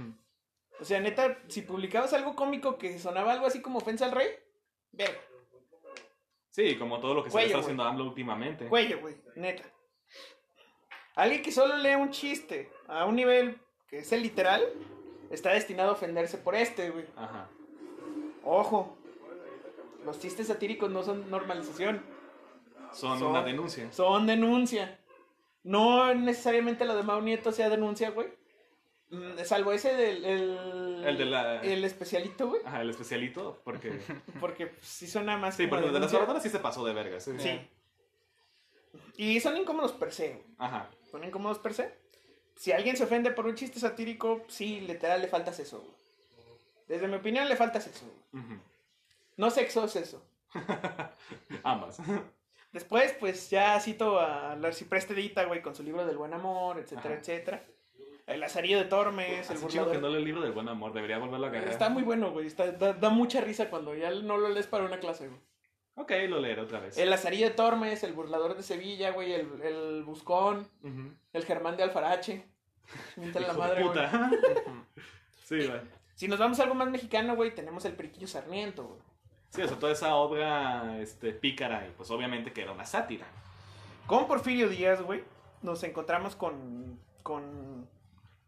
S3: O sea, neta, si publicabas algo cómico que sonaba algo así como ofensa al rey, verga,
S2: Sí, como todo lo que se le
S3: Cuello,
S2: está
S3: güey.
S2: haciendo a AMLO últimamente.
S3: cuello, güey, neta. Alguien que solo lee un chiste a un nivel que es el literal, está destinado a ofenderse por este, güey.
S2: Ajá.
S3: Ojo, los chistes satíricos no son normalización,
S2: Son,
S3: Son-
S2: una denuncia.
S3: son denuncia. No necesariamente lo de Mau Nieto sea denuncia, güey. Mm, Salvo ese del. El,
S2: El de la-
S3: el especialito, güey.
S2: Ajá, el especialito, porque...
S3: Porque pues, sí suena más.
S2: Sí,
S3: como
S2: porque de las
S3: denuncia.
S2: verdaderas sí se pasó de verga. Sí.
S3: Sí. Y son incómodos per se, güey.
S2: Ajá.
S3: Son incómodos per se. Si alguien se ofende por un chiste satírico, sí, literal, le faltas eso, güey. Desde mi opinión, le faltas eso, güey.
S2: Ujú.
S3: No sexo es eso.
S2: Ambas.
S3: Después, pues ya cito a la arcipreste Dita, güey, con su libro del buen amor, etcétera,
S2: Ajá.
S3: etcétera. El Lazarillo de Tormes, el
S2: Hace chido
S3: burlador.
S2: que no leo el libro del buen amor, debería volverlo a agarrar.
S3: Está muy bueno, güey. está- da, da mucha risa cuando ya no lo lees para una clase, güey.
S2: Ok, lo leeré otra vez.
S3: El Lazarillo de Tormes, el burlador de Sevilla, güey, el, el Buscón,
S2: Ujú.
S3: el Germán de Alfarache. Mientras la
S2: Hijo de
S3: madre, güey.
S2: puta. sí, güey.
S3: Si nos vamos a algo más mexicano, güey, tenemos el Periquillo Sarmiento, güey.
S2: Sí, o sea, toda esa obra este, pícara y pues obviamente que era una sátira.
S3: Con Porfirio Díaz, güey, nos encontramos con, con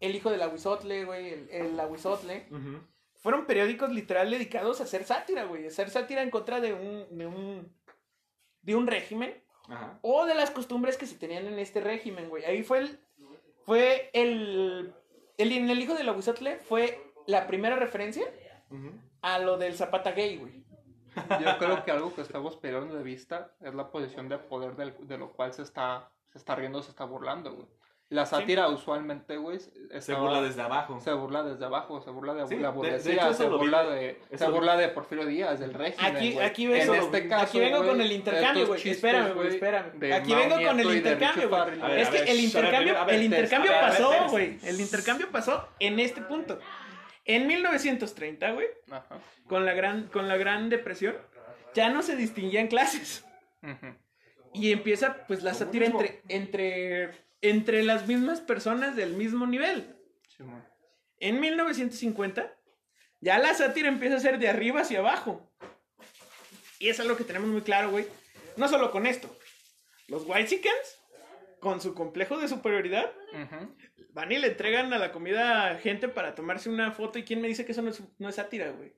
S3: el hijo del Aguizotle, güey, el, el Aguizotle. Fueron periódicos literal dedicados a hacer sátira, güey. a Hacer sátira en contra de un, de un, de un régimen
S2: Ajá.
S3: o de las costumbres que se tenían en este régimen, güey. Ahí fue el, fue el, el, en el hijo del Aguizotle fue la primera referencia a lo del Zapata gay, güey.
S4: Yo creo que algo que estamos perdiendo de vista es la posición de poder del- de lo cual se está, se está riendo, se está burlando, güey. La sátira usualmente, güey, es-
S2: Se
S4: estaba-
S2: burla desde abajo.
S4: se burla desde abajo, se burla de
S2: Sí, de-
S4: la
S2: de
S4: burguesía,
S2: hecho, eso
S4: se
S2: lo
S4: burla
S2: vi-
S4: de
S2: eso
S4: se
S2: lo vi.
S4: burla de Porfirio Díaz, del régimen.
S3: Aquí-
S4: güey.
S3: aquí ves-
S4: en
S3: eso lo
S4: este
S3: vi.
S4: caso,
S3: Aquí vengo
S4: güey,
S3: con el intercambio,
S4: estos
S3: güey,
S4: chistes,
S3: espérame, güey,
S4: güey,
S3: espérame.
S4: de
S3: Aquí
S4: Mao
S3: vengo con
S4: Nieto
S3: el
S4: y de Richo
S3: intercambio, güey.
S4: Farrell.
S2: A ver,
S3: es que
S2: ver,
S3: el
S2: shh,
S3: intercambio,
S2: a ver,
S3: el
S2: espérate,
S3: intercambio
S2: a ver, a ver,
S3: pasó,
S2: espérate.
S3: güey. El intercambio pasó en este punto. En 1930, güey,
S4: Ajá.
S3: con la gran, con la gran depresión, ya no se distinguían clases.
S4: Ujú.
S3: Y empieza pues la sátira entre, entre, entre las mismas personas del mismo nivel.
S4: Simón.
S3: En 1950, ya la sátira empieza a ser de arriba hacia abajo. Y es algo que tenemos muy claro, güey. No solo con esto. Los White con su complejo de superioridad,
S4: Ujú.
S3: van y le entregan a la comida a gente para tomarse una foto. ¿Y quién me dice que eso no es, no es sátira, güey?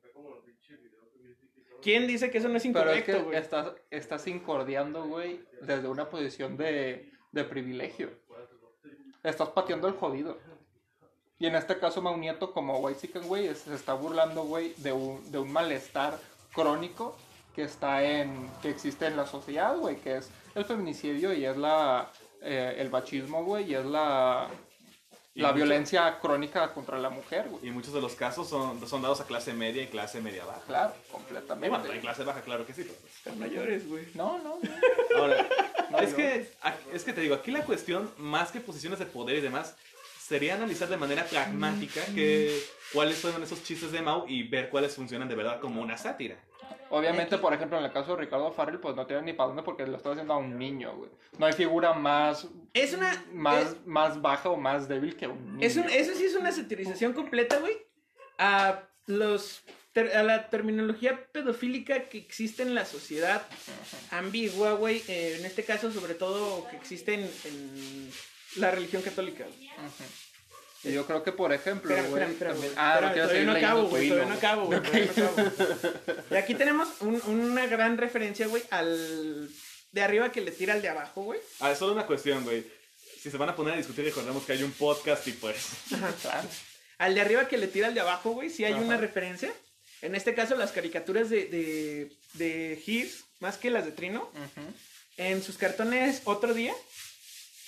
S3: ¿Quién dice que eso no es
S4: Pero es
S3: incorrecto,
S4: que
S3: güey?
S4: estás, estás incordiando, güey, desde una posición de, de privilegio. Estás pateando el jodido. Y en este caso, Maunieto, como White Chicken, güey, es- se está burlando, güey, de un, de un malestar crónico que está en que existe en la sociedad, güey, que es el feminicidio y es la eh, el machismo, güey, y es la
S2: Y
S4: la
S2: mucho-
S4: violencia crónica contra la mujer, güey.
S2: Y muchos de los casos son, son dados a clase media y clase media baja. Y
S4: Claro,
S2: bueno, hay
S4: completamente.
S2: clase baja, claro que sí. pero, pues.
S3: No llores, güey.
S4: No, no, no.
S2: Ahora,
S4: No,
S2: es,
S4: yo-
S2: que, a- es que te digo, aquí la cuestión, más que posiciones de poder y demás, sería analizar de manera pragmática
S4: Mm.
S2: que, cuáles son esos chistes de Mau y ver cuáles funcionan de verdad como una sátira.
S4: Obviamente, por ejemplo, en el caso de Ricardo Farrell, pues no tiene ni para dónde porque lo está haciendo a un niño, güey. No hay figura más,
S3: Es una...
S4: más,
S3: es-
S4: más baja o más débil que un niño.
S3: Es un- eso sí es una satirización completa, güey. A los ter- a la terminología pedofílica que existe en la sociedad ambigua, güey. eh, en este caso, sobre todo, que existe en, en la religión católica. güey.
S4: Ujú. Y yo creo que, por ejemplo,
S3: Espérame,
S4: güey.
S3: espérame, espérame,
S4: también-
S3: güey.
S4: Ah,
S3: Espérame,
S4: no quiero
S3: todavía
S4: seguir
S3: no
S4: leyendo pues,
S3: acabo,
S4: tu
S3: güey.
S4: hilo,
S3: Todavía no
S4: güey.
S3: acabo, güey. todavía no acabo. Y aquí tenemos un- una gran referencia, güey, al de arriba que le tira al de abajo, güey.
S2: Ah, es solo una cuestión, güey. Si se van a poner a discutir, recordemos que hay un podcast y pues.
S4: Claro.
S3: al de arriba que le tira al de abajo, güey, sí hay
S4: Ajá.
S3: una referencia. En este caso, las caricaturas de, de, de His, más que las de Trino,
S4: Ah, Ujú.
S3: en sus cartones otro día,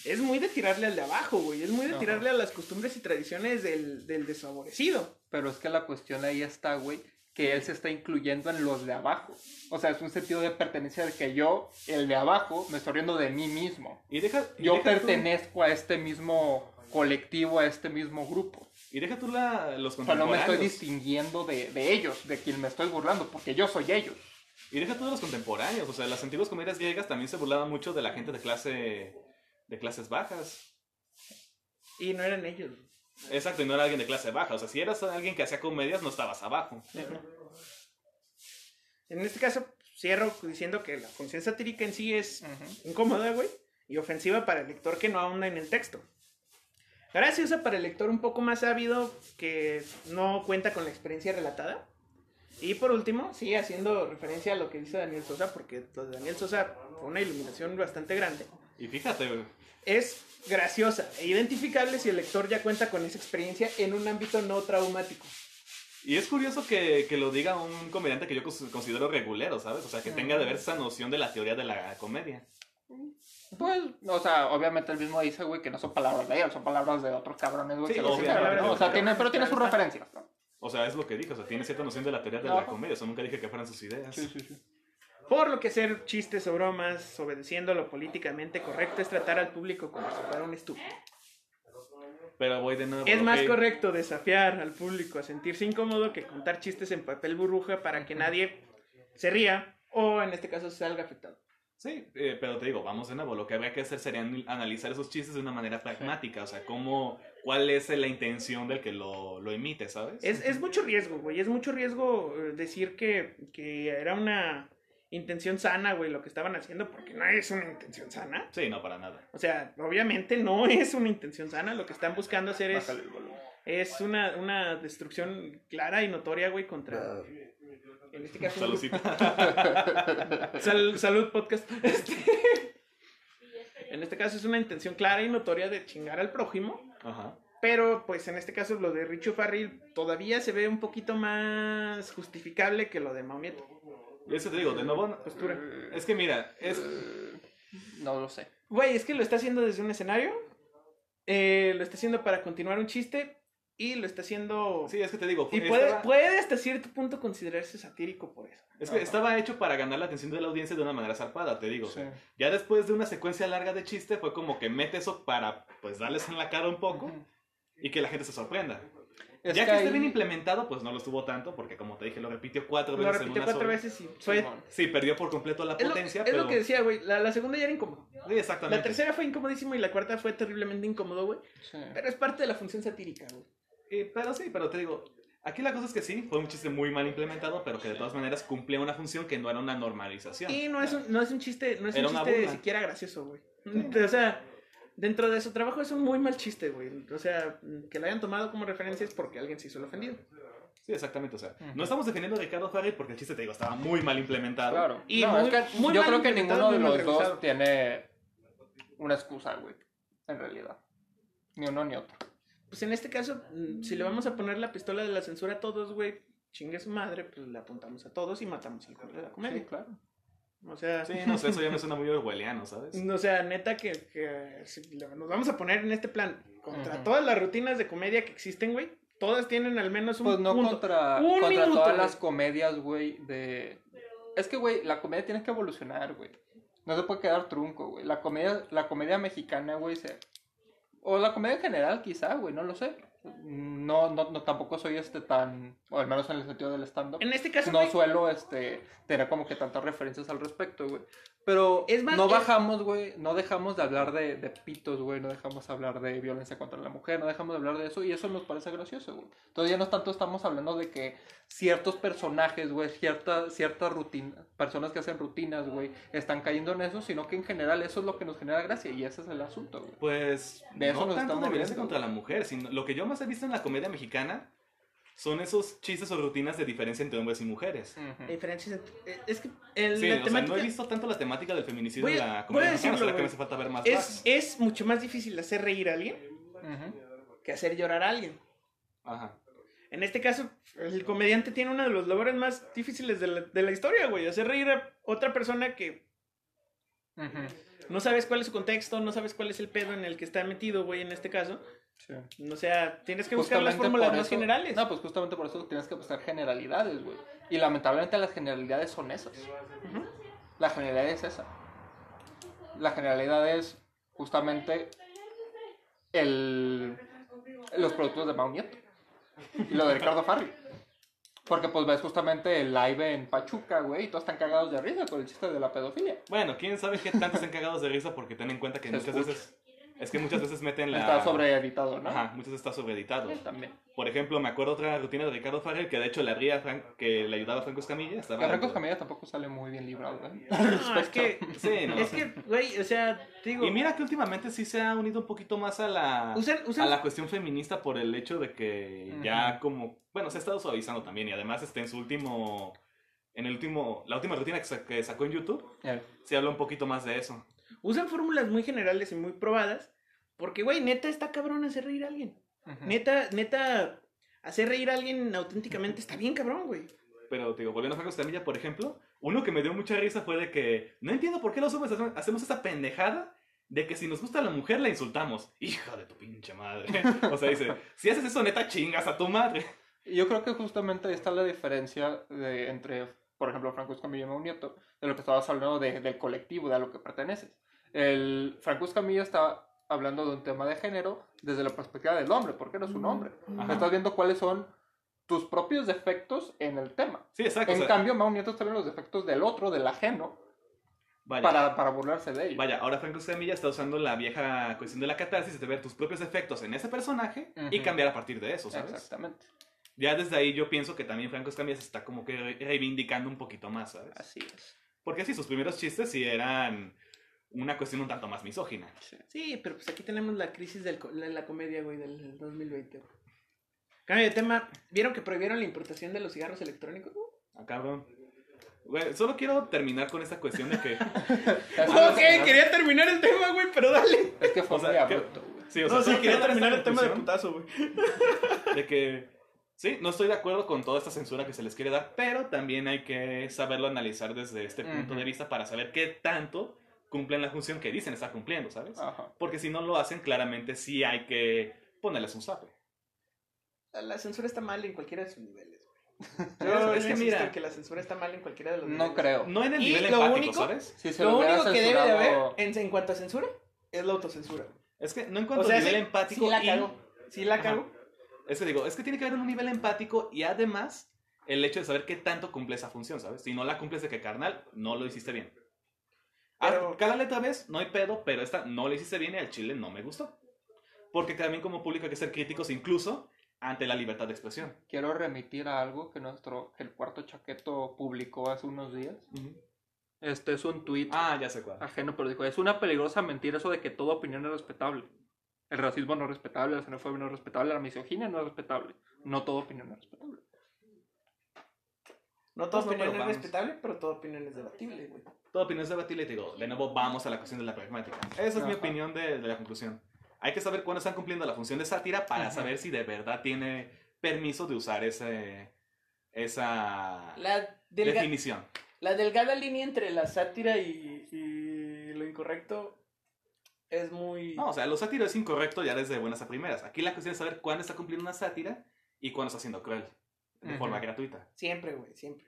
S3: es muy de tirarle al de abajo, güey. Es muy de
S4: Ajá.
S3: tirarle a las costumbres y tradiciones del, del desfavorecido.
S4: Pero es que la cuestión ahí está, güey, que él se está incluyendo en los de abajo. O sea, es un sentido de pertenencia de que yo, el de abajo, me estoy riendo de mí mismo.
S2: Y deja, y
S4: Yo
S2: deja tú-
S4: pertenezco a este mismo colectivo, a este mismo grupo.
S2: Y deja tú la, los
S4: O sea, no me
S2: contemporáneos.
S4: estoy distinguiendo de, de ellos, de quien me estoy burlando, porque yo soy ellos.
S2: Y deja tú de los contemporáneos. O sea, las antiguas comedias griegas también se burlaban mucho de la gente de clase de clases bajas.
S3: Y no eran ellos. güey.
S2: Exacto, y no era alguien de clase baja. O sea, si eras alguien que hacía comedias, no estabas abajo.
S3: En este caso, cierro diciendo que la función satírica en sí es
S4: Ujú.
S3: incómoda, güey, y ofensiva para el lector que no ahonda en el texto. Graciosa para el lector un poco más ávido que no cuenta con la experiencia relatada. Y por último, sí, haciendo referencia a lo que dice Daniel Sosa, porque lo de Daniel Sosa fue una iluminación bastante grande.
S2: Y fíjate, güey,
S3: Es graciosa e identificable si el lector ya cuenta con esa experiencia en un ámbito no traumático.
S2: Y es curioso que, que lo diga un comediante que yo cons- considero regulero, ¿sabes? O sea, que tenga de ver esa noción de la teoría de la comedia.
S4: Pues, o sea, obviamente el mismo dice, güey, que no son palabras de ellos, son palabras de otros cabrones, güey,
S2: Sí,
S4: que lo
S2: obviamente,
S4: hicieron, ¿no? O sea,
S2: pero-
S4: tiene, pero tiene sus referencias, ¿no?
S2: O sea, es lo que dije, o sea, tiene cierta noción de la teoría de la comedia. O sea, nunca dije que fueran sus ideas.
S4: Sí, sí, sí.
S3: Por lo que hacer chistes o bromas obedeciendo lo políticamente correcto es tratar al público como si fuera un estúpido.
S2: Pero voy de nuevo.
S3: Es más
S2: ok.
S3: correcto desafiar al público a sentirse incómodo que contar chistes en papel burbuja para que nadie se ría o en este caso salga afectado.
S2: Sí, eh, pero te digo, vamos de nuevo. Lo que habría que hacer sería anal- analizar esos chistes de una manera pragmática. O sea, cómo, cuál es la intención del que lo, lo emite, ¿sabes?
S3: Es, es mucho riesgo, güey. Es mucho riesgo eh, decir que, que era una intención sana, güey, lo que estaban haciendo, porque no es una intención sana.
S2: Sí, no, para nada.
S3: O sea, obviamente no es una intención sana. Lo que están buscando hacer es, es una, una destrucción clara y notoria, güey, contra... En este caso...
S2: Saludcita.
S3: Sal- salud, podcast. Este, en este caso es una intención clara y notoria de chingar al prójimo.
S2: Ajá.
S3: Pero, pues, en este caso lo de Richo Farrell todavía se ve un poquito más justificable que lo de Mauniet.
S2: Y eso te digo, de nuevo. no-
S3: Postura.
S2: Es que mira, es.
S4: Eh, No lo sé.
S3: Güey, es que lo está haciendo desde un escenario. eh, lo está haciendo para continuar un chiste. Y lo está haciendo...
S2: Sí, es que te digo.
S3: y
S2: esta-
S3: puede, puede hasta cierto punto considerarse satírico por eso.
S2: Es que estaba hecho para ganar la atención de la audiencia de una manera zarpada, te digo. o sea, ya después de una secuencia larga de chiste, fue como que mete eso para, pues, darles en la cara un poco
S4: Ujú.
S2: y que la gente se sorprenda.
S4: Es
S2: ya que, esté
S4: ahí-
S2: bien implementado, pues no lo estuvo tanto, porque como te dije, lo repitió cuatro
S3: Lo
S2: veces
S3: repitió
S2: en una
S3: cuatro
S2: sola-
S3: veces y fue...
S4: Simón.
S2: Sí, perdió por completo la
S3: Es lo,
S2: potencia,
S3: es lo
S2: pero...
S3: que decía, güey. La, la segunda ya era incómodo.
S2: Sí, exactamente.
S3: La tercera fue incomodísimo y la cuarta fue terriblemente incómodo, güey.
S4: Sí.
S3: Pero es parte de la función satírica, güey.
S2: Eh, pero sí, pero te digo, aquí la cosa es que sí, fue un chiste muy mal implementado, pero que de todas maneras cumplía una función que no era una normalización.
S3: Y no es un, no es un chiste, no es
S2: Era
S3: un
S2: una
S3: chiste
S2: burla.
S3: siquiera gracioso, güey. O sea, dentro de su trabajo es un muy mal chiste, güey. O sea, que lo hayan tomado como referencia es porque alguien se hizo el ofendido.
S2: Sí, exactamente, o sea,
S4: Ujú.
S2: no estamos defendiendo a Ricardo Farrell porque el chiste, te digo, estaba muy mal implementado.
S4: Claro.
S3: Y
S4: No,
S3: muy-
S4: es que
S3: muy
S4: yo
S3: mal
S4: creo que
S3: implementado,
S4: ninguno de
S3: muy mal
S4: los
S3: realizado.
S4: dos tiene una excusa, güey. En realidad. Ni uno ni otro.
S3: Pues en este caso, mm, si le vamos a poner la pistola de la censura a todos, güey, chingue su madre, pues le apuntamos a todos y matamos al correo de la comedia.
S4: Sí, claro.
S3: O sea,
S2: Sí, no sé, eso ya me suena muy orwelliano, ¿sabes?
S3: O sea, neta que, que si lo- nos vamos a poner en este plan. Contra
S4: Ujú.
S3: todas las rutinas de comedia que existen, güey. Todas tienen al menos un
S4: Pues no
S3: punto.
S4: contra,
S3: Un
S4: contra
S3: minuto,
S4: todas
S3: güey.
S4: las comedias, güey, de... Es que, güey, la comedia tiene que evolucionar, güey. No se puede quedar trunco, güey. La comedia, la comedia mexicana, güey, se... O la comedia en general, quizá, güey, no lo sé. No, no, no, tampoco soy este tan... O al menos en el sentido del stand-up.
S3: En este caso,
S4: no
S3: güey,
S4: suelo este tener como que tantas referencias al respecto, güey. Pero
S3: Es más,
S4: no
S3: es-
S4: bajamos, güey, no dejamos de hablar de, de pitos, güey, no dejamos de hablar de violencia contra la mujer, no dejamos de hablar de eso y eso nos parece gracioso, güey. Entonces ya no es tanto estamos hablando de que ciertos personajes, güey, ciertas ciertas rutinas, personas que hacen rutinas, güey, están cayendo en eso, sino que en general eso es lo que nos genera gracia y ese es el asunto, güey.
S2: Pues
S4: De eso
S2: no
S4: nos
S2: tanto
S4: estamos
S2: de violencia
S4: riendo.
S2: contra la mujer, sino lo que yo más he visto en la comedia mexicana son esos chistes o rutinas de diferencia entre hombres y mujeres.
S3: la diferencia es entre- eh, es que el-
S2: Sí,
S3: la
S2: o sea, no
S3: temática
S2: he visto tanto la temática del feminicidio
S3: Voy a-
S2: en la
S3: voy a
S2: comedia mexicana,
S3: decirlo,
S2: será que
S3: güey.
S2: me hace falta ver más
S3: es,
S2: varas.
S3: es mucho más difícil hacer reír a alguien
S4: Ujú.
S3: que hacer llorar a alguien.
S2: Ajá.
S3: En este caso, el comediante tiene uno de los labores más difíciles de la, de la historia, güey. Hacer reír a otra persona que no sabes cuál es su contexto, no sabes cuál es el pedo en el que está metido, güey, en este caso.
S4: Sí.
S3: O sea, tienes que buscar las
S4: Pues, Justamente
S3: fórmulas
S4: por
S3: más
S4: eso-
S3: generales.
S4: No, pues justamente por eso tienes que buscar generalidades, güey. Y lamentablemente las generalidades son esas. La generalidad es esa. La generalidad es justamente el los productos de Mau Nieto y lo de Ricardo Farri. Porque pues ves justamente el live en Pachuca, güey, y todos están cagados de risa con el chiste de la pedofilia.
S2: Bueno, quién sabe qué tanto están cagados de risa porque ten en cuenta que
S4: Se
S2: muchas
S4: escucha.
S2: veces. Es que muchas veces meten la.
S4: Está sobreeditado, ¿no?
S2: Ajá, muchas está sobreeditado.
S4: Sí, También.
S2: Por ejemplo, me acuerdo otra rutina de Ricardo Farrell que de hecho le abría a Frank, que le ayudaba a Franco Escamilla. Estaba
S4: La Franco Escamilla tampoco sale muy bien librado, ¿eh?
S3: No, ah, es que,
S2: Sí, no.
S3: es que, güey, o sea, digo,
S2: Y mira que últimamente sí se ha unido un poquito más a la.
S3: usan, usan
S2: a la cuestión feminista por el hecho de que ya como, bueno, se ha estado suavizando también y además este en su último, en el último, la última rutina que, sa- que sacó en YouTube,
S4: Ya.
S2: se habla un poquito más de eso.
S3: usan fórmulas muy generales y muy probadas, porque, güey, neta está cabrón hacer reír a alguien.
S4: Ujú.
S3: Neta, neta, hacer reír a alguien auténticamente está bien cabrón, güey.
S2: Pero, te digo, volviendo a Franco Escamilla, por ejemplo, uno que me dio mucha risa fue de que, no entiendo por qué los hombres hacen- hacemos esa pendejada de que si nos gusta la mujer la insultamos. Hija de tu pinche madre. O sea, dice, si haces eso, neta, chingas a tu madre.
S4: Y Yo creo que justamente ahí está la diferencia de, entre, por ejemplo, Franco Escamilla y Mau Nieto, de lo que estabas hablando de- del colectivo, de a lo que perteneces. El Franco Escamilla está hablando de un tema de género desde la perspectiva del hombre, porque eres un hombre.
S2: Ajá.
S4: Estás viendo cuáles son tus propios defectos en el tema.
S2: Sí, exacto. o
S4: En
S2: sea,
S4: cambio, Mau Nieto está viendo los defectos del otro, del ajeno,
S2: vaya.
S4: para, para burlarse de ellos.
S2: Vaya, ahora Franco Escamilla está usando la vieja cuestión de la catarsis de ver tus propios efectos en ese personaje y
S4: Ujú.
S2: cambiar a partir de eso, ¿sabes?
S4: Exactamente.
S2: Ya desde ahí yo pienso que también Franco Escamilla se está como que re- reivindicando un poquito más, ¿sabes?
S4: Así es.
S2: Porque sí, sus primeros chistes sí eran una cuestión un tanto más misógina.
S3: Sí, pero pues aquí tenemos la crisis de la, la comedia, güey, del 2020. güey. Cambio de tema, ¿vieron que prohibieron la importación de los cigarros electrónicos?
S2: Ah, cabrón. Güey, solo quiero terminar con esta cuestión de que...
S4: Es,
S3: Ok, quería terminar el tema, güey, pero dale.
S4: es que fue
S2: o sea,
S4: muy
S2: que-
S4: abrupto, güey.
S2: Sí, o sea, solo quiero terminar el tema de
S3: putazo, güey.
S2: de que sí, no estoy de acuerdo con toda esta censura que se les quiere dar, pero también hay que saberlo analizar desde este punto
S4: Ujú.
S2: de vista para saber qué tanto cumplen la función que dicen estar cumpliendo, ¿sabes?
S3: Ah.
S4: Ajá.
S2: Porque si no lo hacen, claramente sí hay que ponerles un zape.
S3: La censura está mal en cualquiera de sus niveles, güey.
S2: Yo
S3: Yo
S2: es que
S3: insisto
S2: mira-
S3: en que la censura está mal en cualquiera de los niveles.
S4: No creo.
S2: No en el
S3: Y
S2: nivel
S3: lo
S2: empático,
S3: único-
S2: ¿sabes?
S4: Si se
S3: Lo
S4: hubiera
S3: único que debe de
S4: censurado-
S3: haber en, en cuanto a censura es la autocensura.
S2: Es que no en
S3: O
S2: cuanto
S3: sea,
S2: al nivel
S3: sí,
S2: empático
S3: sí la
S2: y-
S3: cago. Sí la
S2: Ajá.
S3: cago.
S2: Es que digo, es que tiene que haber un nivel empático y además el hecho de saber qué tanto cumple esa función, ¿sabes? Si no la cumples de que carnal, no lo hiciste bien. Ah,
S3: Pero-
S2: cálale otra vez, no hay pedo, pero esta no la hiciste bien y al chile no me gustó. Porque también como público hay que ser críticos incluso ante la libertad de expresión.
S4: Quiero remitir a algo que nuestro el cuarto chaqueto publicó hace unos días. Este es un tuit
S2: Ah, ya sé cuál.
S4: ajeno, pero dijo, es una peligrosa mentira eso de que toda opinión es respetable. El racismo no es respetable, la xenofobia no es respetable, la misoginia no es respetable. No toda opinión es respetable.
S3: No toda
S2: Pues no,
S3: opinión
S2: pero
S3: es
S2: vamos.
S3: respetable, pero toda opinión es debatible, güey.
S2: Toda opinión es debatible y te digo, de nuevo vamos a la cuestión de la pragmática. Esa es mi
S4: Ajá.
S2: opinión de, de la conclusión. Hay que saber cuándo están cumpliendo la función de sátira para
S4: Ujú.
S2: saber si de verdad tiene permiso de usar ese, esa
S3: La, delga-
S2: definición.
S3: la delgada línea entre la sátira y, y lo incorrecto es muy...
S2: No, o sea, lo sátiro es incorrecto ya desde buenas a primeras. Aquí la cuestión es saber cuándo está cumpliendo una sátira y cuándo está siendo cruel. De
S4: Ujú.
S2: forma gratuita.
S3: Siempre, güey, siempre.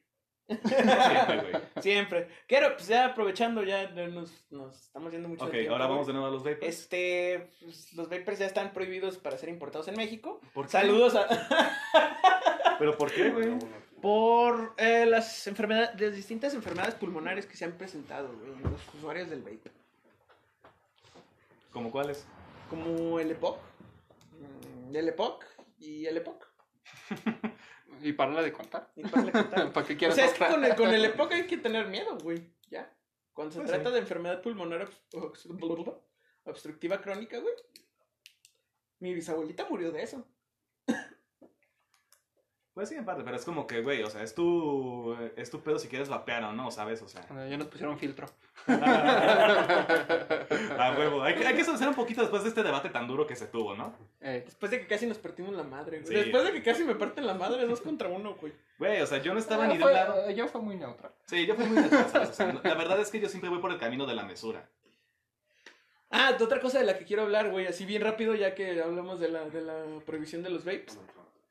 S2: Siempre, güey.
S3: Siempre. Quiero, pues ya aprovechando, ya nos, nos estamos yendo mucho
S2: Ok,
S3: del tiempo,
S2: ahora
S3: güey.
S2: vamos de nuevo a los vapors.
S3: Este, pues, los vapers ya están prohibidos para ser importados en México.
S2: ¿Por qué?
S3: Saludos a-
S2: ¿Pero por qué, güey?
S3: por eh, las enfermedades, las distintas enfermedades pulmonares que se han presentado, güey, en los usuarios del vape.
S2: ¿Como cuáles?
S3: Como el EPOC. mm, El EPOC y el EPOC.
S4: Y para de contar.
S3: Y para la contar.
S4: ¿Para qué
S3: o
S4: quieres
S3: sea, es que
S4: otra?
S3: con el, con el EPOC hay que tener miedo, güey. Ya. Cuando se
S2: Pues
S3: trata
S2: sí.
S3: de enfermedad pulmonar obs- obs- obstructiva crónica, güey. Mi bisabuelita murió de eso.
S2: Pues sí, en parte, pero es como que, güey, o sea, es tu, es tu pedo si quieres vapear o no, ¿sabes? O sea,
S4: Ya nos pusieron filtro.
S2: a huevo, hay hay, que- hay que socializar un poquito después de este debate tan duro que se tuvo, ¿no?
S4: Eh,
S3: Después de que casi nos partimos la madre, güey.
S2: Sí.
S3: Después de que casi me parten la madre, dos contra uno, güey.
S2: Güey, o sea, yo no estaba
S4: yo
S2: ni de
S4: fue-
S2: un lado.
S4: Yo fui muy neutral.
S2: Sí, yo fui muy neutral, ¿sabes? O sea, no- La verdad es que yo siempre voy por el camino de la mesura.
S3: Ah, de otra cosa de la que quiero hablar, güey, así bien rápido, ya que hablamos de la, de la prohibición de los vapes.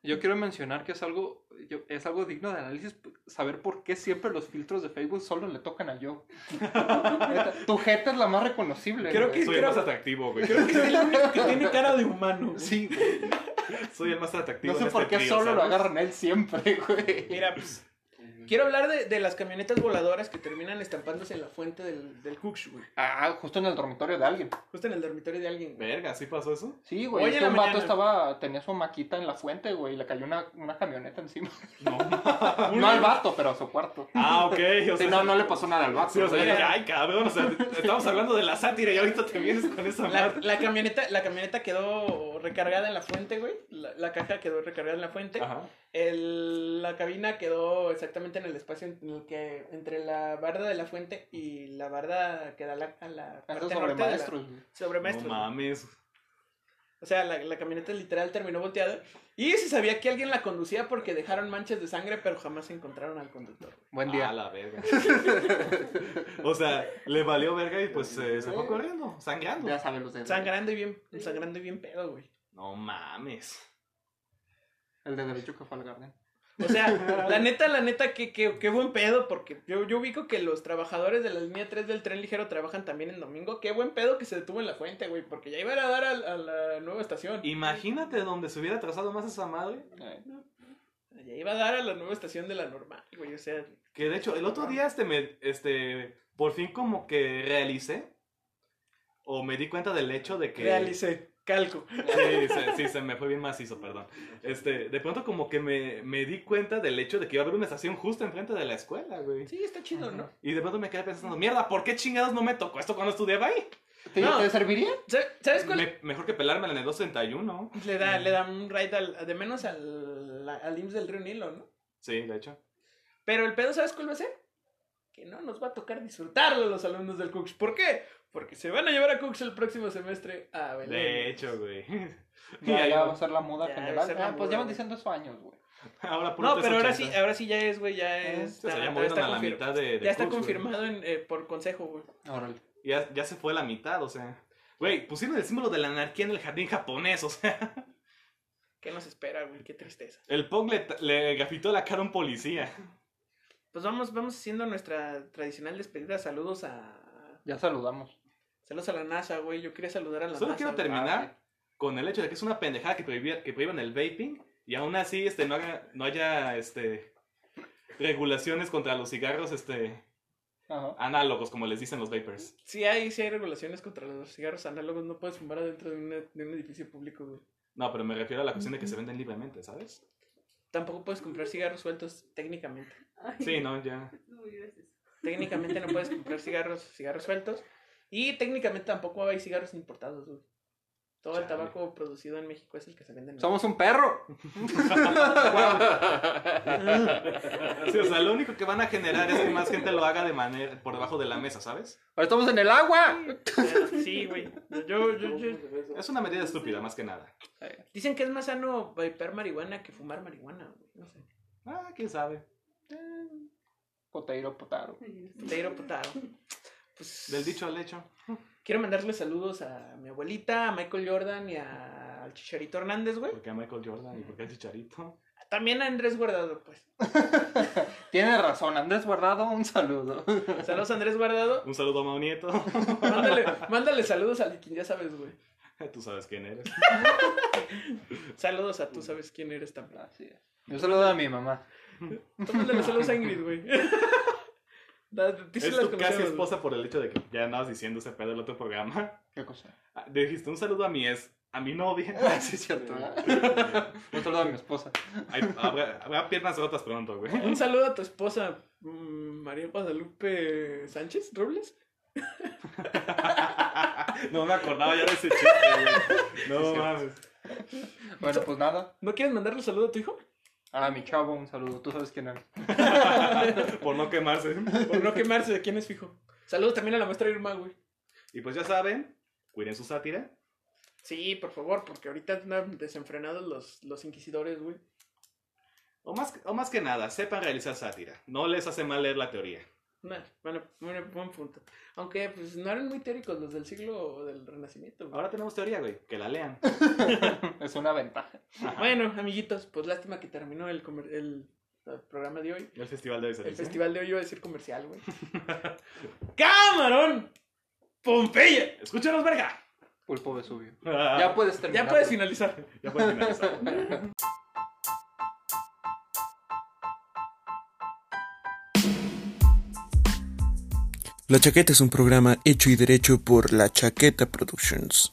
S4: Yo quiero mencionar que es algo, yo- es algo digno de análisis p- saber por qué siempre los filtros de Facebook solo le tocan a yo. Neta, tu jeta es la más reconocible.
S3: Creo
S4: güey.
S2: Soy el
S3: creo-
S2: más atractivo, güey.
S3: Creo que es el único que tiene cara de humano. güey.
S4: Sí, güey.
S2: Soy el más atractivo.
S4: no sé
S2: en
S4: por
S2: este
S4: qué
S2: trío,
S4: solo lo
S2: ¿sabes?
S4: agarran a él siempre, güey.
S3: Mira, pues. Quiero hablar de, de las camionetas voladoras que terminan estampándose en la fuente del, del Hooks, güey.
S4: Ah, justo en el dormitorio de alguien.
S3: Justo en el dormitorio de alguien, güey.
S2: Verga, ¿sí pasó eso?
S4: Sí, güey.
S3: Hoy
S4: es
S3: en
S4: que
S3: la
S4: un vato
S3: mañana.
S4: estaba, tenía su maquita en la fuente, güey, y le cayó una, una camioneta encima.
S2: No.
S4: No al vato, pero a su cuarto.
S2: Ah, ok. O
S4: Sí,
S2: sea,
S4: no, no le pasó nada al vato.
S2: Sí, o sea, yo
S4: güey.
S2: dije, ay, cabrón, o sea, estamos hablando de la sátira y ahorita te vienes con esa
S3: La,
S2: madre.
S3: la camioneta, la camioneta quedó recargada en la fuente, güey. La, la caja quedó recargada en la fuente.
S2: Ajá.
S3: El- la cabina quedó exactamente en el espacio en el que entre la barda de la fuente y la barda que da la, a la
S2: Ah,
S4: Eso
S3: parte
S4: sobre
S3: norte de la-
S4: maestros, güey.
S3: sobre maestros.
S2: No mames.
S3: o sea, la, la camioneta literal terminó volteada. Y se sabía que alguien la conducía porque dejaron manchas de sangre, pero jamás encontraron al conductor.
S4: Buen
S2: A
S4: día.
S2: la verga. o sea, le valió verga y pues eh, se fue corriendo, sangrando.
S4: Ya saben los de
S3: Sangrando y bien, sangrando y bien pedo, güey.
S2: No mames.
S4: El de derecho que fue al garden.
S3: O sea, la neta, la neta, qué, qué, qué buen pedo, porque yo, yo ubico que los trabajadores de la línea 3 del tren ligero trabajan también en domingo. Qué buen pedo que se detuvo en la fuente, güey, porque ya iban a dar al- a, la nueva estación.
S2: Imagínate donde se hubiera trazado más esa madre.
S3: Ya iba a dar a la nueva estación de la normal, güey, o sea...
S2: Que de hecho, el otro día este me, este, por fin como que realicé. O me di cuenta del hecho de que.
S3: Realicé, calco.
S2: Sí, se, sí, se me fue bien macizo, perdón. Este, de pronto como que me, me di cuenta del hecho de que iba a haber una estación justo enfrente de la escuela, güey.
S3: Sí, está chido, ¿no?
S2: Y de pronto me quedé pensando, mierda, ¿por qué chingados no me tocó esto cuando estudiaba ahí?
S4: ¿Te,
S3: No.
S4: ¿Te serviría?
S3: ¿Sabes- ¿Sabes cuál?
S2: Me- mejor que pelármela en el 231.
S3: Le da, le da un raid al, de menos al, al IMSS del Río Nilo, ¿no?
S2: Sí, de hecho.
S3: Pero el pedo, ¿sabes cuál va a ser? Que no nos va a tocar disfrutarlo a los alumnos del Cooks. ¿Por qué? Porque se van a llevar a Cooks el próximo semestre a Belén.
S2: De hecho, güey. Y
S4: Ya,
S2: ahí
S4: ya
S2: va.
S4: va a ser la moda
S3: Ya va a
S4: general.
S3: ser la
S4: Ah, pues
S3: moda,
S4: llevan
S3: güey.
S4: diciendo eso años, güey.
S2: Ahora por
S3: No,
S2: un
S3: pero ahora sí,
S2: 380.
S3: ahora sí ya es, güey, ya
S4: Eh,
S3: es.
S2: O sea, ya
S3: está-
S2: Ah, movieron
S3: está
S2: a la
S3: confir-
S2: mitad de. de
S3: Ya está
S2: curso, güey.
S3: confirmado en, eh, por consejo, güey.
S4: Órale.
S2: Ya, ya se fue la mitad, o sea. Güey, pusieron el símbolo de la anarquía en el jardín japonés, o sea.
S3: ¿Qué nos espera, güey? Qué tristeza.
S2: El Pong le, le gafitó la cara a un policía.
S3: Pues vamos, vamos haciendo nuestra tradicional despedida. Saludos a.
S4: Ya saludamos.
S3: Saludos a la NASA, güey. Yo quería saludar a la
S2: Solo
S3: NASA.
S2: quiero
S3: güey. Ah,
S2: terminar con el hecho de que es una pendejada que, prohibía- que prohíban el vaping y aún así este, no, haga- no haya este, regulaciones contra los cigarros este,
S4: Ajá.
S2: análogos, como les dicen los vapers.
S3: Sí hay, sí hay regulaciones contra los cigarros análogos. No puedes fumar adentro de, una- de un edificio público, güey.
S2: No, pero me refiero a la cuestión de que se venden libremente, ¿sabes?
S3: Tampoco puedes comprar cigarros sueltos técnicamente.
S5: Ay,
S2: Sí, no, ya.
S5: no digas eso.
S3: Técnicamente no puedes comprar cigarros, cigarros sueltos. Y técnicamente tampoco hay cigarros importados, güey. Todo el
S2: Chale.
S3: tabaco producido en México es el que se vende en
S4: Somos un perro.
S2: Sí, o sea, lo único que van a generar es que más gente lo haga de manera por debajo de la mesa, ¿sabes?
S4: Ahora estamos en el agua.
S3: México. Sí, güey. Yo, yo, yo-
S2: Es una medida estúpida, más que nada.
S3: Dicen que es más sano vapear marihuana que fumar marihuana, güey. No sé.
S2: Ah, quién sabe.
S4: Potairo, potaro.
S3: Potero, potaro. Pues,
S2: Del dicho al hecho.
S3: Quiero mandarle saludos a mi abuelita, a Michael Jordan y a- al Chicharito Hernández, güey.
S2: ¿Por qué a Michael Jordan y por qué a Chicharito?
S3: También a Andrés Guardado, pues.
S4: Tienes razón, Andrés Guardado, un saludo.
S3: Saludos a Andrés Guardado.
S2: Un saludo a Mau Nieto.
S3: Mándale, mándale saludos al quien ya sabes, güey.
S2: Tú sabes quién eres.
S3: Saludos a tú sabes quién eres también.
S4: Así es. Yo saludo a mi mamá.
S3: Tú mándale saludos a Ingrid, güey. Da- dices
S2: Es
S3: las
S2: tu casi
S3: conocemos,
S2: esposa por el hecho de que ya andabas diciendo ese pedo del otro programa.
S4: ¿Qué cosa?
S2: Ah, Dijiste un saludo a mi es a mi novia.
S4: Así es cierto. ¿verdad? Un saludo a mi esposa.
S2: Ay, habrá, habrá piernas rotas pronto, güey.
S3: güey. Un saludo a tu esposa, mm, María Guadalupe Sánchez Robles.
S2: No me acordaba ya de ese chiste, güey. No mames.
S4: Bueno, pues nada.
S3: ¿No quieres mandarle saludo a tu hijo?
S4: A mi chavo, un saludo. Tú sabes quién eres.
S2: Por no quemarse.
S3: Por no quemarse de quién es fijo. Saludos también a la maestra Irma, güey.
S2: Y pues ya saben, Cuiden su sátira.
S3: Sí, por favor, porque ahorita andan desenfrenados los, los inquisidores, güey.
S2: O más, o más que nada, sepan realizar sátira. No les hace mal leer la teoría.
S3: Nah, bueno, bueno, buen punto. Aunque, pues, no eran muy teóricos los del siglo del Renacimiento, güey.
S2: Ahora tenemos teoría, güey. Que la lean.
S4: Es una ventaja.
S3: Bueno, amiguitos, pues lástima que terminó el, comer- el, el programa de hoy.
S2: El festival de hoy se
S3: El
S2: dice.
S3: festival de hoy iba a decir comercial, güey. ¡Camarón! ¡Pompeya!
S2: ¡Escúchanos, verga!
S4: Pulpo Vesubio.
S2: Ya,
S4: Ya puedes terminar.
S3: Ya puedes finalizar.
S2: ya puedes finalizar.
S6: La Chaqueta es un programa hecho y derecho por La Chaqueta Productions.